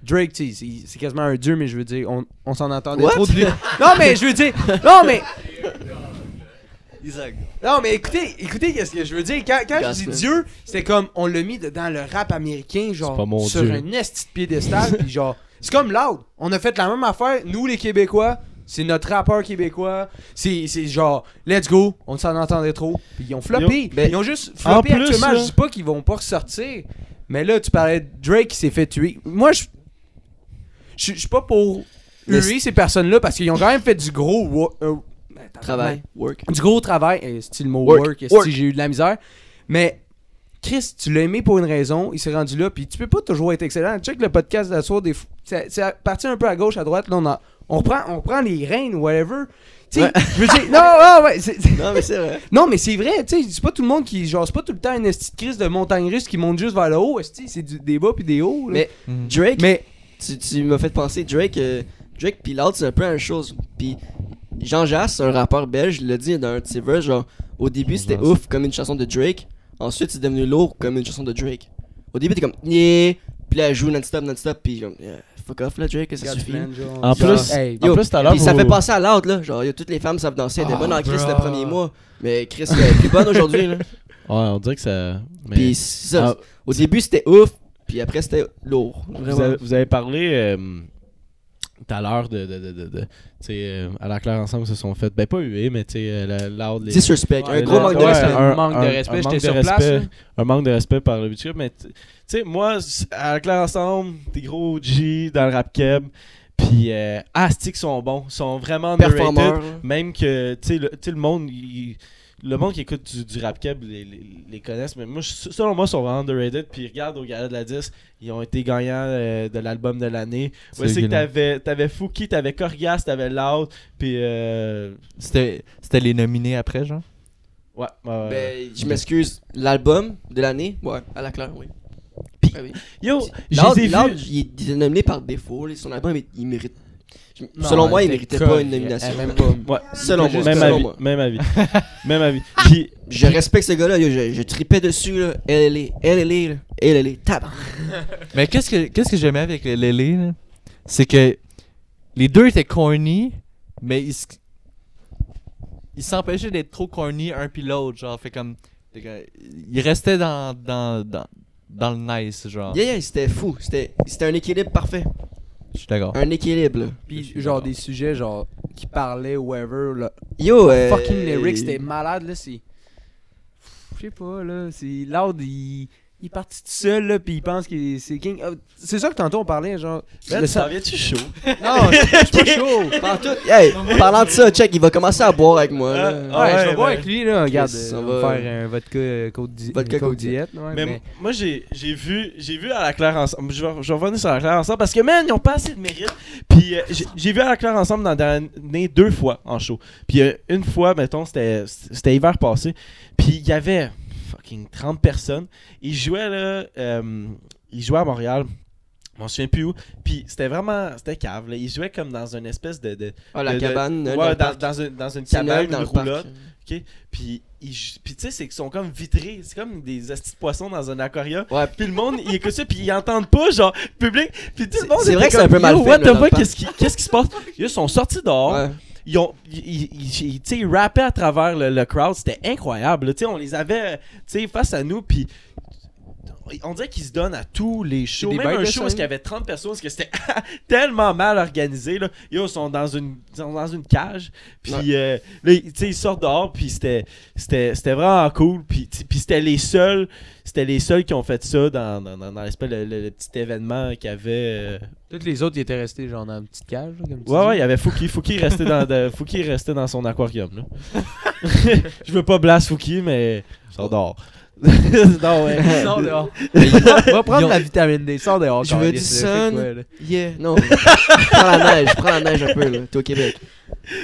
Speaker 2: Drake, tu sais, c'est- c'est quasiment un dieu, mais je veux dire, on, on s'en entendait
Speaker 3: What?
Speaker 2: trop de lui. Non, mais je veux dire. Non, mais. Non, mais écoutez, écoutez, qu'est-ce que je veux dire. Quand, quand je dis
Speaker 3: Gasman.
Speaker 2: dieu, c'était comme on l'a mis dans le rap américain,
Speaker 1: pas
Speaker 2: genre,
Speaker 1: mon
Speaker 2: sur
Speaker 1: dieu.
Speaker 2: un esti de piédestal, puis genre. C'est comme Loud. On a fait la même affaire, nous, les Québécois. C'est notre rappeur québécois. C'est c'est genre, let's go, on s'en entendait trop. Puis ils ont floppé.
Speaker 3: Ben,
Speaker 2: ils ont juste floppé
Speaker 1: en plus,
Speaker 2: actuellement.
Speaker 1: là-
Speaker 2: Je dis pas qu'ils vont pas ressortir. Mais là, tu parlais de Drake qui s'est fait tuer. Moi, je. Je je suis pas pour
Speaker 3: Mais
Speaker 2: huer ces personnes-là parce qu'ils ont quand même fait du gros. wo- euh, attends,
Speaker 3: Travail, work.
Speaker 2: du gros travail, euh, c'est le mot
Speaker 3: Work,
Speaker 2: work,
Speaker 3: work.
Speaker 2: si j'ai eu de la misère. Mais Chris, tu l'as aimé pour une raison, il s'est rendu là, puis tu peux pas toujours être excellent. Check le podcast de la soirée, des f- c'est c'est parti un peu à gauche, à droite, là on, en- on reprend, on reprend les rênes ou whatever. Tu sais, je veux dire, non, non, ouais, c'est- c'est-
Speaker 3: Non, mais c'est vrai.
Speaker 2: non, mais c'est vrai, tu sais, c'est pas tout le monde qui, genre, c'est pas tout le temps une esti de crise de montagne russe qui monte juste vers le haut, esti, c'est du- des bas puis des hauts. là.
Speaker 3: Mais-
Speaker 4: Mm.
Speaker 3: Drake,
Speaker 2: mais
Speaker 3: tu, tu m'as fait penser Drake euh, Drake puis l'autre c'est un peu la même chose puis Jean Jass un rappeur belge il l'a dit dans un de ses verses, genre au début
Speaker 4: Jean
Speaker 3: c'était
Speaker 4: Jass.
Speaker 3: ouf comme une chanson de Drake ensuite c'est devenu lourd comme une chanson de Drake au début t'es comme yeah puis là elle joue non stop non stop puis comme Yeah, fuck off là Drake ça suffit
Speaker 2: Godman, genre,
Speaker 1: En
Speaker 2: genre,
Speaker 1: plus-
Speaker 2: hey,
Speaker 1: en plus, tout à l'heure,
Speaker 3: puis ça
Speaker 1: vous-
Speaker 3: fait passer à l'autre là genre y a toutes les femmes savent danser elle était
Speaker 2: Ah,
Speaker 3: bonne en Chris
Speaker 2: bruh.
Speaker 3: le premier mois mais Chris elle est plus bonne aujourd'hui là
Speaker 1: Ouais, on dirait que ça. mais-
Speaker 3: puis c'est ça
Speaker 1: Ah,
Speaker 3: au début c'était ouf puis après c'était lourd
Speaker 1: vous,
Speaker 3: vraiment
Speaker 1: avez, vous avez parlé euh, tout à l'heure de, de, de, de, de- tu sais, euh, à la claire ensemble se sont fait ben pas hué mais tu sais euh, la- l'art de les-
Speaker 3: C'est suspect.
Speaker 2: Ouais,
Speaker 3: un gros
Speaker 2: là,
Speaker 3: manque de
Speaker 2: ouais.
Speaker 3: respect.
Speaker 2: Un manque de respect,
Speaker 1: un
Speaker 2: j'étais
Speaker 1: manque de
Speaker 2: sur place,
Speaker 1: respect-
Speaker 2: là.
Speaker 1: Un manque de respect par le YouTube, mais tu tu sais, moi, c- à la classe ensemble, t'es gros G dans le rap keb, puis euh, Astic sont bons, sont vraiment underrated.
Speaker 3: Performeur. là.
Speaker 1: Même que, tu sais, le, tu sais, le monde, il- le monde qui écoute du, du rap keb les, les, les connaissent, mais moi, je- selon moi, ils sont vraiment underrated, puis regarde au gala de la 10, ils ont été gagnants euh, de l'album de l'année. Ouais, c'est que t'avais, t'avais Fouki, t'avais Corias, t'avais Loud, puis euh,
Speaker 4: C'était c'était les nominés après, genre
Speaker 1: ouais, ouais, ouais.
Speaker 3: Ben, je m'excuse. L'album de l'année, ouais, à la claire, oui.
Speaker 1: Puis-
Speaker 3: Ah oui.
Speaker 1: Yo, je
Speaker 3: Lord,
Speaker 1: les ai vus-
Speaker 3: Lord, il est dénominé par défaut. là. Son album, il- il mérite. je- Selon moi, il méritait pas une nomination.
Speaker 2: Même pas.
Speaker 1: Ouais,
Speaker 3: Selon moi.
Speaker 1: même
Speaker 3: selon
Speaker 1: avis,
Speaker 3: moi.
Speaker 1: même avis, même avis. Puis,
Speaker 3: Je respecte ce gars-là, yo, je, je tripais dessus, là. Elle, elle est, elle, elle est, là. elle, elle est, tabarnak.
Speaker 4: Mais qu'est-ce que qu'est-ce que j'aimais avec les Lélé, là, c'est que les deux étaient corny, mais ils s- ils s'empêchaient d'être trop corny un puis l'autre, genre fait comme fait que, ils restaient dans dans, dans dans le nice,
Speaker 1: Ah.
Speaker 4: genre.
Speaker 3: Yeah, yeah, c'était fou. C'était c'était un équilibre parfait.
Speaker 4: Je suis d'accord.
Speaker 3: Un équilibre, là.
Speaker 2: Puis genre des sujets genre qui parlaient whatever là.
Speaker 3: Yo, euh,
Speaker 2: Fucking lyrics, c'était malade là, c'est je sais pas là, c'est Loud il il est parti tout seul là puis il pense que c'est King. Ah, C'est ça que tantôt on parlait genre
Speaker 1: Ben,
Speaker 2: le
Speaker 1: tu t'en
Speaker 2: sa-
Speaker 1: viens-tu chaud?
Speaker 2: Non, je je suis pas chaud.
Speaker 3: Partout. Hey, parlant de ça, check, il va commencer à boire avec moi. là.
Speaker 1: Euh,
Speaker 2: Ouais, je vais
Speaker 1: ouais,
Speaker 2: boire
Speaker 1: ouais.
Speaker 2: avec lui là, regarde, euh,
Speaker 3: Chris,
Speaker 2: on
Speaker 3: ça
Speaker 2: va
Speaker 3: va.
Speaker 2: faire un vodka euh, Côte di-
Speaker 3: Vodka
Speaker 2: euh, Côte
Speaker 3: Côte
Speaker 2: diète, ouais,
Speaker 1: Mais
Speaker 2: mais-
Speaker 1: moi, j'ai, j'ai, vu, j'ai vu à la claire ensemble. Je vais, je vais revenir sur la claire ensemble parce que, man, ils ont pas assez de mérite. Puis, euh, j'ai, j'ai vu à la claire ensemble dans la dernière année deux fois en show. Puis, euh, une fois, mettons, c'était, c'était hiver passé. Puis, il y avait fucking 30 personnes. Ils jouaient, là, euh, ils jouaient à Montréal. Je m'en souviens plus où. Puis, c'était vraiment, c'était cave. là. Ils jouaient comme dans une espèce de. de
Speaker 3: Ah, la
Speaker 1: de- de-
Speaker 3: cabane. là,
Speaker 1: ouais,
Speaker 3: le
Speaker 1: dans,
Speaker 3: parc.
Speaker 1: dans une, dans une
Speaker 3: C'est
Speaker 1: cabane,
Speaker 3: Noël dans
Speaker 1: une
Speaker 3: le parc.
Speaker 1: roulotte. Puis, ils ju- puis tu sais, c'est qu'ils sont comme vitrés. C'est comme des astis de poissons dans un aquarium.
Speaker 3: Ouais.
Speaker 1: Puis le monde, il écoute ça, puis ils entendent pas, genre, public. Puis tout le
Speaker 3: C'est-
Speaker 1: monde
Speaker 3: c'est
Speaker 1: était
Speaker 3: vrai que c'est
Speaker 1: comme,
Speaker 3: un peu mal
Speaker 1: Yo,
Speaker 3: fait,
Speaker 1: What
Speaker 3: là, dans
Speaker 1: the
Speaker 3: le
Speaker 1: fuck,
Speaker 3: parc.
Speaker 1: qu'est-ce qui, qu'est-ce qui se passe? Ils sont sortis dehors.
Speaker 3: Ouais.
Speaker 1: Ils ont, ils, ils- ils- ils- tu sais, ils rappaient à travers le, le crowd. C'était incroyable. là. Tu sais, on les avait, euh, tu sais, face à nous, puis. On dirait qu'ils se donnent à tous les shows.
Speaker 2: des
Speaker 1: Même
Speaker 2: bêtes
Speaker 1: un
Speaker 2: de
Speaker 1: show où
Speaker 2: scène.
Speaker 3: hein.
Speaker 1: il y avait 30 personnes, parce que c'était tellement mal organisé. Là. Yo, Ils sont dans une, ils sont dans une cage. Puis
Speaker 3: Ouais.
Speaker 1: euh, là, ils- tu sais, ils sortent dehors. Puis c'était c'était c'était vraiment cool. Puis tu- puis c'était les seuls c'était les seuls qui ont fait ça dans, dans, dans, dans l'espèce le, le- le petit événement qu'il y avait. euh,
Speaker 2: Toutes les autres, ils étaient restés genre dans une petite cage, là, comme tu
Speaker 1: Ouais,
Speaker 2: dis.
Speaker 1: ouais, il y avait Fouki. Fouki restait dans, de- Fouki restait dans son aquarium. Là. Je veux pas blast Fouki, mais. Ça dort. non, ouais.
Speaker 2: Sors dehors. Va
Speaker 4: Ils ont-
Speaker 2: prendre la vitamine D, sors dehors.
Speaker 3: Je veux du
Speaker 2: câlisse, là, fais
Speaker 3: sun.
Speaker 2: quoi, là?
Speaker 3: Yeah, non. prends la neige, prends la neige un peu, là. T'es au Québec.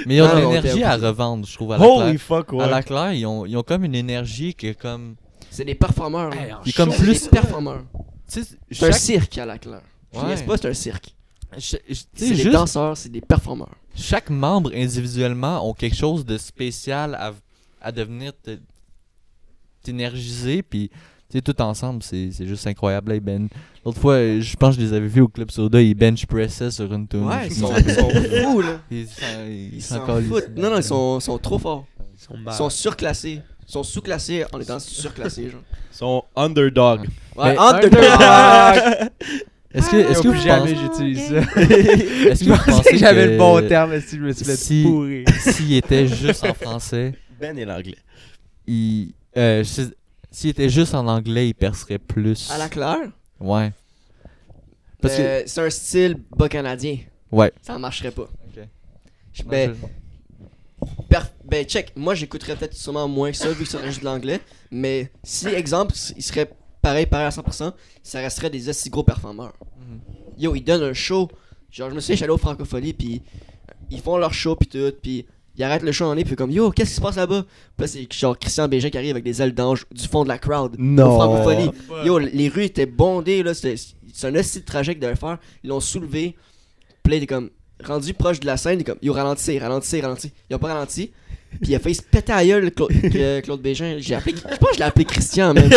Speaker 4: Mais ils ont
Speaker 3: Ah,
Speaker 4: de
Speaker 3: non,
Speaker 4: l'énergie
Speaker 3: t'es-
Speaker 4: à revendre, je trouve à la
Speaker 1: Holy
Speaker 4: claire.
Speaker 1: fuck, ouais.
Speaker 4: À la claire, ils ont, ils ont comme une énergie qui est comme
Speaker 3: C'est des performeurs. là.
Speaker 2: Hey, en
Speaker 4: Il est comme
Speaker 3: C'est
Speaker 4: plus-
Speaker 3: des performeurs.
Speaker 4: tu sais
Speaker 3: C'est un
Speaker 4: chaque-
Speaker 3: cirque à la claire. Je
Speaker 4: Ouais.
Speaker 3: niaise pas, c'est un cirque.
Speaker 4: ch- ch- tu
Speaker 3: C'est
Speaker 4: sais,
Speaker 3: des
Speaker 4: juste
Speaker 3: danseurs, c'est des performeurs.
Speaker 4: chaque membre individuellement ont quelque chose de spécial à, v- à devenir t- t'énergiser puis tu sais, tout ensemble c'est c'est juste incroyable là, ils ben l'autre fois euh, je pense que je les avais vus au club soda ils bench pressaient sur une tune
Speaker 3: Ouais,
Speaker 4: ils
Speaker 3: ils
Speaker 4: sont
Speaker 3: sont ils sont fous, là.
Speaker 4: ils s'en- ils
Speaker 3: Ils
Speaker 4: s'en
Speaker 3: s'en
Speaker 4: calissent. ben. Bah.
Speaker 3: foutent. Non, non, ils sont, sont trop forts.
Speaker 2: Ils sont
Speaker 3: Ils
Speaker 2: malades.
Speaker 3: sont surclassés. Ils sont sous-classés en étant surclassés, genre.
Speaker 1: Son underdog.
Speaker 3: Ouais,
Speaker 4: Mais-
Speaker 3: underdog.
Speaker 4: est-ce que est-ce que
Speaker 2: Plus
Speaker 4: vous
Speaker 2: jamais
Speaker 4: pensez
Speaker 2: j'utilise ça.
Speaker 4: est-ce que vous
Speaker 2: pensais
Speaker 4: pensez
Speaker 2: que j'avais le bon
Speaker 4: que
Speaker 2: terme, si je me suis fait
Speaker 4: si-
Speaker 2: pourrir.
Speaker 4: s'ils étaient juste en français
Speaker 1: Ben et l'anglais.
Speaker 4: ils euh, je sais- s'ils étaient juste en anglais ils perceraient plus
Speaker 3: À la claire.
Speaker 4: ouais parce que
Speaker 3: Euh, C'est un style bas canadien.
Speaker 4: Ouais.
Speaker 3: Ça marcherait pas.
Speaker 4: Ok.
Speaker 3: Je- Ben, per- ben, check. Moi, j'écouterais peut-être sûrement moins que ça, vu que ça reste de l'anglais. Mais si, exemple, s- il serait pareil, pareil à 100%, ça resterait des aussi gros performeurs.
Speaker 4: Mhm.
Speaker 3: Yo, ils donnent un show. Genre, je me souviens, j'allais au Francophonie, puis ils font leur show, puis tout, puis ils arrêtent le show en ligne, puis comme, yo, qu'est-ce qui se passe là-bas? Puis là, c'est genre Christian Bégin qui arrive avec des ailes d'ange du fond de la crowd.
Speaker 1: Non.
Speaker 3: Au Francophonie. Yo, les rues étaient bondées, là. C'était c'est un hostile trajet qu'ils devaient faire. Ils l'ont soulevé. Puis là, il est comme rendu proche de la scène. Il est comme, yo, ralenti, ralenti, ralenti. Ils ont pas ralenti. Puis il a failli se péter à la gueule, Cla- que Claude Bégin. J'ai appelé, je pense que je l'ai appelé Christian, même.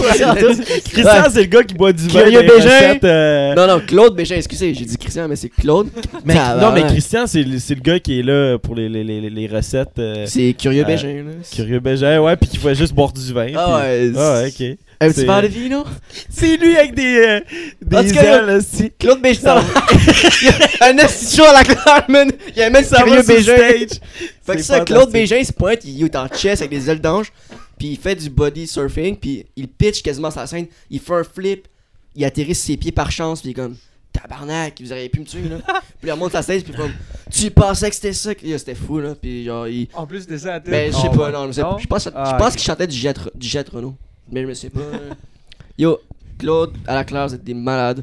Speaker 1: Christian, c'est le gars qui boit du vin.
Speaker 3: Curieux
Speaker 1: dans les
Speaker 3: Bégin.
Speaker 1: recettes, euh,
Speaker 3: Non, non, Claude Bégin, excusez, j'ai dit Christian, mais c'est Claude.
Speaker 1: mais-
Speaker 3: Tabarnak.
Speaker 1: non, mais Christian, c'est le c'est le gars qui est là pour les, les, les, les recettes. euh,
Speaker 3: C'est Curieux
Speaker 1: Euh,
Speaker 3: Bégin, là.
Speaker 1: Curieux Bégin, ouais, puis qui va juste boire du vin.
Speaker 3: Ah
Speaker 1: puis-
Speaker 3: ouais.
Speaker 1: Ah ouais, ok.
Speaker 3: Un
Speaker 1: C'est-
Speaker 3: petit verre de vino?
Speaker 1: C'est lui avec des, euh, des
Speaker 3: En tout cas,
Speaker 1: ailes, aussi.
Speaker 3: Claude Bégin. Ça va. un esti de show à la claire, man. Il y a un mec
Speaker 1: Ça va
Speaker 3: curieux
Speaker 1: sur le
Speaker 3: Bégin.
Speaker 1: stage.
Speaker 3: Fait que
Speaker 1: C'est
Speaker 3: ça, Claude
Speaker 1: fantastique.
Speaker 3: Bégin, il se pointe, il est en chess avec des ailes d'ange, puis il fait du body surfing, puis il pitch quasiment sa scène, il fait un flip, il atterrit sur ses pieds par chance, puis il est comme tabarnak, vous auriez pu me tuer là. puis il remonte sa stage, puis comme tu pensais que c'était ça, que- Yo, c'était fou là, puis genre il
Speaker 2: En plus de ça, à tête.
Speaker 3: ben je sais
Speaker 2: Oh,
Speaker 3: pas non, je sais pas. je pense je
Speaker 2: Ah,
Speaker 3: pense
Speaker 2: ok.
Speaker 3: qu'il chantait du jet Re- du jet Renault, mais je me sais pas. euh. Yo, Claude à la classe, vous êtes des malades.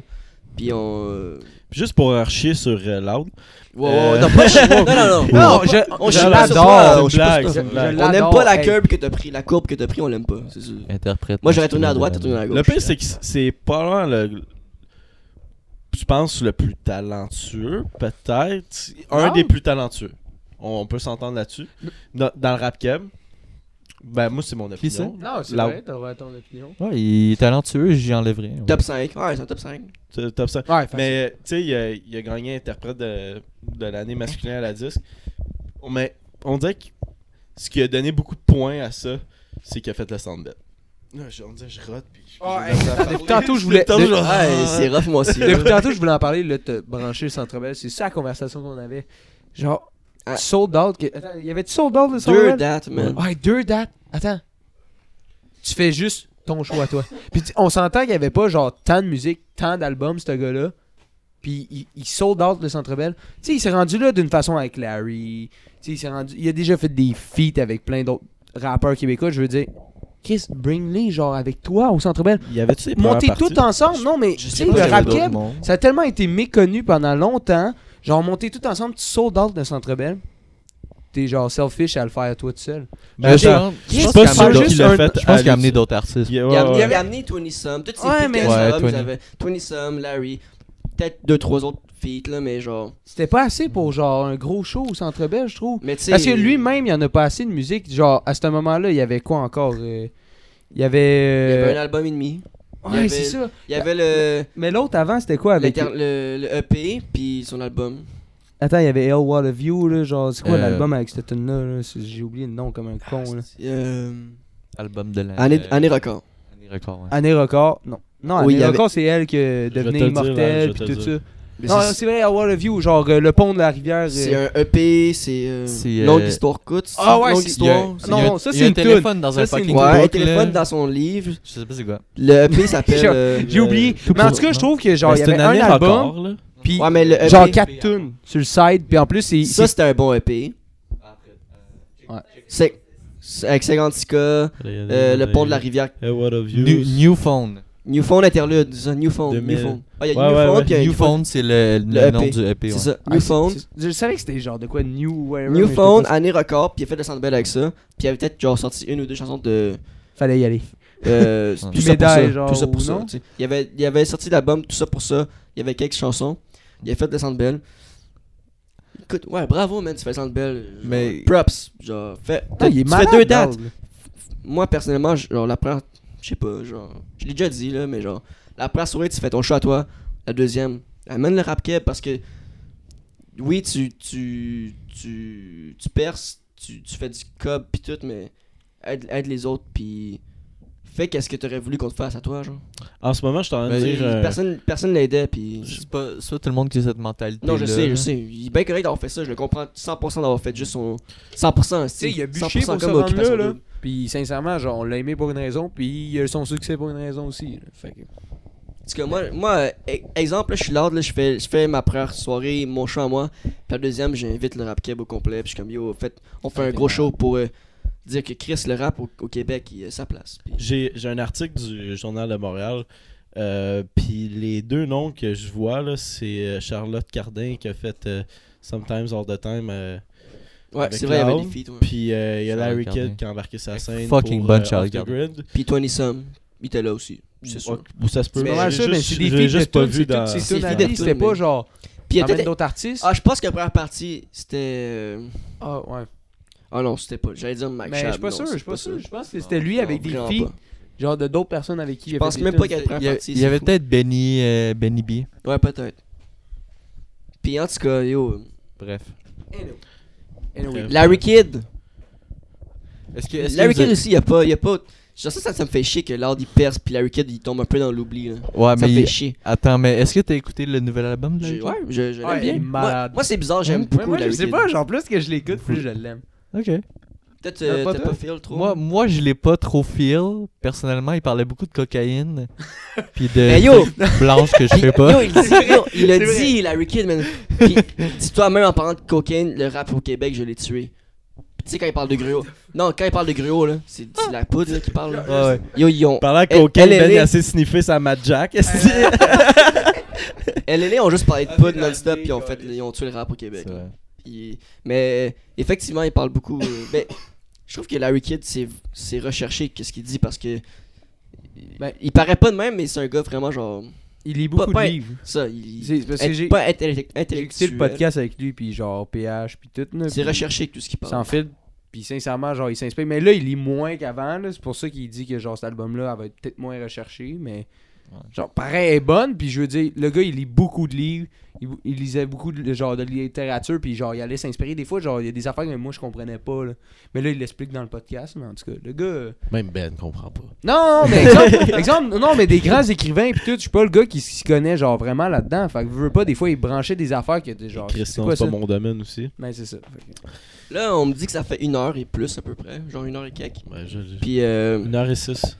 Speaker 3: Puis on. euh,
Speaker 1: Juste pour euh, chier sur euh, Loud.
Speaker 3: Wow,
Speaker 1: Euh.
Speaker 3: non, pas chier. Non, non, non.
Speaker 2: Non, je,
Speaker 3: on
Speaker 2: je
Speaker 3: chie pas sur
Speaker 2: l'adore.
Speaker 3: toi, on
Speaker 1: C'est
Speaker 3: chie
Speaker 1: une
Speaker 3: pas
Speaker 1: blague,
Speaker 3: sur
Speaker 1: c'est
Speaker 3: toi.
Speaker 1: une
Speaker 2: Je
Speaker 1: blague.
Speaker 3: On n'aime
Speaker 2: l'adore,
Speaker 3: pas la
Speaker 2: hey.
Speaker 3: curve que t'as pris, la courbe que t'as pris, on l'aime pas. c'est sûr.
Speaker 4: Interprète.
Speaker 3: Moi j'aurais tourné à droite, t'as tourné à gauche.
Speaker 1: Le pire, c'est que c'est probablement le. Je pense le plus talentueux, peut-être. Un
Speaker 2: Non.
Speaker 1: des plus talentueux. On, on peut s'entendre là-dessus. Dans, dans le rap cab. Ben, moi, c'est mon
Speaker 4: Qui c'est?
Speaker 1: opinion.
Speaker 2: Non, c'est
Speaker 1: La-
Speaker 2: vrai, t'aurais ton opinion.
Speaker 4: Ouais, il est talentueux, j'y enlèverai. rien.
Speaker 3: Top 5, ouais, c'est un top 5.
Speaker 1: T- Top 5.
Speaker 2: Ouais, mais
Speaker 1: Mais tu sais, il a, il a gagné interprète de, de l'année masculine à la disque. Mais on dirait que ce qui a donné beaucoup de points à ça, c'est qu'il a fait le soundbed. Là, je- On dirait que je rote. Puis je-
Speaker 2: Oh,
Speaker 1: je
Speaker 2: hey,
Speaker 1: commence à
Speaker 2: depuis
Speaker 1: parler.
Speaker 2: tantôt, je voulais-
Speaker 1: Depuis tantôt,
Speaker 2: de-
Speaker 1: genre,
Speaker 3: Ah, et c'est rough, moi aussi.
Speaker 2: depuis tantôt, je voulais en parler, là, te brancher le centre belle. C'est ça la conversation qu'on avait. Genre,
Speaker 3: Ah.
Speaker 2: sold out. que- Attends, il y avait du sold out le centre
Speaker 3: Deux
Speaker 2: belle?
Speaker 3: dates, man.
Speaker 2: Ouais, Ah, deux dates. Attends. Tu fais juste ton choix, toi. Puis tu- on s'entend qu'il n'y avait pas genre tant de musique, tant d'albums, ce gars-là. Puis il, il sold out le Centre Bell. Tu sais, il s'est rendu là d'une façon avec Larry. Tu sais, il s'est rendu. Il a déjà fait des feats avec plein d'autres rappeurs québécois. Je veux dire, Chris, bring-les genre avec toi au Centre Bell.
Speaker 1: Il y avait-tu des
Speaker 2: Montez
Speaker 1: premières
Speaker 2: tout ensemble. Non, mais tu sais, le
Speaker 4: j'avais
Speaker 2: rap
Speaker 4: d'autres
Speaker 2: keb,
Speaker 4: mondes.
Speaker 2: ça a tellement été méconnu pendant longtemps. Genre, monter tout ensemble, tu sold out le Centre Bell. T'es genre selfish à le faire toi tout seul.
Speaker 1: Ben,
Speaker 4: Euh, Je
Speaker 1: attends,
Speaker 4: pense-
Speaker 1: Je
Speaker 4: je
Speaker 1: suis
Speaker 4: pense
Speaker 1: pas
Speaker 4: qu'il a
Speaker 1: sûr
Speaker 4: amené-
Speaker 1: qu'il l'a fait.
Speaker 4: Je pense qu'il a
Speaker 1: à
Speaker 4: amené
Speaker 1: lui.
Speaker 4: d'autres artistes.
Speaker 1: Il a-
Speaker 3: Il a,
Speaker 1: ouais,
Speaker 3: il
Speaker 1: ouais.
Speaker 3: avait amené 20 Some, toutes ces
Speaker 2: Ouais,
Speaker 3: feats
Speaker 2: mais-
Speaker 3: qu'elle
Speaker 4: Ouais,
Speaker 3: avait,
Speaker 4: 20.
Speaker 3: ils avaient 20 Some, Larry, peut-être 2-3 autres feats là, mais genre.
Speaker 2: C'était pas assez pour genre un gros show au Centre Bell, je trouve.
Speaker 3: Mais tu sais.
Speaker 2: Parce que lui-même, il en a pas assez de musique. Genre, à ce moment-là, il y avait quoi encore euh, Il y
Speaker 3: Il
Speaker 2: avait.
Speaker 3: y
Speaker 2: euh,
Speaker 3: avait un album et demi. il y
Speaker 2: ouais,
Speaker 3: avait-
Speaker 2: c'est ça.
Speaker 3: Il y avait le,
Speaker 2: Mais l'autre avant, c'était quoi avec.
Speaker 3: l'inter- le, le EP, puis son album.
Speaker 2: Attends, il y avait Hell Wall of You, là. Genre, c'est quoi
Speaker 4: Euh,
Speaker 2: l'album avec cette tune-là là? C'est- J'ai oublié le nom comme un
Speaker 3: Ah,
Speaker 2: con, là.
Speaker 3: Euh,
Speaker 4: Album de l'année.
Speaker 3: année,
Speaker 4: euh,
Speaker 3: année record.
Speaker 4: année record, ouais.
Speaker 2: Année Record, non. Non,
Speaker 3: Oui, il
Speaker 2: Année
Speaker 3: y avait-
Speaker 2: Record, c'est elle qui euh,
Speaker 1: Je vais
Speaker 2: devenait
Speaker 1: te le dire,
Speaker 2: immortelle,
Speaker 1: hein, je
Speaker 2: puis
Speaker 1: vais
Speaker 2: tout
Speaker 1: te
Speaker 2: ça.
Speaker 1: le
Speaker 3: Mais
Speaker 2: Non,
Speaker 3: c'est-
Speaker 2: c'est vrai, Hell Wall of You, genre euh, le pont de la rivière. euh,
Speaker 3: c'est un EP, c'est euh,
Speaker 4: C'est, euh,
Speaker 3: longue histoire courte.
Speaker 2: Ah ouais,
Speaker 3: longue
Speaker 2: c'est-
Speaker 4: Il y a-
Speaker 3: histoire.
Speaker 4: il y a
Speaker 2: Non,
Speaker 4: un-
Speaker 2: ça,
Speaker 4: il y a
Speaker 2: c'est
Speaker 4: un
Speaker 2: une
Speaker 4: téléphone dans
Speaker 2: Ça,
Speaker 4: un
Speaker 2: c'est une
Speaker 4: fucking
Speaker 2: toune.
Speaker 3: Ouais,
Speaker 4: book,
Speaker 3: téléphone
Speaker 4: là.
Speaker 3: dans son livre.
Speaker 4: Je sais pas c'est quoi.
Speaker 3: Le EP s'appelle.
Speaker 2: J'ai-
Speaker 3: euh,
Speaker 2: J'ai oublié.
Speaker 1: tout
Speaker 2: Mais en
Speaker 1: pour-
Speaker 2: tout cas, je
Speaker 1: non.
Speaker 2: trouve que genre,
Speaker 1: Ben,
Speaker 2: il y
Speaker 1: C'est
Speaker 2: avait
Speaker 1: une
Speaker 2: un
Speaker 1: année
Speaker 2: album,
Speaker 1: record, là.
Speaker 2: puis
Speaker 3: Ouais, Euh, mais le EP.
Speaker 2: genre 4 tunes sur le side, puis en plus, c'est.
Speaker 3: Ça, c'était un bon EP.
Speaker 2: Ouais.
Speaker 3: C'est c'est avec 56 k
Speaker 1: Euh,
Speaker 3: le pont de la rivière.
Speaker 1: Hey, what of you?
Speaker 4: New, new Phone.
Speaker 3: New Phone interlude, c'est ça, New Phone,
Speaker 1: 2000.
Speaker 3: New Phone. Ah, il y a
Speaker 1: Ouais,
Speaker 3: New
Speaker 1: ouais,
Speaker 3: Phone,
Speaker 1: ouais.
Speaker 3: puis il y a
Speaker 4: new Phone, c'est le, le
Speaker 3: Le
Speaker 4: nom
Speaker 3: EP.
Speaker 4: du EP.
Speaker 3: C'est
Speaker 4: ouais.
Speaker 3: ça,
Speaker 2: Ah,
Speaker 3: New
Speaker 2: c'est-
Speaker 3: Phone.
Speaker 2: c'est- Je savais que c'était genre de quoi New Whatever,
Speaker 3: New
Speaker 2: mais je
Speaker 3: Phone,
Speaker 2: sais pas
Speaker 3: année record, puis il a fait le Centre Bell avec ça. Puis il avait peut-être genre sorti une ou deux chansons de
Speaker 2: si- Fallait y aller.
Speaker 3: euh,
Speaker 4: Puis
Speaker 3: tout ça pour
Speaker 2: médaille,
Speaker 3: ça,
Speaker 2: genre,
Speaker 3: tout ça
Speaker 2: ou
Speaker 3: pour ça.
Speaker 2: non?
Speaker 3: tu sais. Il avait il avait sorti l'album tout ça pour ça, il y avait quelques chansons. Il a fait le Centre Bell. Écoute, ouais, bravo man, tu fais le Centre Bell. genre,
Speaker 4: Mais-
Speaker 3: props, genre fais
Speaker 2: Ah, il est
Speaker 3: tu
Speaker 2: malade,
Speaker 3: fais deux dates.
Speaker 2: Dale.
Speaker 3: moi personnellement, je- genre la première, je sais pas, genre, je l'ai déjà dit là, mais genre, la première soirée, tu fais ton choix à toi. La deuxième, amène le rap keb parce que, oui, tu, tu, tu, tu perces, tu, tu fais du cob pis tout, mais aide, aide les autres pis fais qu'est-ce que t'aurais voulu qu'on te fasse à toi, genre. Ben,
Speaker 1: En ce moment, je suis en train de
Speaker 4: Mais
Speaker 1: dire. euh,
Speaker 3: Personne, personne l'aidait pis.
Speaker 4: C'est pas, c'est pas tout le monde qui a cette mentalité.
Speaker 3: Non, je sais, je sais. Il est bien correct d'avoir fait ça, je le comprends 100% d'avoir fait juste son. 100%,
Speaker 2: Tu sais, il a bûché
Speaker 3: 100%
Speaker 2: pour se
Speaker 3: comme
Speaker 2: rendre là,
Speaker 3: occupation
Speaker 2: là.
Speaker 3: double.
Speaker 2: Puis sincèrement, genre, on l'a aimé pour une raison, puis il a eu son succès pour une raison aussi. là. Fait que-
Speaker 3: Parce que moi, moi euh, e- exemple, là, je suis lord, là, je fais, je fais ma première soirée, mon show à moi. Puis la deuxième, j'invite le rap keb au complet. Puis je suis comme, yo, en fait, on fait un gros show pour euh, dire que Chris, le rap au, au Québec, il a sa place. Puis-
Speaker 1: J'ai j'ai un article du Journal de Montréal. euh, Puis les deux noms que je vois, là, c'est euh, Charlotte Cardin qui a fait euh, Sometimes All the Time. euh,
Speaker 3: ouais,
Speaker 1: avec
Speaker 3: c'est vrai, il y avait
Speaker 1: Loud.
Speaker 3: des feats. ouais.
Speaker 1: Puis euh, il y a
Speaker 4: Charlotte
Speaker 1: Larry
Speaker 4: Cardin.
Speaker 1: Kidd qui a embarqué sa scène.
Speaker 4: Fucking
Speaker 1: pour,
Speaker 4: bonne
Speaker 1: euh,
Speaker 4: Charlotte
Speaker 1: Off the
Speaker 4: Cardin.
Speaker 1: Grid.
Speaker 3: Puis 20 Some, il était là aussi.
Speaker 2: Mm,
Speaker 3: C'est sûr.
Speaker 1: Ouais, Ou ça se peut.
Speaker 3: Mais
Speaker 2: C'est pas
Speaker 1: j'ai
Speaker 2: mal ça, mais
Speaker 1: juste-
Speaker 2: c'est des
Speaker 1: je l'ai
Speaker 2: feats
Speaker 1: juste
Speaker 2: de
Speaker 1: pas
Speaker 2: tunes,
Speaker 1: vu
Speaker 2: c'est
Speaker 1: dans.
Speaker 2: tout-
Speaker 3: C'est
Speaker 2: C'est tout
Speaker 3: des
Speaker 2: analyse,
Speaker 3: tunes,
Speaker 2: c'était pas
Speaker 3: mais-
Speaker 2: genre.
Speaker 3: Puis il y a
Speaker 2: amène
Speaker 3: peut-être.
Speaker 2: d'autres artistes.
Speaker 3: Ah, je pense que la première partie, c'était. euh,
Speaker 2: Ah, ouais.
Speaker 3: Ah non, c'était pas. J'allais dire Mike
Speaker 2: Mais Ben, je
Speaker 3: Schaab,
Speaker 2: suis pas
Speaker 3: non,
Speaker 2: sûr, je
Speaker 3: c'est
Speaker 2: suis pas sûr. Je pense que c'était
Speaker 3: Non,
Speaker 2: lui
Speaker 3: non,
Speaker 2: avec des
Speaker 3: vraiment
Speaker 2: filles,
Speaker 3: pas.
Speaker 2: genre de d'autres personnes avec qui il
Speaker 3: Je
Speaker 2: a fait
Speaker 3: pense
Speaker 2: des
Speaker 3: même
Speaker 2: tunes.
Speaker 3: pas qu'il y a la
Speaker 4: Il
Speaker 3: première
Speaker 4: y, a-
Speaker 3: partie.
Speaker 4: il y
Speaker 3: c'est
Speaker 4: avait
Speaker 3: fou.
Speaker 4: peut-être Benny, euh, Benny B.
Speaker 3: Ouais, peut-être. Puis en tout cas, yo.
Speaker 4: Bref.
Speaker 2: Anyway.
Speaker 1: Bref. Euh,
Speaker 3: Larry Kidd.
Speaker 4: Est-ce que,
Speaker 3: Larry Kidd aussi, il a pas. Y a pas Genre, ça, ça, ça me fait chier que Lord il perce puis Larry Kidd il tombe un peu dans l'oubli. là.
Speaker 4: Ouais,
Speaker 3: Ça
Speaker 4: Ah, mais.
Speaker 3: me
Speaker 4: il-
Speaker 3: fait chier.
Speaker 4: Attends, mais est-ce que t'as écouté le nouvel album de
Speaker 3: Je-
Speaker 4: Larry
Speaker 3: ouais, je, je l'aime
Speaker 2: Ouais, il est
Speaker 3: bien. Moi,
Speaker 2: malade.
Speaker 3: moi, c'est bizarre, j'aime
Speaker 4: Ouais,
Speaker 3: beaucoup
Speaker 2: moi, je
Speaker 3: Larry
Speaker 2: sais
Speaker 3: Kidd.
Speaker 2: pas, genre, plus que je l'écoute, plus je l'aime.
Speaker 4: Kidd? Ok.
Speaker 3: Peut-être
Speaker 2: Euh,
Speaker 3: euh,
Speaker 2: pas
Speaker 3: t'as
Speaker 2: toi.
Speaker 3: pas feel trop.
Speaker 4: Moi, moi, je l'ai pas trop feel. Personnellement, il parlait beaucoup de cocaïne. Puis de
Speaker 3: Mais yo!
Speaker 4: trucs blanches que je sais pas.
Speaker 3: Yo, il, dit- yo, il a
Speaker 2: C'est vrai.
Speaker 3: dit, Larry Kidd, man. Puis, dis-toi, même en parlant de cocaine, le rap au Québec, je l'ai tué. Tu sais, quand il parle de gruau. Non, quand il parle de gruau, là, c'est c'est la poudre là, qui parle. là.
Speaker 4: Ouais, Bah. ouais.
Speaker 3: Yo, ils ont.
Speaker 1: Parlant
Speaker 3: Elle-
Speaker 1: qu'auquel
Speaker 3: elle
Speaker 1: Ben il
Speaker 3: est-
Speaker 1: a assez sniffé sa Mad Jack.
Speaker 3: LLA ont juste parlé de
Speaker 2: Ah,
Speaker 3: poudre
Speaker 2: c'est la
Speaker 3: non-stop,
Speaker 2: vie,
Speaker 3: puis ils ont,
Speaker 2: quoi.
Speaker 3: fait, ils ont tué le rap au Québec.
Speaker 4: C'est vrai.
Speaker 3: Puis- mais effectivement, il parle beaucoup. euh, ben, je trouve que Larry Kidd, c'est c'est recherché qu'est-ce qu'il dit parce que.
Speaker 2: Ben,
Speaker 3: il paraît pas de même, mais c'est un gars vraiment genre.
Speaker 2: Il lit beaucoup
Speaker 3: pas-
Speaker 2: de livres.
Speaker 3: Ça, il.
Speaker 2: C'est parce que
Speaker 3: être-
Speaker 2: j'ai
Speaker 3: pas intellect-
Speaker 2: j'ai
Speaker 3: intellectuel.
Speaker 2: écouté le podcast avec lui, puis genre PH, puis tout. là,
Speaker 3: C'est
Speaker 2: puis
Speaker 3: recherché tout ce qu'il
Speaker 1: Ah.
Speaker 2: Sans
Speaker 3: parle.
Speaker 2: fil. Puis sincèrement, genre, il s'inspire. Mais là, il lit moins qu'avant. là. C'est pour ça qu'il dit que genre cet album-là, elle va être peut-être moins recherchée. Mais
Speaker 4: Ouais.
Speaker 2: genre, pareil, elle est bonne. Puis je veux dire, le gars, il lit beaucoup de livres. Il, il lisait beaucoup de, genre, de littérature. Puis genre, il allait s'inspirer. Des fois, genre, il y a des affaires que moi, je comprenais pas. là. Mais là, il l'explique dans le podcast. Mais en tout cas, le gars. euh,
Speaker 1: Même Ben comprend pas.
Speaker 2: Non, non, mais exemple, exemple, non, mais des grands écrivains pis tout, je suis pas le gars qui s'y connaît genre vraiment là-dedans. Fait que veux veux pas, des fois, ils branchaient des affaires qui étaient genre.
Speaker 1: Chris,
Speaker 2: c'est
Speaker 1: non,
Speaker 2: quoi
Speaker 1: c'est
Speaker 2: ça?
Speaker 1: pas mon domaine aussi.
Speaker 2: Ben, c'est ça. Fait que-
Speaker 3: Là, on me dit que ça fait une heure et plus à peu près. Genre une heure et quelques.
Speaker 1: Ouais, Ben, je l'ai.
Speaker 3: Puis, euh,
Speaker 1: Une heure et six.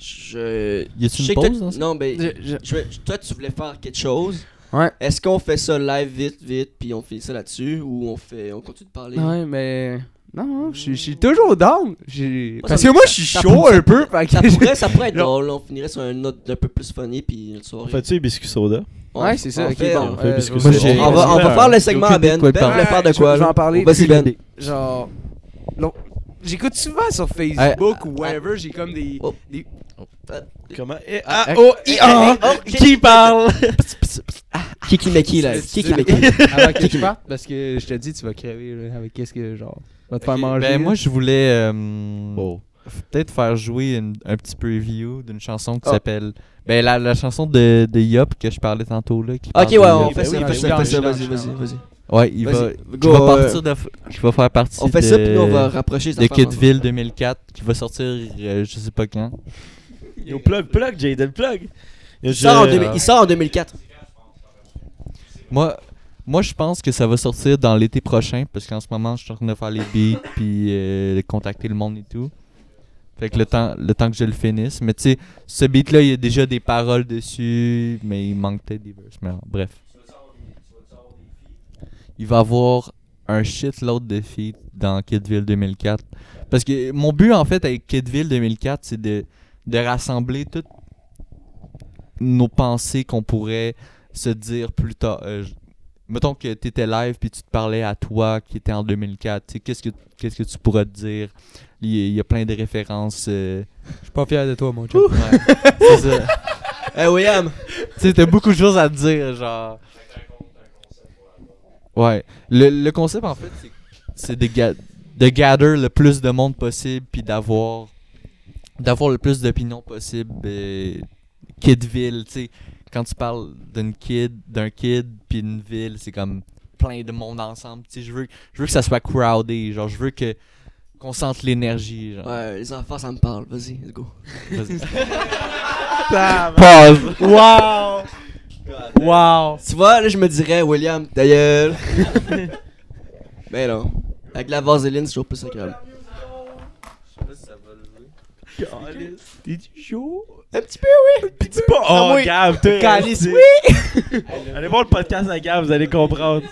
Speaker 3: je.
Speaker 4: Y
Speaker 3: je
Speaker 4: a-tu une
Speaker 3: sais que toi-
Speaker 4: pause dans ça?
Speaker 3: Non, mais.
Speaker 2: Je- je-
Speaker 3: je vais- toi, tu voulais faire quelque chose.
Speaker 2: Ouais.
Speaker 3: Est-ce qu'on fait ça live vite, vite, puis on finit ça là-dessus, ou on fait, on continue de parler?
Speaker 2: Ouais, mais. Non, non, je suis- je suis toujours down. J'ai-
Speaker 3: Moi, ça
Speaker 2: Parce
Speaker 3: me-
Speaker 2: que moi, je suis
Speaker 3: ça
Speaker 2: chaud
Speaker 3: pourrait-
Speaker 2: un peu. Fait
Speaker 3: Ça
Speaker 2: que-
Speaker 3: pourrait, ça pourrait être
Speaker 2: Non.
Speaker 3: drôle, on finirait sur un note un peu plus funny, puis une soirée.
Speaker 1: Fais-tu les biscuits soda?
Speaker 3: On-
Speaker 2: Ouais, c'est ça.
Speaker 3: on
Speaker 2: Ok,
Speaker 3: fait-
Speaker 2: bon.
Speaker 1: on fait
Speaker 2: euh,
Speaker 1: parce que
Speaker 2: je-
Speaker 1: moi,
Speaker 2: je-
Speaker 1: j'ai-
Speaker 3: on, on va, on va faire le segment à
Speaker 4: aucune idée
Speaker 3: Ben.
Speaker 4: de quoi
Speaker 3: Ben
Speaker 4: il parle.
Speaker 3: voulait faire de
Speaker 2: Ouais,
Speaker 3: quoi?
Speaker 2: je vais
Speaker 3: là?
Speaker 2: en parler,
Speaker 3: Vas-y,
Speaker 2: aucune
Speaker 3: Ben.
Speaker 2: idée. Genre. non, J'écoute souvent sur Facebook ou whatever, j'ai comme des.
Speaker 3: Oh.
Speaker 2: des-
Speaker 1: Comment? Eh, Ah, oh, i, ah,
Speaker 3: eh, oh,
Speaker 1: Qui parle?
Speaker 3: Kiki Meki, là. Kiki Meki.
Speaker 2: Avant que tu partes, parce que je te dis, tu vas crever là, avec qu'est-ce que genre. Va te faire
Speaker 4: Ok,
Speaker 2: manger.
Speaker 4: Ben, moi,
Speaker 2: là.
Speaker 4: je voulais euh,
Speaker 1: Oh.
Speaker 4: peut-être faire jouer une- un petit preview d'une chanson qui
Speaker 3: Oh.
Speaker 2: Ah.
Speaker 4: s'appelle. Ben, la, la chanson de, de Yop que je parlais tantôt. là. qui parle
Speaker 3: Ok,
Speaker 4: de
Speaker 3: ouais, on
Speaker 4: Yop.
Speaker 3: fait ça,
Speaker 2: Ben oui,
Speaker 3: on fait ça, on fait ça,
Speaker 2: oui,
Speaker 3: vas-y,
Speaker 2: oui,
Speaker 3: vas-y,
Speaker 2: oui.
Speaker 3: vas-y.
Speaker 4: Ouais, il va.
Speaker 3: Vas-y,
Speaker 4: Qui
Speaker 3: go,
Speaker 4: va,
Speaker 3: euh,
Speaker 4: partir de, qui va faire partie
Speaker 3: On fait
Speaker 4: de,
Speaker 3: ça, puis nous, on va rapprocher
Speaker 4: de
Speaker 3: les affaires.
Speaker 4: Kidville 2004 qui va sortir euh, je sais pas quand.
Speaker 1: Yo, plug, plug, Jaden, plug. Yo,
Speaker 3: Il sort en
Speaker 1: je-
Speaker 3: 2000 il sort en 2004.
Speaker 4: Moi, moi je pense que ça va sortir dans l'été prochain parce qu'en ce moment, je suis en train de faire les beats puis euh, contacter le monde et tout. Fait que le temps, le temps que je le finisse. Mais tu sais, ce beat-là, il y a déjà des paroles dessus, mais il manque peut-être des verses. Mais alors, bref. Il va avoir un shitload de feats dans Kidville 2004. Parce que mon but, en fait, avec Kidville 2004, c'est de, de rassembler toutes nos pensées qu'on pourrait se dire plus tard. Euh, je- mettons que tu étais live puis tu te parlais à toi qui était en 2004. tu sais, Qu'est-ce que, qu'est-ce que tu pourrais te dire? Il y a- il y, a plein de références. euh,
Speaker 2: Je suis pas fier de toi, mon chum.
Speaker 4: ouais, c'est ça.
Speaker 3: Eh, William.
Speaker 4: Tu sais, t'as beaucoup de choses à te dire, genre. Ouais. Le, le concept, en fait, c'est- c'est de, ga- de gather le plus de monde possible, puis d'avoir d'avoir le plus d'opinions possible. euh, Kidville, tu sais. Quand tu parles d'une kid, d'un kid, puis une ville, c'est comme plein de monde ensemble. Tu sais, je veux, je veux que ça soit crowded, genre, je veux que qu'on sente l'énergie, genre.
Speaker 3: Ouais, les enfants, ça me parle, vas-y, let's go.
Speaker 4: Vas-y. Pause.
Speaker 1: Wow! Wow!
Speaker 3: Tu vois, là, je me dirais, William, ta gueule. Mais non. Avec la vaseline, c'est toujours plus agréable.
Speaker 1: T'es-tu chaud?
Speaker 3: Un petit peu, Ah, oui.
Speaker 1: Dis pas, oh,
Speaker 3: oui.
Speaker 1: Gab, t'es
Speaker 3: Calice,
Speaker 1: oui! Allez voir le podcast à Gab, vous allez comprendre.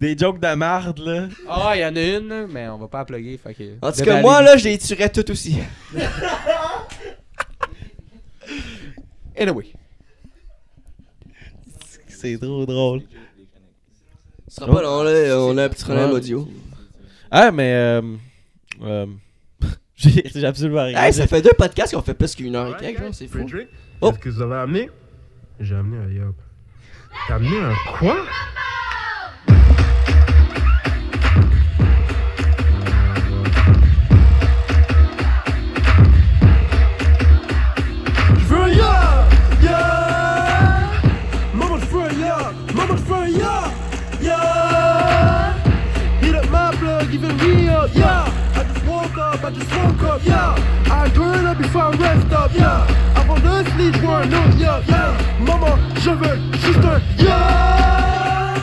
Speaker 1: Des jokes de marde, là.
Speaker 2: Ah, il y en a une, là, mais on va pas la plugger. Fait que...
Speaker 3: En tout
Speaker 2: Devez
Speaker 3: cas,
Speaker 2: aller
Speaker 3: moi, là, je les tuerais toutes aussi.
Speaker 2: vite. Anyway.
Speaker 1: C'est trop drôle.
Speaker 3: Ce sera pas long, là, on a un petit problème
Speaker 1: Ouais.
Speaker 3: audio.
Speaker 1: Ah, mais, euh, euh, j'ai j'ai absolument rien.
Speaker 3: Hey, ça fait deux podcasts qu'on fait plus qu'une heure et quelques, là, c'est fou.
Speaker 7: Frederick,
Speaker 3: Oh.
Speaker 7: est-ce que vous avez amené J'ai amené un yop. T'as amené un quoi Je veux un yop Yeah Maman, je veux un yop Maman, je veux un yop Yeah Hit up my plug, give it me up, yeah I just woke up, I just woke up, yeah I grew Abandonne là before I rest up, yeah. Abandonne si je vois un autre, yeah, yeah. Maman, je veux juste un, yeah.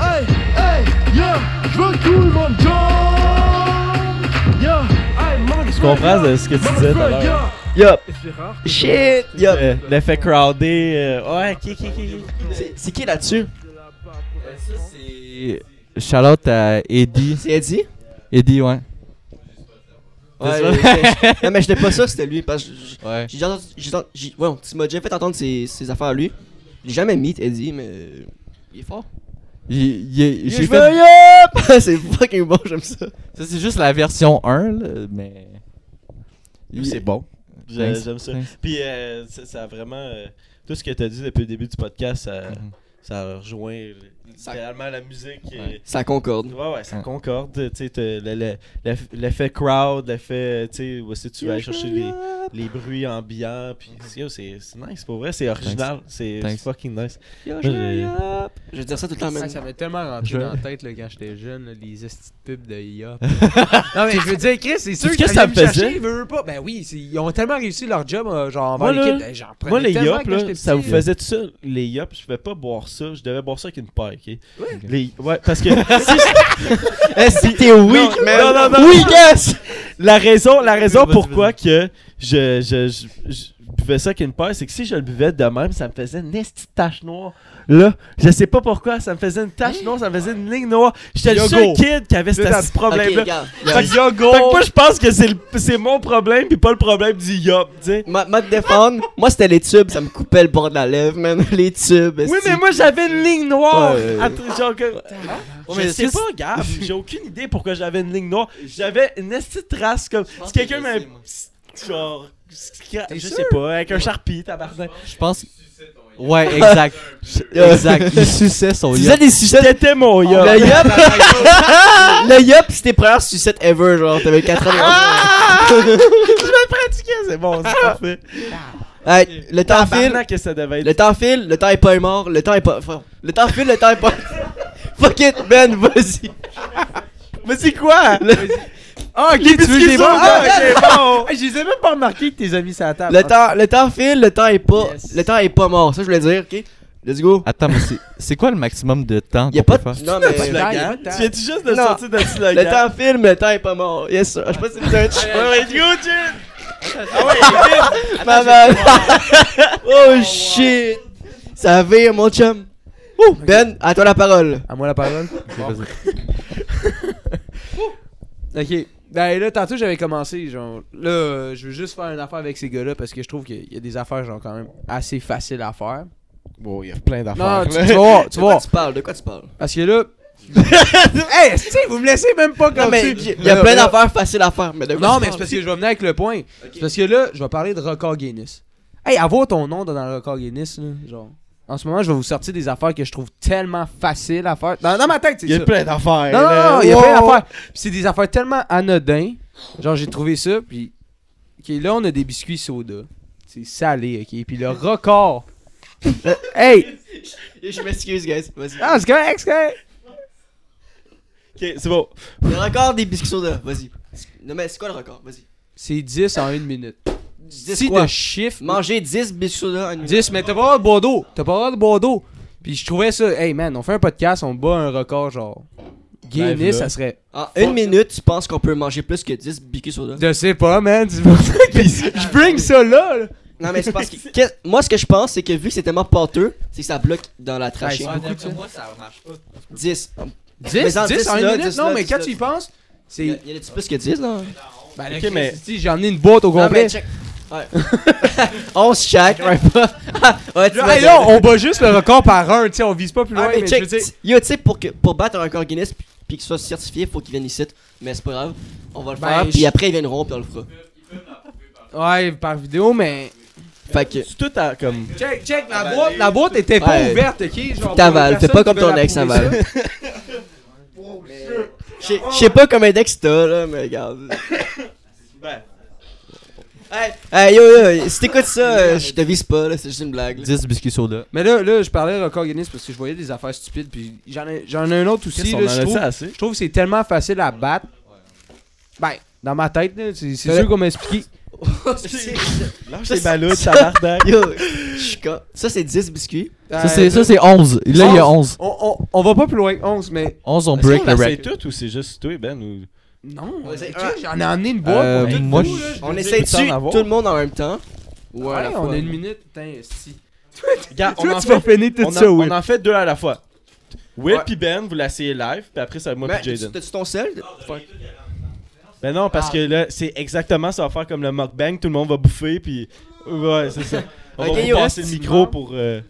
Speaker 7: Hey, hey, yeah. Je veux que tout le monde jump, yeah. Hey, maman, je
Speaker 1: Tu comprends euh, ce que tu disais tout à l'heure?
Speaker 3: Yup.
Speaker 7: Et c'est rare.
Speaker 3: Shit. Yup.
Speaker 1: Euh, L'effet crowdé. euh, ouais, ok, ok, ok, ok.
Speaker 3: C'est c'est qui là-dessus?
Speaker 4: C'est. Shout out à Eddie.
Speaker 3: C'est Eddie?
Speaker 4: Eddie, ouais.
Speaker 3: Ouais,
Speaker 1: ça?
Speaker 3: ouais, non, mais j'étais pas sûr que c'était lui parce que j-
Speaker 4: Ouais.
Speaker 3: j'ai déjà entendu- j'ai entendu- j'ai- ouais, tu m'as déjà fait entendre ses, ses affaires à lui. J'ai jamais mis Eddie, mais euh, il est fort.
Speaker 4: Il- il est- J'ai
Speaker 3: Je
Speaker 4: fait.
Speaker 3: veux yup! c'est fucking bon, j'aime ça.
Speaker 4: Ça, c'est juste la version 1, là, mais.
Speaker 1: Lui, c'est bon. J'ai-
Speaker 4: Thanks.
Speaker 1: J'aime ça.
Speaker 4: Thanks.
Speaker 1: Puis euh, ça, ça a vraiment. euh, tout ce que tu as dit depuis le début du podcast, ça,
Speaker 4: Mhm.
Speaker 1: ça rejoint littéralement la musique. et-
Speaker 4: Ouais.
Speaker 3: Ça concorde.
Speaker 1: Ouais, ouais, ça
Speaker 4: Ouais.
Speaker 1: concorde. Tu sais, t'as le- le- l'eff- l'effet crowd, l'effet. Tu sais, où est-ce que tu vas aller chercher les, les bruits ambiants. Puis c'est c'est- c'est nice, pour vrai. C'est original. C'est
Speaker 4: Thanks.
Speaker 1: fucking nice.
Speaker 3: Yo,
Speaker 1: Moi,
Speaker 3: je veux
Speaker 1: j'ai-
Speaker 3: yup! Je vais dire ça tout le temps,
Speaker 2: Ah,
Speaker 3: même.
Speaker 2: ça m'est tellement rentré
Speaker 4: Je-
Speaker 2: dans la tête là, quand j'étais jeune, là, les estis de pubs de IA. non, mais je veux dire, Chris, c'est sûr
Speaker 1: Qu'est-ce
Speaker 2: qu'ils
Speaker 1: que ça
Speaker 2: allaient me chercher,
Speaker 1: faisait?
Speaker 2: ils veulent pas. Ben oui, c'est- ils ont tellement réussi leur job, euh, genre
Speaker 1: Moi,
Speaker 2: envers
Speaker 1: là,
Speaker 2: l'équipe. eh, j'en prenais
Speaker 1: Moi, les
Speaker 2: tellement
Speaker 1: yops,
Speaker 2: quand
Speaker 1: là,
Speaker 2: j'étais
Speaker 1: ça vous
Speaker 2: petit. euh,
Speaker 1: faisait tout ça. Les yops, je pouvais pas boire ça. Je devais boire ça avec une paille, ok?
Speaker 2: Ouais.
Speaker 1: Les- ouais, parce que.
Speaker 3: Est-ce que Eh, t'es weak,
Speaker 1: Non,
Speaker 3: man?
Speaker 1: non, non, non.
Speaker 3: Weak eh! ass!
Speaker 1: La raison, la raison
Speaker 4: Vas-y,
Speaker 1: pourquoi que je, je, je, je buvais ça qu'une paire, c'est que si je le buvais de même, ça me faisait une esti de tache noire. Là, je sais pas pourquoi, ça me faisait une tache noire, ça me faisait une ligne noire. J'étais le
Speaker 2: Yogo.
Speaker 1: seul kid qui avait ce
Speaker 2: Là,
Speaker 1: ce problème-là.
Speaker 3: Ok, regarde.
Speaker 1: Fait que- fait que moi, je pense que c'est le- c'est mon problème, puis pas le problème du yop, tu sais.
Speaker 3: Ma, ma te défendre, moi c'était les tubes, ça me coupait le bord de la lèvre, man. Les tubes.
Speaker 1: Oui, mais moi, j'avais une ligne noire.
Speaker 3: Ouais.
Speaker 1: à tr- genre que-
Speaker 4: Ouais,
Speaker 1: je
Speaker 4: mais
Speaker 1: sais
Speaker 4: est-ce que
Speaker 1: pas, Gab, j'ai aucune idée pourquoi j'avais une ligne noire. J'avais une esti de trace comme. Si
Speaker 4: pense
Speaker 1: quelqu'un
Speaker 4: que je
Speaker 1: m'a.
Speaker 4: sais, moi.
Speaker 1: Genre. Je sais pas, avec un charpie, tabarnak.
Speaker 4: Je pense. Ouais, exact. exact. Il suçait son
Speaker 3: Tu faisais
Speaker 4: yacht.
Speaker 3: des sucettes.
Speaker 1: C'était mon yop.
Speaker 3: Le yup! le yup, c'était première sucette ever, genre, t'avais 4 ans.
Speaker 1: pratiquer, c'est bon, c'est parfait.
Speaker 3: Hey, le temps file,
Speaker 1: Tabarnak que ça devait être.
Speaker 3: le temps file, le temps est pas mort, le temps est pas. enfin, Le temps file, le temps est pas. Fuck it, man, vas-y.
Speaker 1: Mais c'est quoi?
Speaker 2: Ah, ok, tu
Speaker 3: Les
Speaker 2: veux que
Speaker 3: biscuits
Speaker 2: j'ai
Speaker 3: sont
Speaker 2: bon.
Speaker 3: là.
Speaker 2: Ah,
Speaker 1: c'est bon!
Speaker 2: Je les ai même pas remarqué que tes amis sur la table.
Speaker 3: Le temps, le temps file, le temps est pas.
Speaker 2: Yes.
Speaker 3: Le temps est pas mort, ça je voulais dire, ok? Let's go.
Speaker 4: Attends, mais c'est- c'est quoi le maximum de temps
Speaker 3: Y a
Speaker 4: qu'on
Speaker 3: pas
Speaker 4: peut
Speaker 3: de.
Speaker 4: faire?
Speaker 3: Non,
Speaker 1: Tu
Speaker 3: mais.
Speaker 2: temps, y a
Speaker 1: viens
Speaker 2: Euh, pas de temps.
Speaker 1: hein? tu juste de
Speaker 3: Non.
Speaker 1: sortir de
Speaker 3: Le
Speaker 1: slogan.
Speaker 3: temps file, mais le temps est pas mort. Yes, sir. Je sais pas si c'est un ch-
Speaker 1: Ouais, ouais, go, Jin!
Speaker 2: Ah,
Speaker 3: Maman. oh shit. Ça vire, mon chum. Ouh, ben, à toi la parole.
Speaker 2: À moi la parole. Bon. ok. Ben là, tantôt j'avais commencé, genre, là, euh, je veux juste faire une affaire avec ces gars-là parce que je trouve qu'il y a des affaires, genre, quand même assez faciles à faire.
Speaker 1: Bon, y'a plein
Speaker 2: Non, tu, tu vas voir, tu
Speaker 3: De
Speaker 2: vas
Speaker 3: quoi
Speaker 2: voir.
Speaker 3: tu parles? De quoi tu parles?
Speaker 2: Parce que là. hey, tu sais, vous me laissez même pas
Speaker 3: Non,
Speaker 2: comme
Speaker 3: mais il y a plein d'affaires faciles à faire, mais de quoi
Speaker 2: Non,
Speaker 3: tu
Speaker 2: mais c'est
Speaker 3: parles?
Speaker 2: parce que je vais venir avec le point. C'est parce que là, je vais parler de record Guinness. Hey, avoir ton nom dans le record Guinness, là, genre. En ce moment, je vais vous sortir des affaires que je trouve tellement faciles à faire. Dans, dans ma tête, c'est ça. Oh,
Speaker 1: Y'a plein d'affaires.
Speaker 2: Non, non,
Speaker 1: là.
Speaker 2: non, il y a
Speaker 1: Wow.
Speaker 2: plein d'affaires. Puis c'est des affaires tellement anodines. Genre, j'ai trouvé ça, puis... OK, là, on a des biscuits soda. C'est salé, OK? Puis le record... Euh, hey!
Speaker 3: Je m'excuse, guys. Vas-y.
Speaker 2: Ah, c'est correct, c'est correct!
Speaker 1: Ok, c'est bon.
Speaker 3: Le record des biscuits soda. Vas-y. Non, mais c'est quoi le record? Vas-y.
Speaker 2: C'est 10 en une minute.
Speaker 3: Dis
Speaker 2: Si
Speaker 3: quoi?
Speaker 2: de chiffre...
Speaker 3: Manger 10 biscuits soda en une minute.
Speaker 2: 10, mais t'as pas le droit de boire d'eau. T'as pas le droit de boire d'eau. Puis je trouvais ça... Hey, man, on fait un podcast, on bat un record, genre...
Speaker 1: Live,
Speaker 2: Guinness,
Speaker 1: là.
Speaker 2: ça serait...
Speaker 3: En une minute, tu penses qu'on peut manger plus que 10 biscuits soda?
Speaker 2: Je sais pas, man. c'est pour ça que Je bring ça là, là.
Speaker 3: Non, mais c'est parce que. qu'est- Moi, ce que je pense, c'est que vu que c'est tellement pâteux, c'est que ça bloque dans la trachée.
Speaker 2: Ouais, beaucoup de
Speaker 4: moi, ça marche pas.
Speaker 3: 10.
Speaker 2: 10,
Speaker 3: Mais en
Speaker 2: 10
Speaker 3: 10
Speaker 2: en une
Speaker 3: là,
Speaker 2: minute?
Speaker 3: 10
Speaker 2: non,
Speaker 3: là,
Speaker 2: mais
Speaker 3: 10
Speaker 2: quand
Speaker 3: là.
Speaker 2: tu y penses,
Speaker 3: Y
Speaker 2: c'est...
Speaker 3: a- y en a-tu plus que 10 là?
Speaker 2: Ben,
Speaker 1: Ok,
Speaker 2: ok,
Speaker 1: mais-
Speaker 2: mais. Si j'en ai une boîte au complet.
Speaker 3: Ouais. 11 chaque, ouais, pas. ouais, tu
Speaker 2: Là,
Speaker 3: vas
Speaker 2: hey,
Speaker 3: dire-
Speaker 2: là, on bat juste le record par un, tu sais, on vise pas plus loin,
Speaker 3: Ah, mais
Speaker 2: mais,
Speaker 3: check,
Speaker 2: je veux dire.
Speaker 3: t- Yo, tu sais, pour, que- pour battre un record Guinness puis, puis qu'il soit certifié, faut qu'il vienne ici. Mais c'est pas grave, on va le
Speaker 2: Ben,
Speaker 3: faire.
Speaker 2: je-
Speaker 3: Puis après, ils viendront, puis on le fera.
Speaker 2: Ouais, par vidéo, mais. Ah, ben,
Speaker 3: Fait que.
Speaker 1: C'est tout à comme.
Speaker 2: Check, check, la boîte, la boîte était pas
Speaker 3: Ouais.
Speaker 2: ouverte, ok? Genre,
Speaker 3: T'avales,
Speaker 2: personne
Speaker 3: fais pas
Speaker 2: qui
Speaker 3: comme
Speaker 2: veut
Speaker 3: ton
Speaker 2: la
Speaker 3: ex,
Speaker 2: prouver
Speaker 3: Aval. Oh, Je sais- je sais pas combien d'ex t'as là, mais regarde.
Speaker 1: Ben.
Speaker 3: Hey, hey, yo, yo, si t'écoutes ça, euh, je te vise pas, là, c'est juste une blague. là.
Speaker 4: 10 biscuits soda.
Speaker 2: Mais là, là, je parlais de record Guinness parce que je voyais des affaires stupides, puis j'en ai, j'en ai un autre aussi,
Speaker 1: Qu'est-ce
Speaker 2: là,
Speaker 1: qu'on en
Speaker 2: je
Speaker 1: a dit
Speaker 2: trouve.
Speaker 1: assez?
Speaker 2: Je trouve que c'est tellement facile à battre. Ben, dans ma tête, là, c'est c'est
Speaker 3: Ouais.
Speaker 2: sûr qu'on m'a expliqué.
Speaker 1: Lâche tes ballouts, tabarnak.
Speaker 3: Yo, je suis con. Ça, c'est 10 biscuits.
Speaker 4: Ça, c'est, ça, c'est 11. Là, il y a 11.
Speaker 2: Euh, On, on, on va pas plus loin que 11, mais.
Speaker 4: 11, on
Speaker 1: Est-ce
Speaker 4: break
Speaker 1: qu'on la
Speaker 4: the
Speaker 1: sait
Speaker 4: record.
Speaker 1: tout ou c'est juste toi, Ben ou...
Speaker 2: Non,
Speaker 3: Ouais, c'est-
Speaker 2: ok, j'en ai emmené une boîte.
Speaker 4: Euh,
Speaker 2: pour tout
Speaker 4: moi,
Speaker 2: le
Speaker 4: je-
Speaker 2: coup, là, je
Speaker 3: On
Speaker 2: veux
Speaker 3: essaie
Speaker 2: dire,
Speaker 3: dessus, tout le monde en même temps. Ouais,
Speaker 2: Ouais, on a une minute. Putain, si.
Speaker 1: Regarde,
Speaker 2: Toi, tu vas finir tout
Speaker 1: on,
Speaker 2: ça,
Speaker 1: en,
Speaker 2: Will.
Speaker 1: on en fait deux à la fois. Will
Speaker 2: Ouais.
Speaker 1: puis Ben, vous l'essayez live, puis après, ça va moi
Speaker 3: Ben,
Speaker 1: puis Jaden.
Speaker 3: T'as-tu ton sel?
Speaker 1: Ben non,
Speaker 3: Ah.
Speaker 1: parce que là, c'est exactement, ça va faire comme le mukbang, tout le monde va bouffer, puis... Ouais, c'est ça. On
Speaker 3: Ok,
Speaker 1: va vous
Speaker 3: yo,
Speaker 1: passer le
Speaker 3: est-ce que
Speaker 1: micro pour... euh,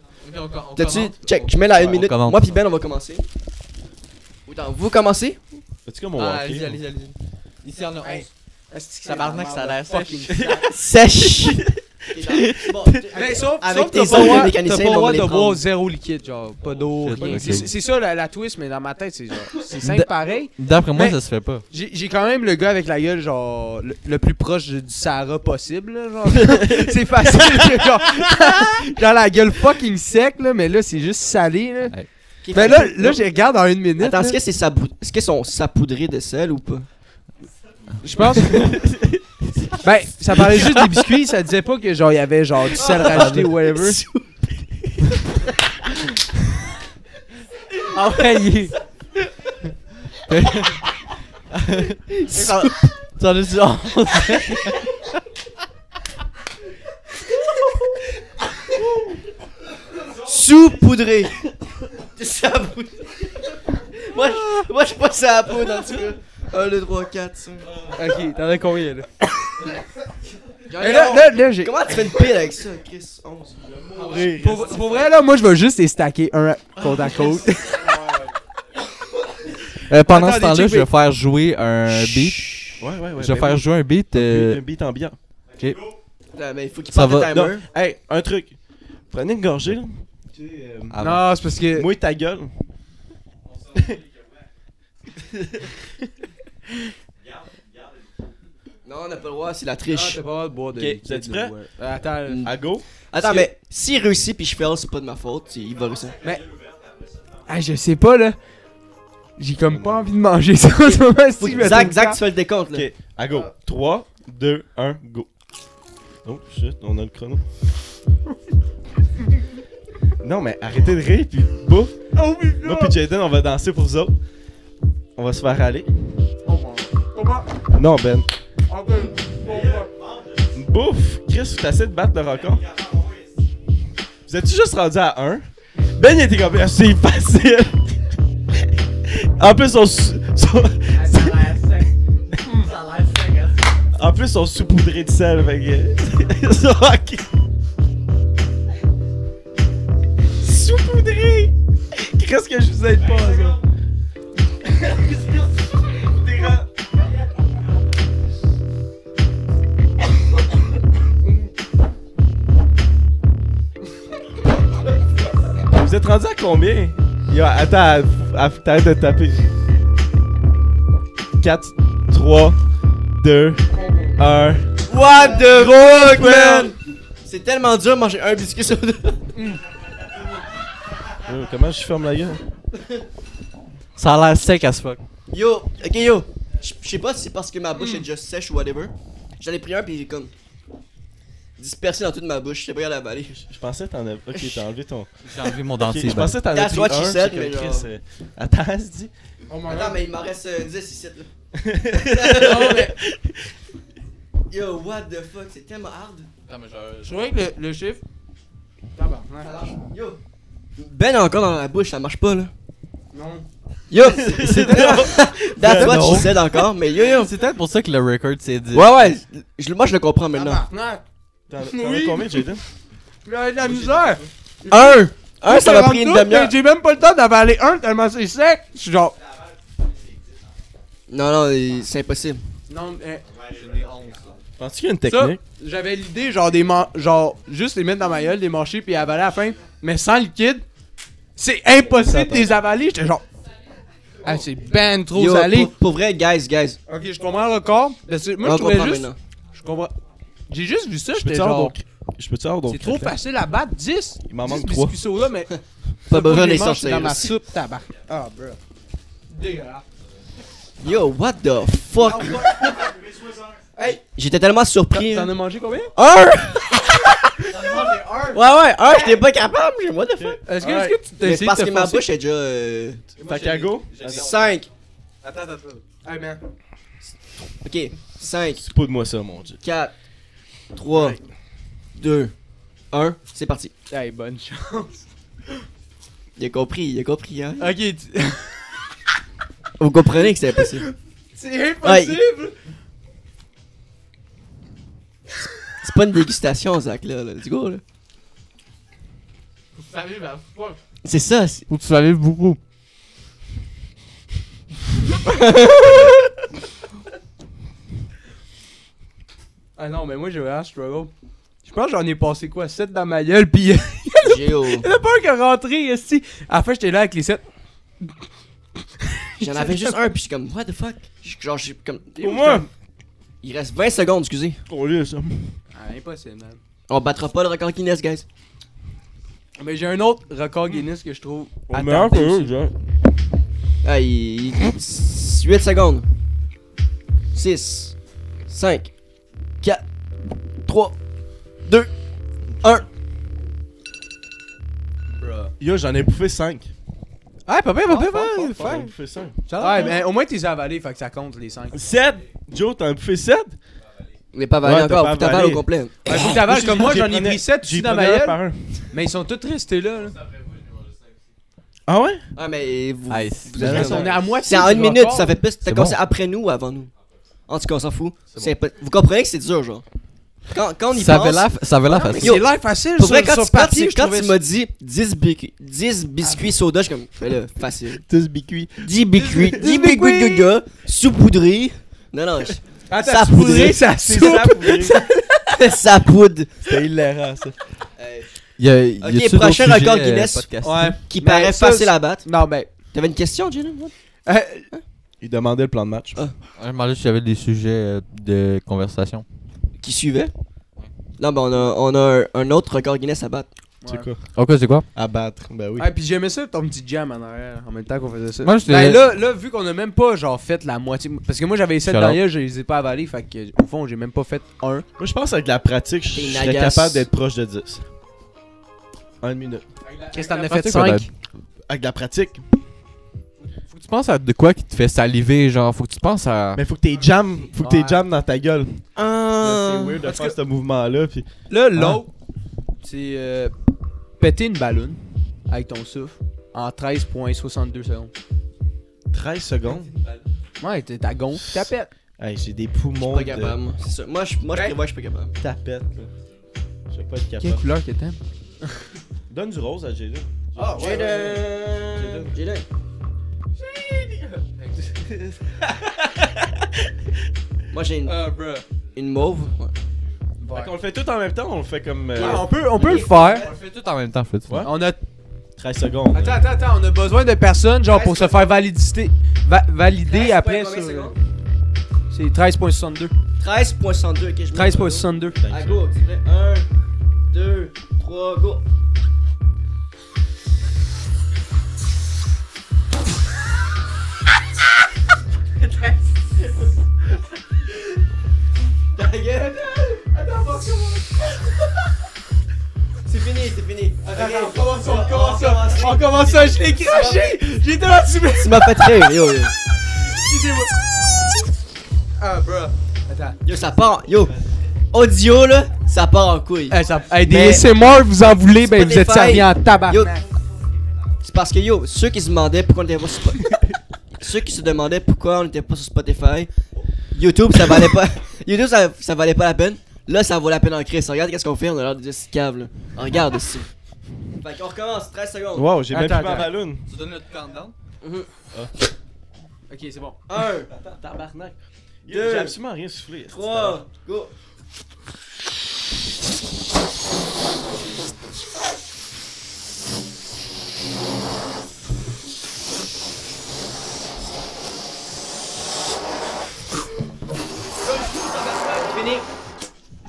Speaker 3: T'as-tu. Check, je mets la 1
Speaker 4: on
Speaker 3: minute.
Speaker 4: commence.
Speaker 3: Moi puis Ben, on va commencer. Autant, vous commencez?
Speaker 1: Fais-tu
Speaker 3: Ah,
Speaker 1: comme au hockey?
Speaker 2: allez.
Speaker 8: Ici, on a 11.
Speaker 2: Hey,
Speaker 8: Ça barnaque, ça a l'air sèche.
Speaker 3: Sèche! bon,
Speaker 2: Mais sauf,
Speaker 3: Avec
Speaker 2: sauf
Speaker 3: tes
Speaker 2: t'as pas
Speaker 3: ordres
Speaker 2: le droit-
Speaker 3: mécaniciens,
Speaker 2: t'as pas le
Speaker 3: on va
Speaker 2: droit
Speaker 3: les
Speaker 2: de
Speaker 3: prendre.
Speaker 2: boire zéro liquide, genre, pas d'eau,
Speaker 4: Shit,
Speaker 2: rien.
Speaker 4: ok.
Speaker 2: C'est c'est ça la, la twist, mais dans ma tête, c'est genre, c'est simple
Speaker 4: Da-
Speaker 2: pareil.
Speaker 4: D'après moi,
Speaker 2: Mais-
Speaker 4: ça se fait pas.
Speaker 2: J'ai j'ai quand même le gars avec la gueule, genre, le, le plus proche du Sahara possible, là, genre. c'est facile, genre, genre, la gueule fucking sec, là, mais là, c'est juste salé, là. Mais là, là, je regarde en une minute.
Speaker 3: Attends,
Speaker 2: là.
Speaker 3: est-ce que c'est sa bou- est-ce que sont saupoudrés de sel ou pas?
Speaker 2: Je pense que- ben, ça parlait juste des biscuits, ça disait pas que genre il y avait genre du sel rajouté ou whatever. ah ouais, il est-
Speaker 4: T'en as dit 11.
Speaker 3: Saupoudré! Saupoudré! moi, je- moi, je passe à la poudre en tout cas. 1, 2, 3, 4, 5.
Speaker 2: OK, t'en as combien là Mais Ben là, là, là, j'ai
Speaker 3: Comment tu fais une pile avec ça, Chris? 11.
Speaker 2: pour, pour vrai là, moi je vais juste les stacker un côte à côte.
Speaker 4: Euh, pendant
Speaker 2: Attendez,
Speaker 4: ce temps-là,
Speaker 2: check,
Speaker 4: je vais
Speaker 2: wait.
Speaker 4: faire jouer un beat.
Speaker 1: Ouais, ouais, ouais.
Speaker 4: Je vais
Speaker 1: ben
Speaker 4: faire
Speaker 1: oui.
Speaker 4: jouer un beat. euh,
Speaker 1: Un beat ambiant.
Speaker 3: Là, mais il faut qu'il
Speaker 4: Ça
Speaker 3: parte le
Speaker 4: va-
Speaker 3: timer.
Speaker 1: Hey, un truc. Prenez une gorgée, là. Tu sais, euh,
Speaker 4: avant.
Speaker 2: non, c'est parce que
Speaker 1: Mouille ta gueule.
Speaker 3: Non, on n'a pas le droit, c'est la triche.
Speaker 2: pas mal de boire de
Speaker 1: Ok,
Speaker 2: liquide,
Speaker 1: vous êtes prêts?
Speaker 2: là, ouais. Attends. là.
Speaker 1: À go.
Speaker 3: Attends, mais s'il réussit puis je fail, c'est pas de ma faute, il va réussir.
Speaker 2: Ah, je sais pas là. J'ai comme pas envie de manger ça en ce moment, si je me
Speaker 3: Zach,
Speaker 2: tourne
Speaker 3: Zach,
Speaker 2: pas.
Speaker 3: tu fais le décompte là.
Speaker 1: Ok, à go. 3, 2, 1, go. Oh shit, on a le chrono. non, mais arrêtez de rire, puis bouf.
Speaker 2: Oh my
Speaker 1: Moi, puis Jaden, on va danser pour vous autres. On va se faire aller. Non, Ben. Bouf! Chris, tu essaies de battre le record. Vous êtes-tu juste rendu à 1? Ben, il était comme. Ah, C'est facile! en plus, on. s- son- En plus, on saupoudré de sel, fait que. C'est ok. Saupoudré! Qu'est-ce que je vous aide pas, ça? Des ra- Vous êtes rendu à combien? Yo, attends, à- à- t'arrêtes de taper. 4, 3, 2, 1.
Speaker 3: What the fuck, man? C'est tellement dur de manger un biscuit sur deux.
Speaker 1: Hum, Comment je ferme la gueule?
Speaker 4: Ça a l'air sec as fuck.
Speaker 3: Yo, ok yo, je je sais pas si c'est parce que ma bouche est déjà sèche ou whatever. J'en ai pris un puis j'ai comme dispersé dans toute ma bouche, j'étais pas capable d'avaler.
Speaker 1: Je pensais t'en avais. Ok, t'as enlevé ton.
Speaker 4: J'ai enlevé mon
Speaker 2: Ah,
Speaker 1: Ok,
Speaker 4: dentier.
Speaker 2: ben.
Speaker 4: ben.
Speaker 1: je pensais t'en avais
Speaker 3: That's
Speaker 1: pris
Speaker 3: what
Speaker 1: un.
Speaker 3: she
Speaker 1: c'est
Speaker 3: said,
Speaker 1: que
Speaker 3: mais genre-
Speaker 1: Chris, euh, Attends, elle se dit.
Speaker 2: Oh
Speaker 3: Attends, mais il m'en reste euh, 10 ici là. Yo, what the fuck, c'est tellement hard.
Speaker 2: Je trouvais que le, le chiffre. Tabarnak.
Speaker 3: Ça marche. Yo, Ben est encore dans la bouche, ça marche pas là.
Speaker 2: Non.
Speaker 3: Yo, c'est tellement. That's what she said encore, mais yo yo.
Speaker 4: C'est peut-être pour ça que le record c'est dit.
Speaker 3: Ouais ouais, je- moi je le comprends maintenant.
Speaker 2: Tabarnak.
Speaker 1: T'en t'en
Speaker 2: Oui.
Speaker 1: as combien, Jaden?
Speaker 2: Il a de la misère.
Speaker 3: Un, un, ça m'a
Speaker 2: rentre
Speaker 3: pris une
Speaker 2: tout,
Speaker 3: demi-heure.
Speaker 2: mais J'ai même pas le temps d'avaler un tellement c'est sec. Je suis genre.
Speaker 3: Non non, il- c'est impossible.
Speaker 2: Non, mais.
Speaker 1: Penses-tu qu'il y a une
Speaker 2: Ça,
Speaker 1: technique?
Speaker 2: j'avais l'idée, genre, des man- genre, juste les mettre dans ma gueule, les mâcher, puis avaler à la fin. Mais sans liquide, c'est impossible de les avaler. J'étais genre. Ah, c'est ben trop
Speaker 3: Yo,
Speaker 2: salé.
Speaker 3: pour, pour vrai, guys, guys.
Speaker 2: Ok, je comprends le record. Parce que moi, je
Speaker 3: on
Speaker 2: trouvais
Speaker 3: comprend
Speaker 2: juste.
Speaker 3: maintenant.
Speaker 2: Je comprends. J'ai juste vu ça,
Speaker 1: Je peux
Speaker 2: j'étais
Speaker 1: te avoir
Speaker 2: genre.
Speaker 1: d'autres. Je peux te avoir d'autres.
Speaker 2: C'est trop
Speaker 1: trucs, là?
Speaker 2: facile à battre 10.
Speaker 1: Il m'en
Speaker 2: 10
Speaker 1: manque trois.
Speaker 2: biscuits soda, mais.
Speaker 3: Pas besoin
Speaker 2: Je
Speaker 3: de les
Speaker 2: les mange
Speaker 3: sortir.
Speaker 2: dans ma soupe, tabac. Ah, bro. Dégueulasse.
Speaker 3: Yo, what the fuck? J'étais tellement surpris.
Speaker 2: T'en as mangé combien
Speaker 3: Un! Ouais, ouais, un, Ah, j'étais pas capable, j'ai what the fuck?
Speaker 2: Est-ce que,
Speaker 1: Ouais.
Speaker 2: est-ce que tu t'as
Speaker 3: Mais c'est
Speaker 2: essayé
Speaker 3: parce
Speaker 2: de
Speaker 3: que
Speaker 2: te
Speaker 3: ma
Speaker 2: forcer?
Speaker 3: bouche est déjà. Euh,
Speaker 1: Fait qu'à go.
Speaker 3: 5,
Speaker 8: Attends, attends, attends.
Speaker 2: Hey, man.
Speaker 3: ok, 5,
Speaker 1: C'est pas de moi ça, mon dieu.
Speaker 3: 4, 3, 2, 1, c'est parti.
Speaker 2: Hey, bonne chance.
Speaker 3: Il a compris, il a compris, hein?
Speaker 2: Ok, tu-
Speaker 3: Vous comprenez que c'était impossible.
Speaker 2: c'est impossible.
Speaker 3: C'est pas une dégustation, Zach, là, là. Let's go, là.
Speaker 8: Vous savez, ma
Speaker 2: hein.
Speaker 8: fuck.
Speaker 3: C'est ça, c'est-
Speaker 4: Ou tu savais beaucoup.
Speaker 2: Ah non, mais moi j'ai vraiment struggle. Je pense que j'en ai passé quoi 7 dans ma gueule, pis il
Speaker 3: Géo.
Speaker 2: y en a pas un qui est rentré, esti. À la fin, j'étais là avec les 7.
Speaker 3: J'en avais juste un, puis je suis comme, what the fuck? Je suis genre, je suis comme.
Speaker 1: Pour moi,
Speaker 3: Il reste 20 secondes, excusez.
Speaker 1: on lit ça.
Speaker 2: Ah, impossible, man.
Speaker 3: On battra pas le record Guinness, guys.
Speaker 2: Mais j'ai un autre record Guinness que je trouve.
Speaker 1: On meilleur que eux, genre.
Speaker 3: Ah, il. il- 8 secondes. 6, 5, 4, 3, 2, 1.
Speaker 1: Yo, j'en ai bouffé 5.
Speaker 2: Ah, papa, papa, papa,
Speaker 1: J'en ai
Speaker 2: faire.
Speaker 1: bouffé 5.
Speaker 2: Ouais, mais au moins t'es avalé, fait que ça compte les 5.
Speaker 1: 7! Joe, t'en as bouffé 7?
Speaker 3: On n'est pas avalé
Speaker 1: Ouais, t'as
Speaker 3: encore,
Speaker 1: pas
Speaker 3: faut t'avaler
Speaker 1: avalé.
Speaker 3: au complet.
Speaker 2: Ouais, Ben, faut que t'avales comme moi, j'en ai pris 7
Speaker 1: J'ai
Speaker 2: aussi dans ma
Speaker 1: pris un
Speaker 2: gueule.
Speaker 1: par un.
Speaker 2: Mais ils sont tous restés là. là.
Speaker 1: Ah ouais?
Speaker 3: Ah, mais vous.
Speaker 4: Ah, c'est-
Speaker 3: vous avez
Speaker 1: Ouais,
Speaker 3: raison.
Speaker 1: ouais.
Speaker 2: On est à moitié.
Speaker 3: c'est en
Speaker 2: du
Speaker 3: une minute,
Speaker 2: record.
Speaker 3: ça fait plus. T'as
Speaker 4: C'est
Speaker 3: commencé
Speaker 4: bon.
Speaker 3: après nous ou avant nous? En tout cas, on s'en fout. C'est pas- Vous comprenez que c'est dur, genre. Quand, quand on y
Speaker 4: Ça
Speaker 3: pense.
Speaker 4: avait l'air ça avait l'air facile.
Speaker 3: Yo,
Speaker 2: C'est l'air facile
Speaker 3: Pour
Speaker 2: sur,
Speaker 3: vrai, quand,
Speaker 2: sur
Speaker 3: tu, quand,
Speaker 2: papier,
Speaker 3: tu-
Speaker 2: je
Speaker 3: quand
Speaker 2: trouvais
Speaker 3: tu
Speaker 2: ça- Ah.
Speaker 3: m'as dit 10, bic- 10 biscuits soda, je suis comme, ben là, facile.
Speaker 1: 10 bicuits.
Speaker 3: 10 biscuits, 10 biscuits de gars, saupoudré. Non, non, je-
Speaker 2: Attends,
Speaker 3: ça
Speaker 2: tu pourrais-
Speaker 3: pourrait-
Speaker 2: ça
Speaker 1: C'est
Speaker 2: soupe.
Speaker 1: ça, oui.
Speaker 3: ça poudre.
Speaker 1: C'était hilarant, ça.
Speaker 4: Y a, y
Speaker 3: Ok,
Speaker 4: a-tu d'autres
Speaker 3: prochain
Speaker 4: sujets,
Speaker 3: record
Speaker 4: euh,
Speaker 3: Guinness.
Speaker 4: podcast?
Speaker 2: Ouais.
Speaker 3: Qui
Speaker 2: Mais
Speaker 3: paraît
Speaker 2: ça,
Speaker 3: facile
Speaker 2: c'est-
Speaker 3: à battre.
Speaker 2: Non, ben.
Speaker 3: T'avais une question, Jalen?
Speaker 2: euh,
Speaker 1: Il demandait le plan de match.
Speaker 4: Je me demandais si j'avais des sujets euh, de conversation.
Speaker 3: Qui suivait? Non, ben on a, on a un, un autre record Guinness à battre.
Speaker 1: C'est quoi?
Speaker 4: Ok, c'est quoi
Speaker 1: À battre, ben oui.
Speaker 2: Ouais, puis j'aimais ça ton petit jam en arrière en même temps qu'on faisait ça.
Speaker 4: Moi, j'étais-
Speaker 2: Ben là, là, vu qu'on a même pas genre fait la moitié. Parce que moi j'avais 7
Speaker 4: Shout out.
Speaker 2: derrière, je les ai pas avalés, fait que au fond j'ai même pas fait un.
Speaker 1: Moi, je pense avec la pratique, je
Speaker 3: T'es
Speaker 1: je serais
Speaker 3: nagasse.
Speaker 1: capable d'être proche de 10. En une minute.
Speaker 2: Qu'est-ce que t'en as
Speaker 4: Fait
Speaker 2: fait 5
Speaker 1: Avec la pratique.
Speaker 4: Faut que tu penses à de quoi qui te fait saliver, genre, faut que tu penses à.
Speaker 1: Mais faut que t'es jam, faut que t'es
Speaker 2: Ouais.
Speaker 1: jam dans ta gueule.
Speaker 3: Ah.
Speaker 1: C'est weird de
Speaker 2: parce
Speaker 1: faire ce mouvement-là. Puis...
Speaker 2: Là, l'autre, c'est euh, péter une ballonne avec ton souffle en 13.62 secondes.
Speaker 1: 13 secondes.
Speaker 2: Ouais, t'es ta gonfle, t'as pète.
Speaker 1: Hey, j'ai des
Speaker 3: Je suis
Speaker 1: poumons
Speaker 3: pas
Speaker 1: de
Speaker 3: capable, moi. C'est ça. Moi, je, moi, je prévois que je suis pas capable.
Speaker 1: tapette. là. Je vais pas être
Speaker 2: Quelle
Speaker 1: capable.
Speaker 2: couleur que t'aimes
Speaker 1: Donne du rose à Jayden.
Speaker 3: Jalen! Jalen! Moi, j'ai une,
Speaker 2: Ah, bruh.
Speaker 3: une mauve. Ouais.
Speaker 1: Fait qu'on le fait tout en même temps, on le fait comme euh,
Speaker 2: on peut, on peut le faire.
Speaker 4: On le fait tout en même temps, fait.
Speaker 1: Ouais.
Speaker 2: On a
Speaker 1: 13 secondes.
Speaker 2: Attends, attends, attends, on a besoin de personnes genre pour se faire validister, va- valider après sur- euh, C'est 13.62.
Speaker 3: 13.62, ok, je mets
Speaker 2: 13.62.
Speaker 3: À go, tu fais 1, 2, 3, go. Ta gueule! Attends, C'est fini, c'est fini. Attends, on commence, on commence,
Speaker 2: On commence ça, je l'ai craché! J'ai tellement subir!
Speaker 3: Tu m'as pas rire, yo, yo.
Speaker 2: Excusez-moi! Ah, bro. Attends.
Speaker 3: Yo, ça part, yo. Audio, là, ça part en couille.
Speaker 2: Hey, Eh, ça, hey, des
Speaker 3: Mais-
Speaker 2: ASMR, vous en voulez, ben vous
Speaker 3: Spotify.
Speaker 2: êtes servis en tabac.
Speaker 3: Yo, c'est parce que yo, ceux qui se demandaient pourquoi on était pas sur Spotify, ceux qui se demandaient pourquoi on était pas sur Spotify, YouTube ça valait pas, YouTube ça, ça valait pas la peine. Là, ça vaut la peine en crise. Regarde qu'est-ce qu'on fait, on a l'air de dire cave là. Regarde ici. Fait qu'on recommence, 13 secondes.
Speaker 1: Wow, j'ai même
Speaker 2: Attends,
Speaker 1: plus ma
Speaker 2: attends.
Speaker 1: ballon.
Speaker 8: Tu donnes le countdown?
Speaker 2: Ok, c'est bon.
Speaker 3: 1,
Speaker 1: Tabarnak.
Speaker 3: Deux.
Speaker 1: J'ai absolument rien soufflé.
Speaker 3: 3, go.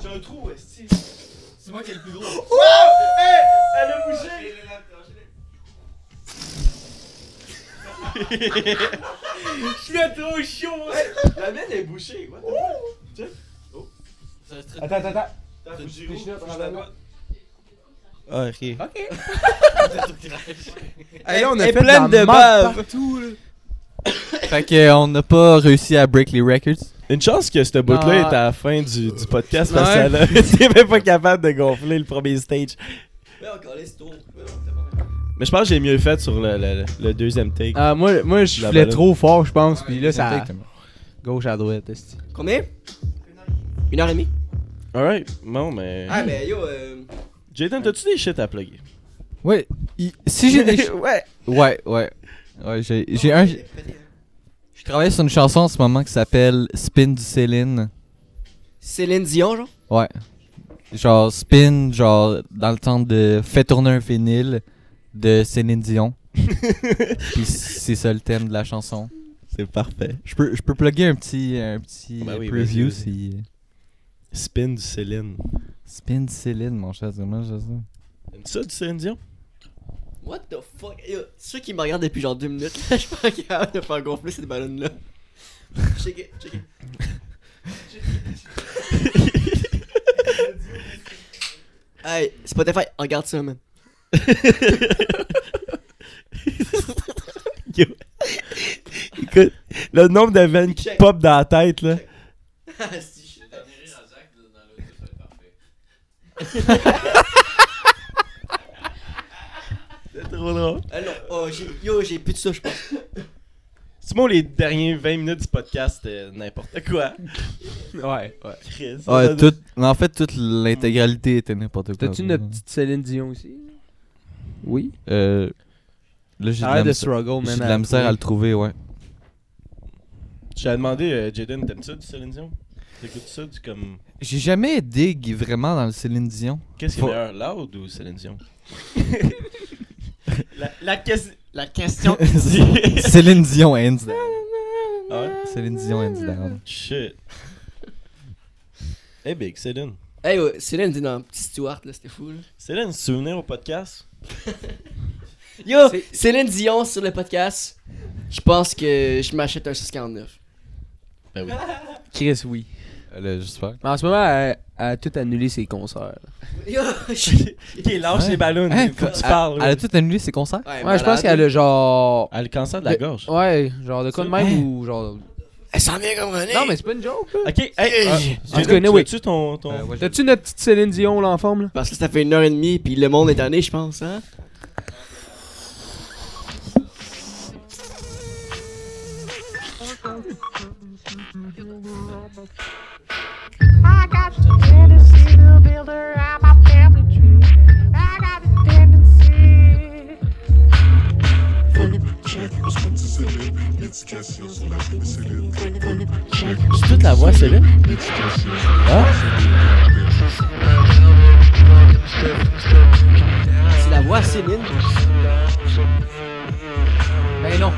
Speaker 1: J'ai un trou, esti.
Speaker 8: C'est moi qui ai le plus gros.
Speaker 1: Elle a bougé.
Speaker 2: Je suis trop chaud!
Speaker 1: La mienne est bouchée. What the fuck?
Speaker 2: Attends, attends, attends.
Speaker 8: Attends, faut que j'y
Speaker 2: Tes
Speaker 8: roule,
Speaker 2: chenottes,
Speaker 8: faut que je
Speaker 2: prends-la.
Speaker 8: la-
Speaker 1: Ah, ok.
Speaker 2: Hey, là, on
Speaker 3: Elle est
Speaker 2: fait
Speaker 3: pleine
Speaker 2: la
Speaker 3: de
Speaker 2: merde
Speaker 3: bave.
Speaker 2: partout, là.
Speaker 4: Fait qu'on n'a pas réussi à break les records.
Speaker 1: Une chance que ce bout-là
Speaker 2: Ah.
Speaker 1: est à la fin du, du podcast parce que
Speaker 2: Ouais.
Speaker 1: elle a- t'es même pas capable de gonfler le premier stage.
Speaker 3: Mais encore les tours.
Speaker 1: Mais je pense que j'ai mieux fait sur le, le- le deuxième take.
Speaker 2: Ah, moi, moi je
Speaker 1: La
Speaker 2: filais
Speaker 1: ballonne.
Speaker 2: trop fort, je pense. Puis là, ça.
Speaker 4: Exactement.
Speaker 2: Gauche à droite, esti.
Speaker 3: Combien Une heure et demie.
Speaker 1: Alright, bon, mais.
Speaker 3: Ah, mais yo, euh,
Speaker 1: Jaden, t'as-tu des shit à plugger
Speaker 4: Ouais. i- Si j'ai des. ouais. Ouais, ouais. Ouais, j'ai j'ai un.
Speaker 3: hein.
Speaker 4: Je travaille sur une chanson en ce moment qui s'appelle Spin du Céline.
Speaker 3: Céline Dion, genre.
Speaker 4: Ouais. Genre spin, genre dans le temps de fait tourner un vinyle de Céline Dion. Puis c'est ça le thème de la chanson.
Speaker 1: C'est parfait.
Speaker 4: Je peux je peux plugger un petit un petit
Speaker 1: Ah bah oui,
Speaker 4: preview
Speaker 1: vas-y,
Speaker 4: si
Speaker 1: Spin du Céline.
Speaker 4: spin Céline mon cher, c'est vraiment ça.
Speaker 1: T'aimes ça du Céline Dion
Speaker 3: What the fuck Yo, ceux qui me regardent depuis genre 2 minutes, là, je suis pas capable de faire gonfler cette ballonne-là. Check it, check it. hey, Spotify, regarde ça, man.
Speaker 1: Yo. Écoute, le nombre de veines qui
Speaker 3: Check.
Speaker 1: pop dans la tête, là.
Speaker 3: Ah, si, je-
Speaker 1: C'est trop drôle.
Speaker 3: Ah non, oh, j'ai- yo, j'ai plus de ça, je pense.
Speaker 1: C'est moi, les derniers 20 minutes du podcast, c'était n'importe quoi.
Speaker 2: Ouais, ouais.
Speaker 1: Chris.
Speaker 4: Ouais, tout, en fait toute l'intégralité était n'importe quoi.
Speaker 2: T'as-tu notre petite Céline Dion aussi Oui.
Speaker 4: euh, là j'ai de la
Speaker 2: Arrête de
Speaker 4: misère-
Speaker 2: struggle, man.
Speaker 4: j'ai de la misère à le trouver, ouais.
Speaker 1: J'ai demandé, euh, Jaden, t'aimes ça du Céline Dion T'écoutes ça du comme.
Speaker 4: J'ai jamais dig vraiment dans le Céline Dion.
Speaker 1: Qu'est-ce qui est
Speaker 4: Faut-
Speaker 1: meilleur, Loud ou Céline Dion
Speaker 8: La, la, ques- la question.
Speaker 4: Céline Dion hands down.
Speaker 1: Ah ouais?
Speaker 4: Céline Dion hands down.
Speaker 1: Shit. Hey, Big, Céline.
Speaker 3: Hey, ouais, Céline dit dans un petit Stewart, là, c'était fou, là.
Speaker 1: Céline, tu te souvenais au podcast
Speaker 3: Yo,
Speaker 2: C'est-
Speaker 3: Céline Dion sur le podcast. Je pense que je m'achète un 649.
Speaker 1: Ben oui.
Speaker 2: Chris, oui.
Speaker 4: Euh, Là, j'espère.
Speaker 2: Mais en ce moment, elle, elle a tout annulé ses concerts.
Speaker 3: Yo, je-
Speaker 1: Ok, lâche
Speaker 4: Ouais.
Speaker 1: les ballons,
Speaker 4: Hein,
Speaker 1: faut que
Speaker 4: quoi?
Speaker 1: tu parles.
Speaker 4: Elle
Speaker 1: là.
Speaker 4: a tout annulé ses concerts?
Speaker 2: Ouais,
Speaker 3: malade.
Speaker 2: je pense qu'elle a genre.
Speaker 1: Elle a Ah, le cancer de la
Speaker 2: Le- Oh.
Speaker 1: gorge.
Speaker 2: Ouais, genre de quoi de
Speaker 1: Ça-
Speaker 2: même ou genre.
Speaker 3: Elle sent bien comme René.
Speaker 2: Non, mais c'est pas une joke, là.
Speaker 1: Ok, hey, hey,
Speaker 2: En tout
Speaker 1: Jaden,
Speaker 2: cas,
Speaker 1: tu
Speaker 2: anyway.
Speaker 1: as-tu ton. ton...
Speaker 4: Euh, ouais, j'ai-
Speaker 2: T'as-tu notre petite Céline Dion, là, en forme, là
Speaker 3: Parce que ça fait une heure et demie, puis le monde est tanné, je pense, hein?
Speaker 9: I got the tendency to build around my family tree. I got the tendency.
Speaker 1: J'ai toute la voix, Céline.
Speaker 3: C'est la voix Céline.
Speaker 2: Ben non.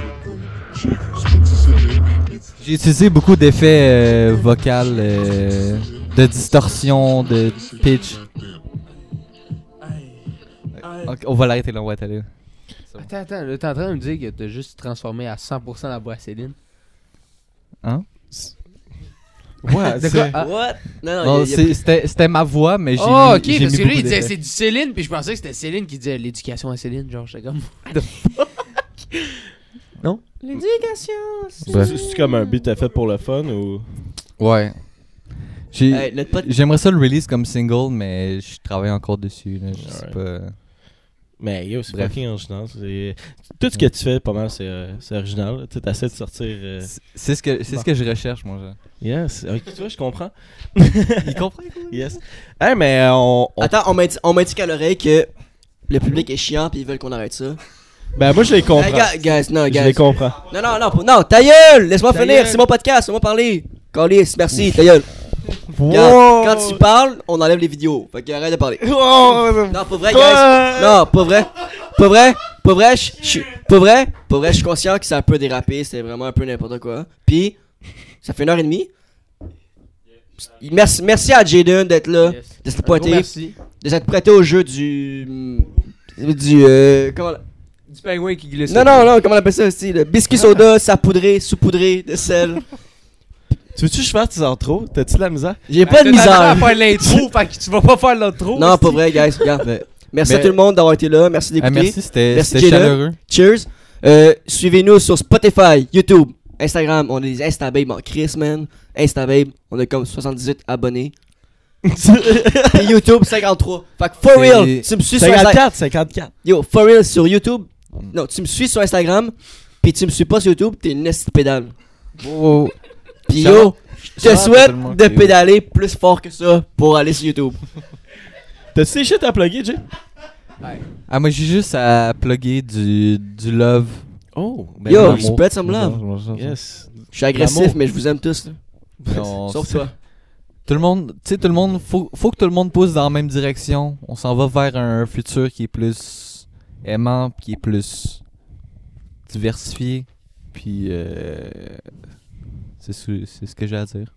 Speaker 4: J'ai utilisé beaucoup d'effets euh, vocaux, euh, de distorsion, de pitch. Ok, on va l'arrêter là, on va aller.
Speaker 2: Attends, attends, là, t'es en train de me dire que t'as juste transformé à 100% la voix à Céline.
Speaker 1: Ouais,
Speaker 2: De quoi Ah.
Speaker 3: What? Non, non,
Speaker 4: Non,
Speaker 3: il y a- il y
Speaker 4: c'est- C'était c'était ma voix, mais j'ai
Speaker 2: Oh,
Speaker 4: mis-
Speaker 2: ok,
Speaker 4: j'ai
Speaker 2: parce que lui,
Speaker 4: mis beaucoup
Speaker 2: il disait
Speaker 4: d'effets.
Speaker 2: c'est du Céline, puis je pensais que c'était Céline qui disait l'éducation à Céline, genre, j'étais comme.
Speaker 5: L'éducation.
Speaker 4: Ouais.
Speaker 1: C'est c'est comme un beat à fait pour le fun ou.
Speaker 4: Ouais. J'ai-
Speaker 3: a- Hey, notre pote-
Speaker 4: J'aimerais ça le release comme single, mais je travaille encore dessus. Là, je sais
Speaker 1: Alright.
Speaker 4: pas.
Speaker 1: Mais Ben, yo, c'est
Speaker 4: Bref.
Speaker 1: fucking original. c'est- Tout ce que tu fais, pas mal, c'est euh, c'est original. là. Tu sais, t'essaies de sortir. euh,
Speaker 4: C'est- C'est ce que c'est ce que je recherche, mon gars.
Speaker 1: Yes, ok, tu vois, je comprends.
Speaker 4: Il comprend.
Speaker 1: Yes. Hey, mais euh, on. on-
Speaker 3: Attends, on m'a dit- on m'indique à l'oreille que le public est chiant, puis ils veulent qu'on arrête ça.
Speaker 1: Ben, moi, je les
Speaker 3: Hey,
Speaker 1: comprends.
Speaker 3: gars, guys, non,
Speaker 1: Je
Speaker 3: guys.
Speaker 1: les comprends.
Speaker 3: Non, non, non, pas- non, ta gueule! Laisse-moi
Speaker 2: Ta
Speaker 3: finir,
Speaker 2: gueule.
Speaker 3: c'est mon podcast, laisse-moi parler. Calis, merci, ta gueule. Gars, Quand tu parles, on enlève les vidéos. Fait que arrête de parler. Non, pas vrai, guys. Non, pas vrai. Pas vrai. Pas vrai, je je suis. Pas vrai. Pas vrai, je suis conscient que ça a un peu dérapé. C'était vraiment un peu n'importe quoi. Puis, ça fait une heure et demie. Merci, merci à Jaden d'être
Speaker 4: Euh,
Speaker 3: là,
Speaker 2: Yes.
Speaker 3: de s'être
Speaker 2: Un gros
Speaker 3: pointé,
Speaker 2: merci.
Speaker 3: de s'être prêté au jeu du. Du. euh, comment.
Speaker 2: Du pingouin qui glisse.
Speaker 3: Non, non, non, comment on appelle ça aussi Le biscuit soda, saupoudré, saupoudré de sel.
Speaker 1: Tu veux-tu que je fasse tes intros? T'as-tu de la misère?
Speaker 3: J'ai
Speaker 2: Ben,
Speaker 3: pas de misère.
Speaker 2: faire l'intro, fait que tu vas pas faire l'intro.
Speaker 3: Non, pas vrai, guys. Regarde, mais- Merci
Speaker 4: Mais-
Speaker 3: à tout le monde d'avoir été là. Merci
Speaker 4: Ah,
Speaker 3: d'écouter.
Speaker 4: merci, c'était
Speaker 3: Merci,
Speaker 4: c'était
Speaker 3: Jada.
Speaker 4: chaleureux.
Speaker 3: Cheers. Euh, Suivez-nous sur Spotify, YouTube, Instagram. On est des Instababes en Chris, man. Instababe, on a comme 78 abonnés. Et YouTube, 53. Fait que for
Speaker 2: Et-
Speaker 3: real, tu me suis sur Instagram.
Speaker 1: 54, 54.
Speaker 3: Yo, for real, sur YouTube. Non, tu me suis sur Instagram, puis tu me suis pas sur YouTube, t'es une nest pédale.
Speaker 4: Oh,
Speaker 3: Puis
Speaker 4: Ça
Speaker 3: yo, je
Speaker 4: ça
Speaker 3: te
Speaker 4: va,
Speaker 3: souhaite
Speaker 4: tellement
Speaker 3: de
Speaker 4: que-
Speaker 3: pédaler plus fort que ça pour aller sur YouTube.
Speaker 1: T'as-tu des shit à plugger, Jay?
Speaker 4: Ah, moi, j'ai juste à plugger du, du love.
Speaker 1: Oh, ben
Speaker 3: Yo,
Speaker 4: l'amour.
Speaker 3: spread some love.
Speaker 1: Yes.
Speaker 3: Je suis agressif,
Speaker 1: L'amour.
Speaker 3: mais je vous aime tous. là.
Speaker 4: On-
Speaker 3: Sauf toi.
Speaker 4: Tout le monde, tu sais, tout le monde, faut, faut que tout le monde pousse dans la même direction. On s'en va vers un futur qui est plus aimant, puis qui est plus diversifié. Puis, euh, c'est ce, c'est ce que j'ai à dire.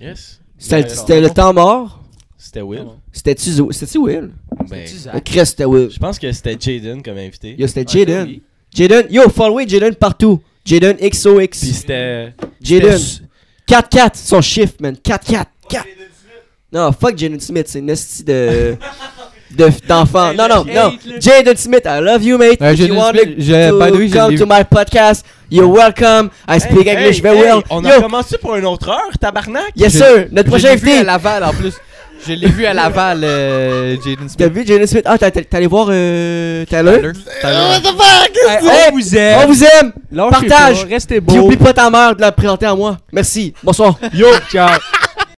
Speaker 1: Yes.
Speaker 3: C'était c'était le temps mort.
Speaker 1: C'était Will.
Speaker 3: Ah C'était-tu Zo- c'était-tu Will?
Speaker 1: Ben,
Speaker 3: Oh, Chris, c'était Will.
Speaker 1: je pense que c'était Jaden comme invité.
Speaker 3: Yo, c'était Bah, Jaden. Jaden, yo, follow Jaden partout. Jaden
Speaker 1: Puis
Speaker 3: XOX.
Speaker 1: c'était.
Speaker 3: Jaden.
Speaker 1: c'était-
Speaker 3: 4-4, son chiffre, man. 4-4. 4 Non, fuck Jaden Smith, c'est une esti de. de- d'enfant. Non, non, non. Jaden Smith, I love you, mate.
Speaker 4: Euh,
Speaker 3: If
Speaker 4: Jaden
Speaker 3: you want
Speaker 4: Smith, j'ai- by the way,
Speaker 3: to
Speaker 4: je
Speaker 3: come
Speaker 4: l'ai
Speaker 3: to
Speaker 4: vu.
Speaker 3: my podcast, you're welcome. I
Speaker 1: Hey,
Speaker 3: speak
Speaker 1: hey,
Speaker 3: English very
Speaker 1: hey,
Speaker 3: well.
Speaker 1: On a
Speaker 3: Yo,
Speaker 1: commencé pour une autre heure, tabarnak.
Speaker 3: yes,
Speaker 4: je-
Speaker 3: sir. Notre
Speaker 4: Je
Speaker 3: prochain
Speaker 4: l'ai vu à
Speaker 3: invité.
Speaker 4: Laval, en plus. Je l'ai vu à Laval, euh, Jaden
Speaker 3: T'as
Speaker 4: Smith.
Speaker 3: vu Jaden Smith? Ah, t'as- t'es t'es allé voir euh, Tyler?
Speaker 4: Tyler. Tyler.
Speaker 3: Hey,
Speaker 2: on vous aime.
Speaker 3: On vous aime.
Speaker 2: Lâchez
Speaker 3: Partage.
Speaker 2: pas, Restez
Speaker 3: Puis
Speaker 2: beaux.
Speaker 3: oublie pas ta mère de la présenter à moi. Merci. Bonsoir.
Speaker 2: Yo, ciao.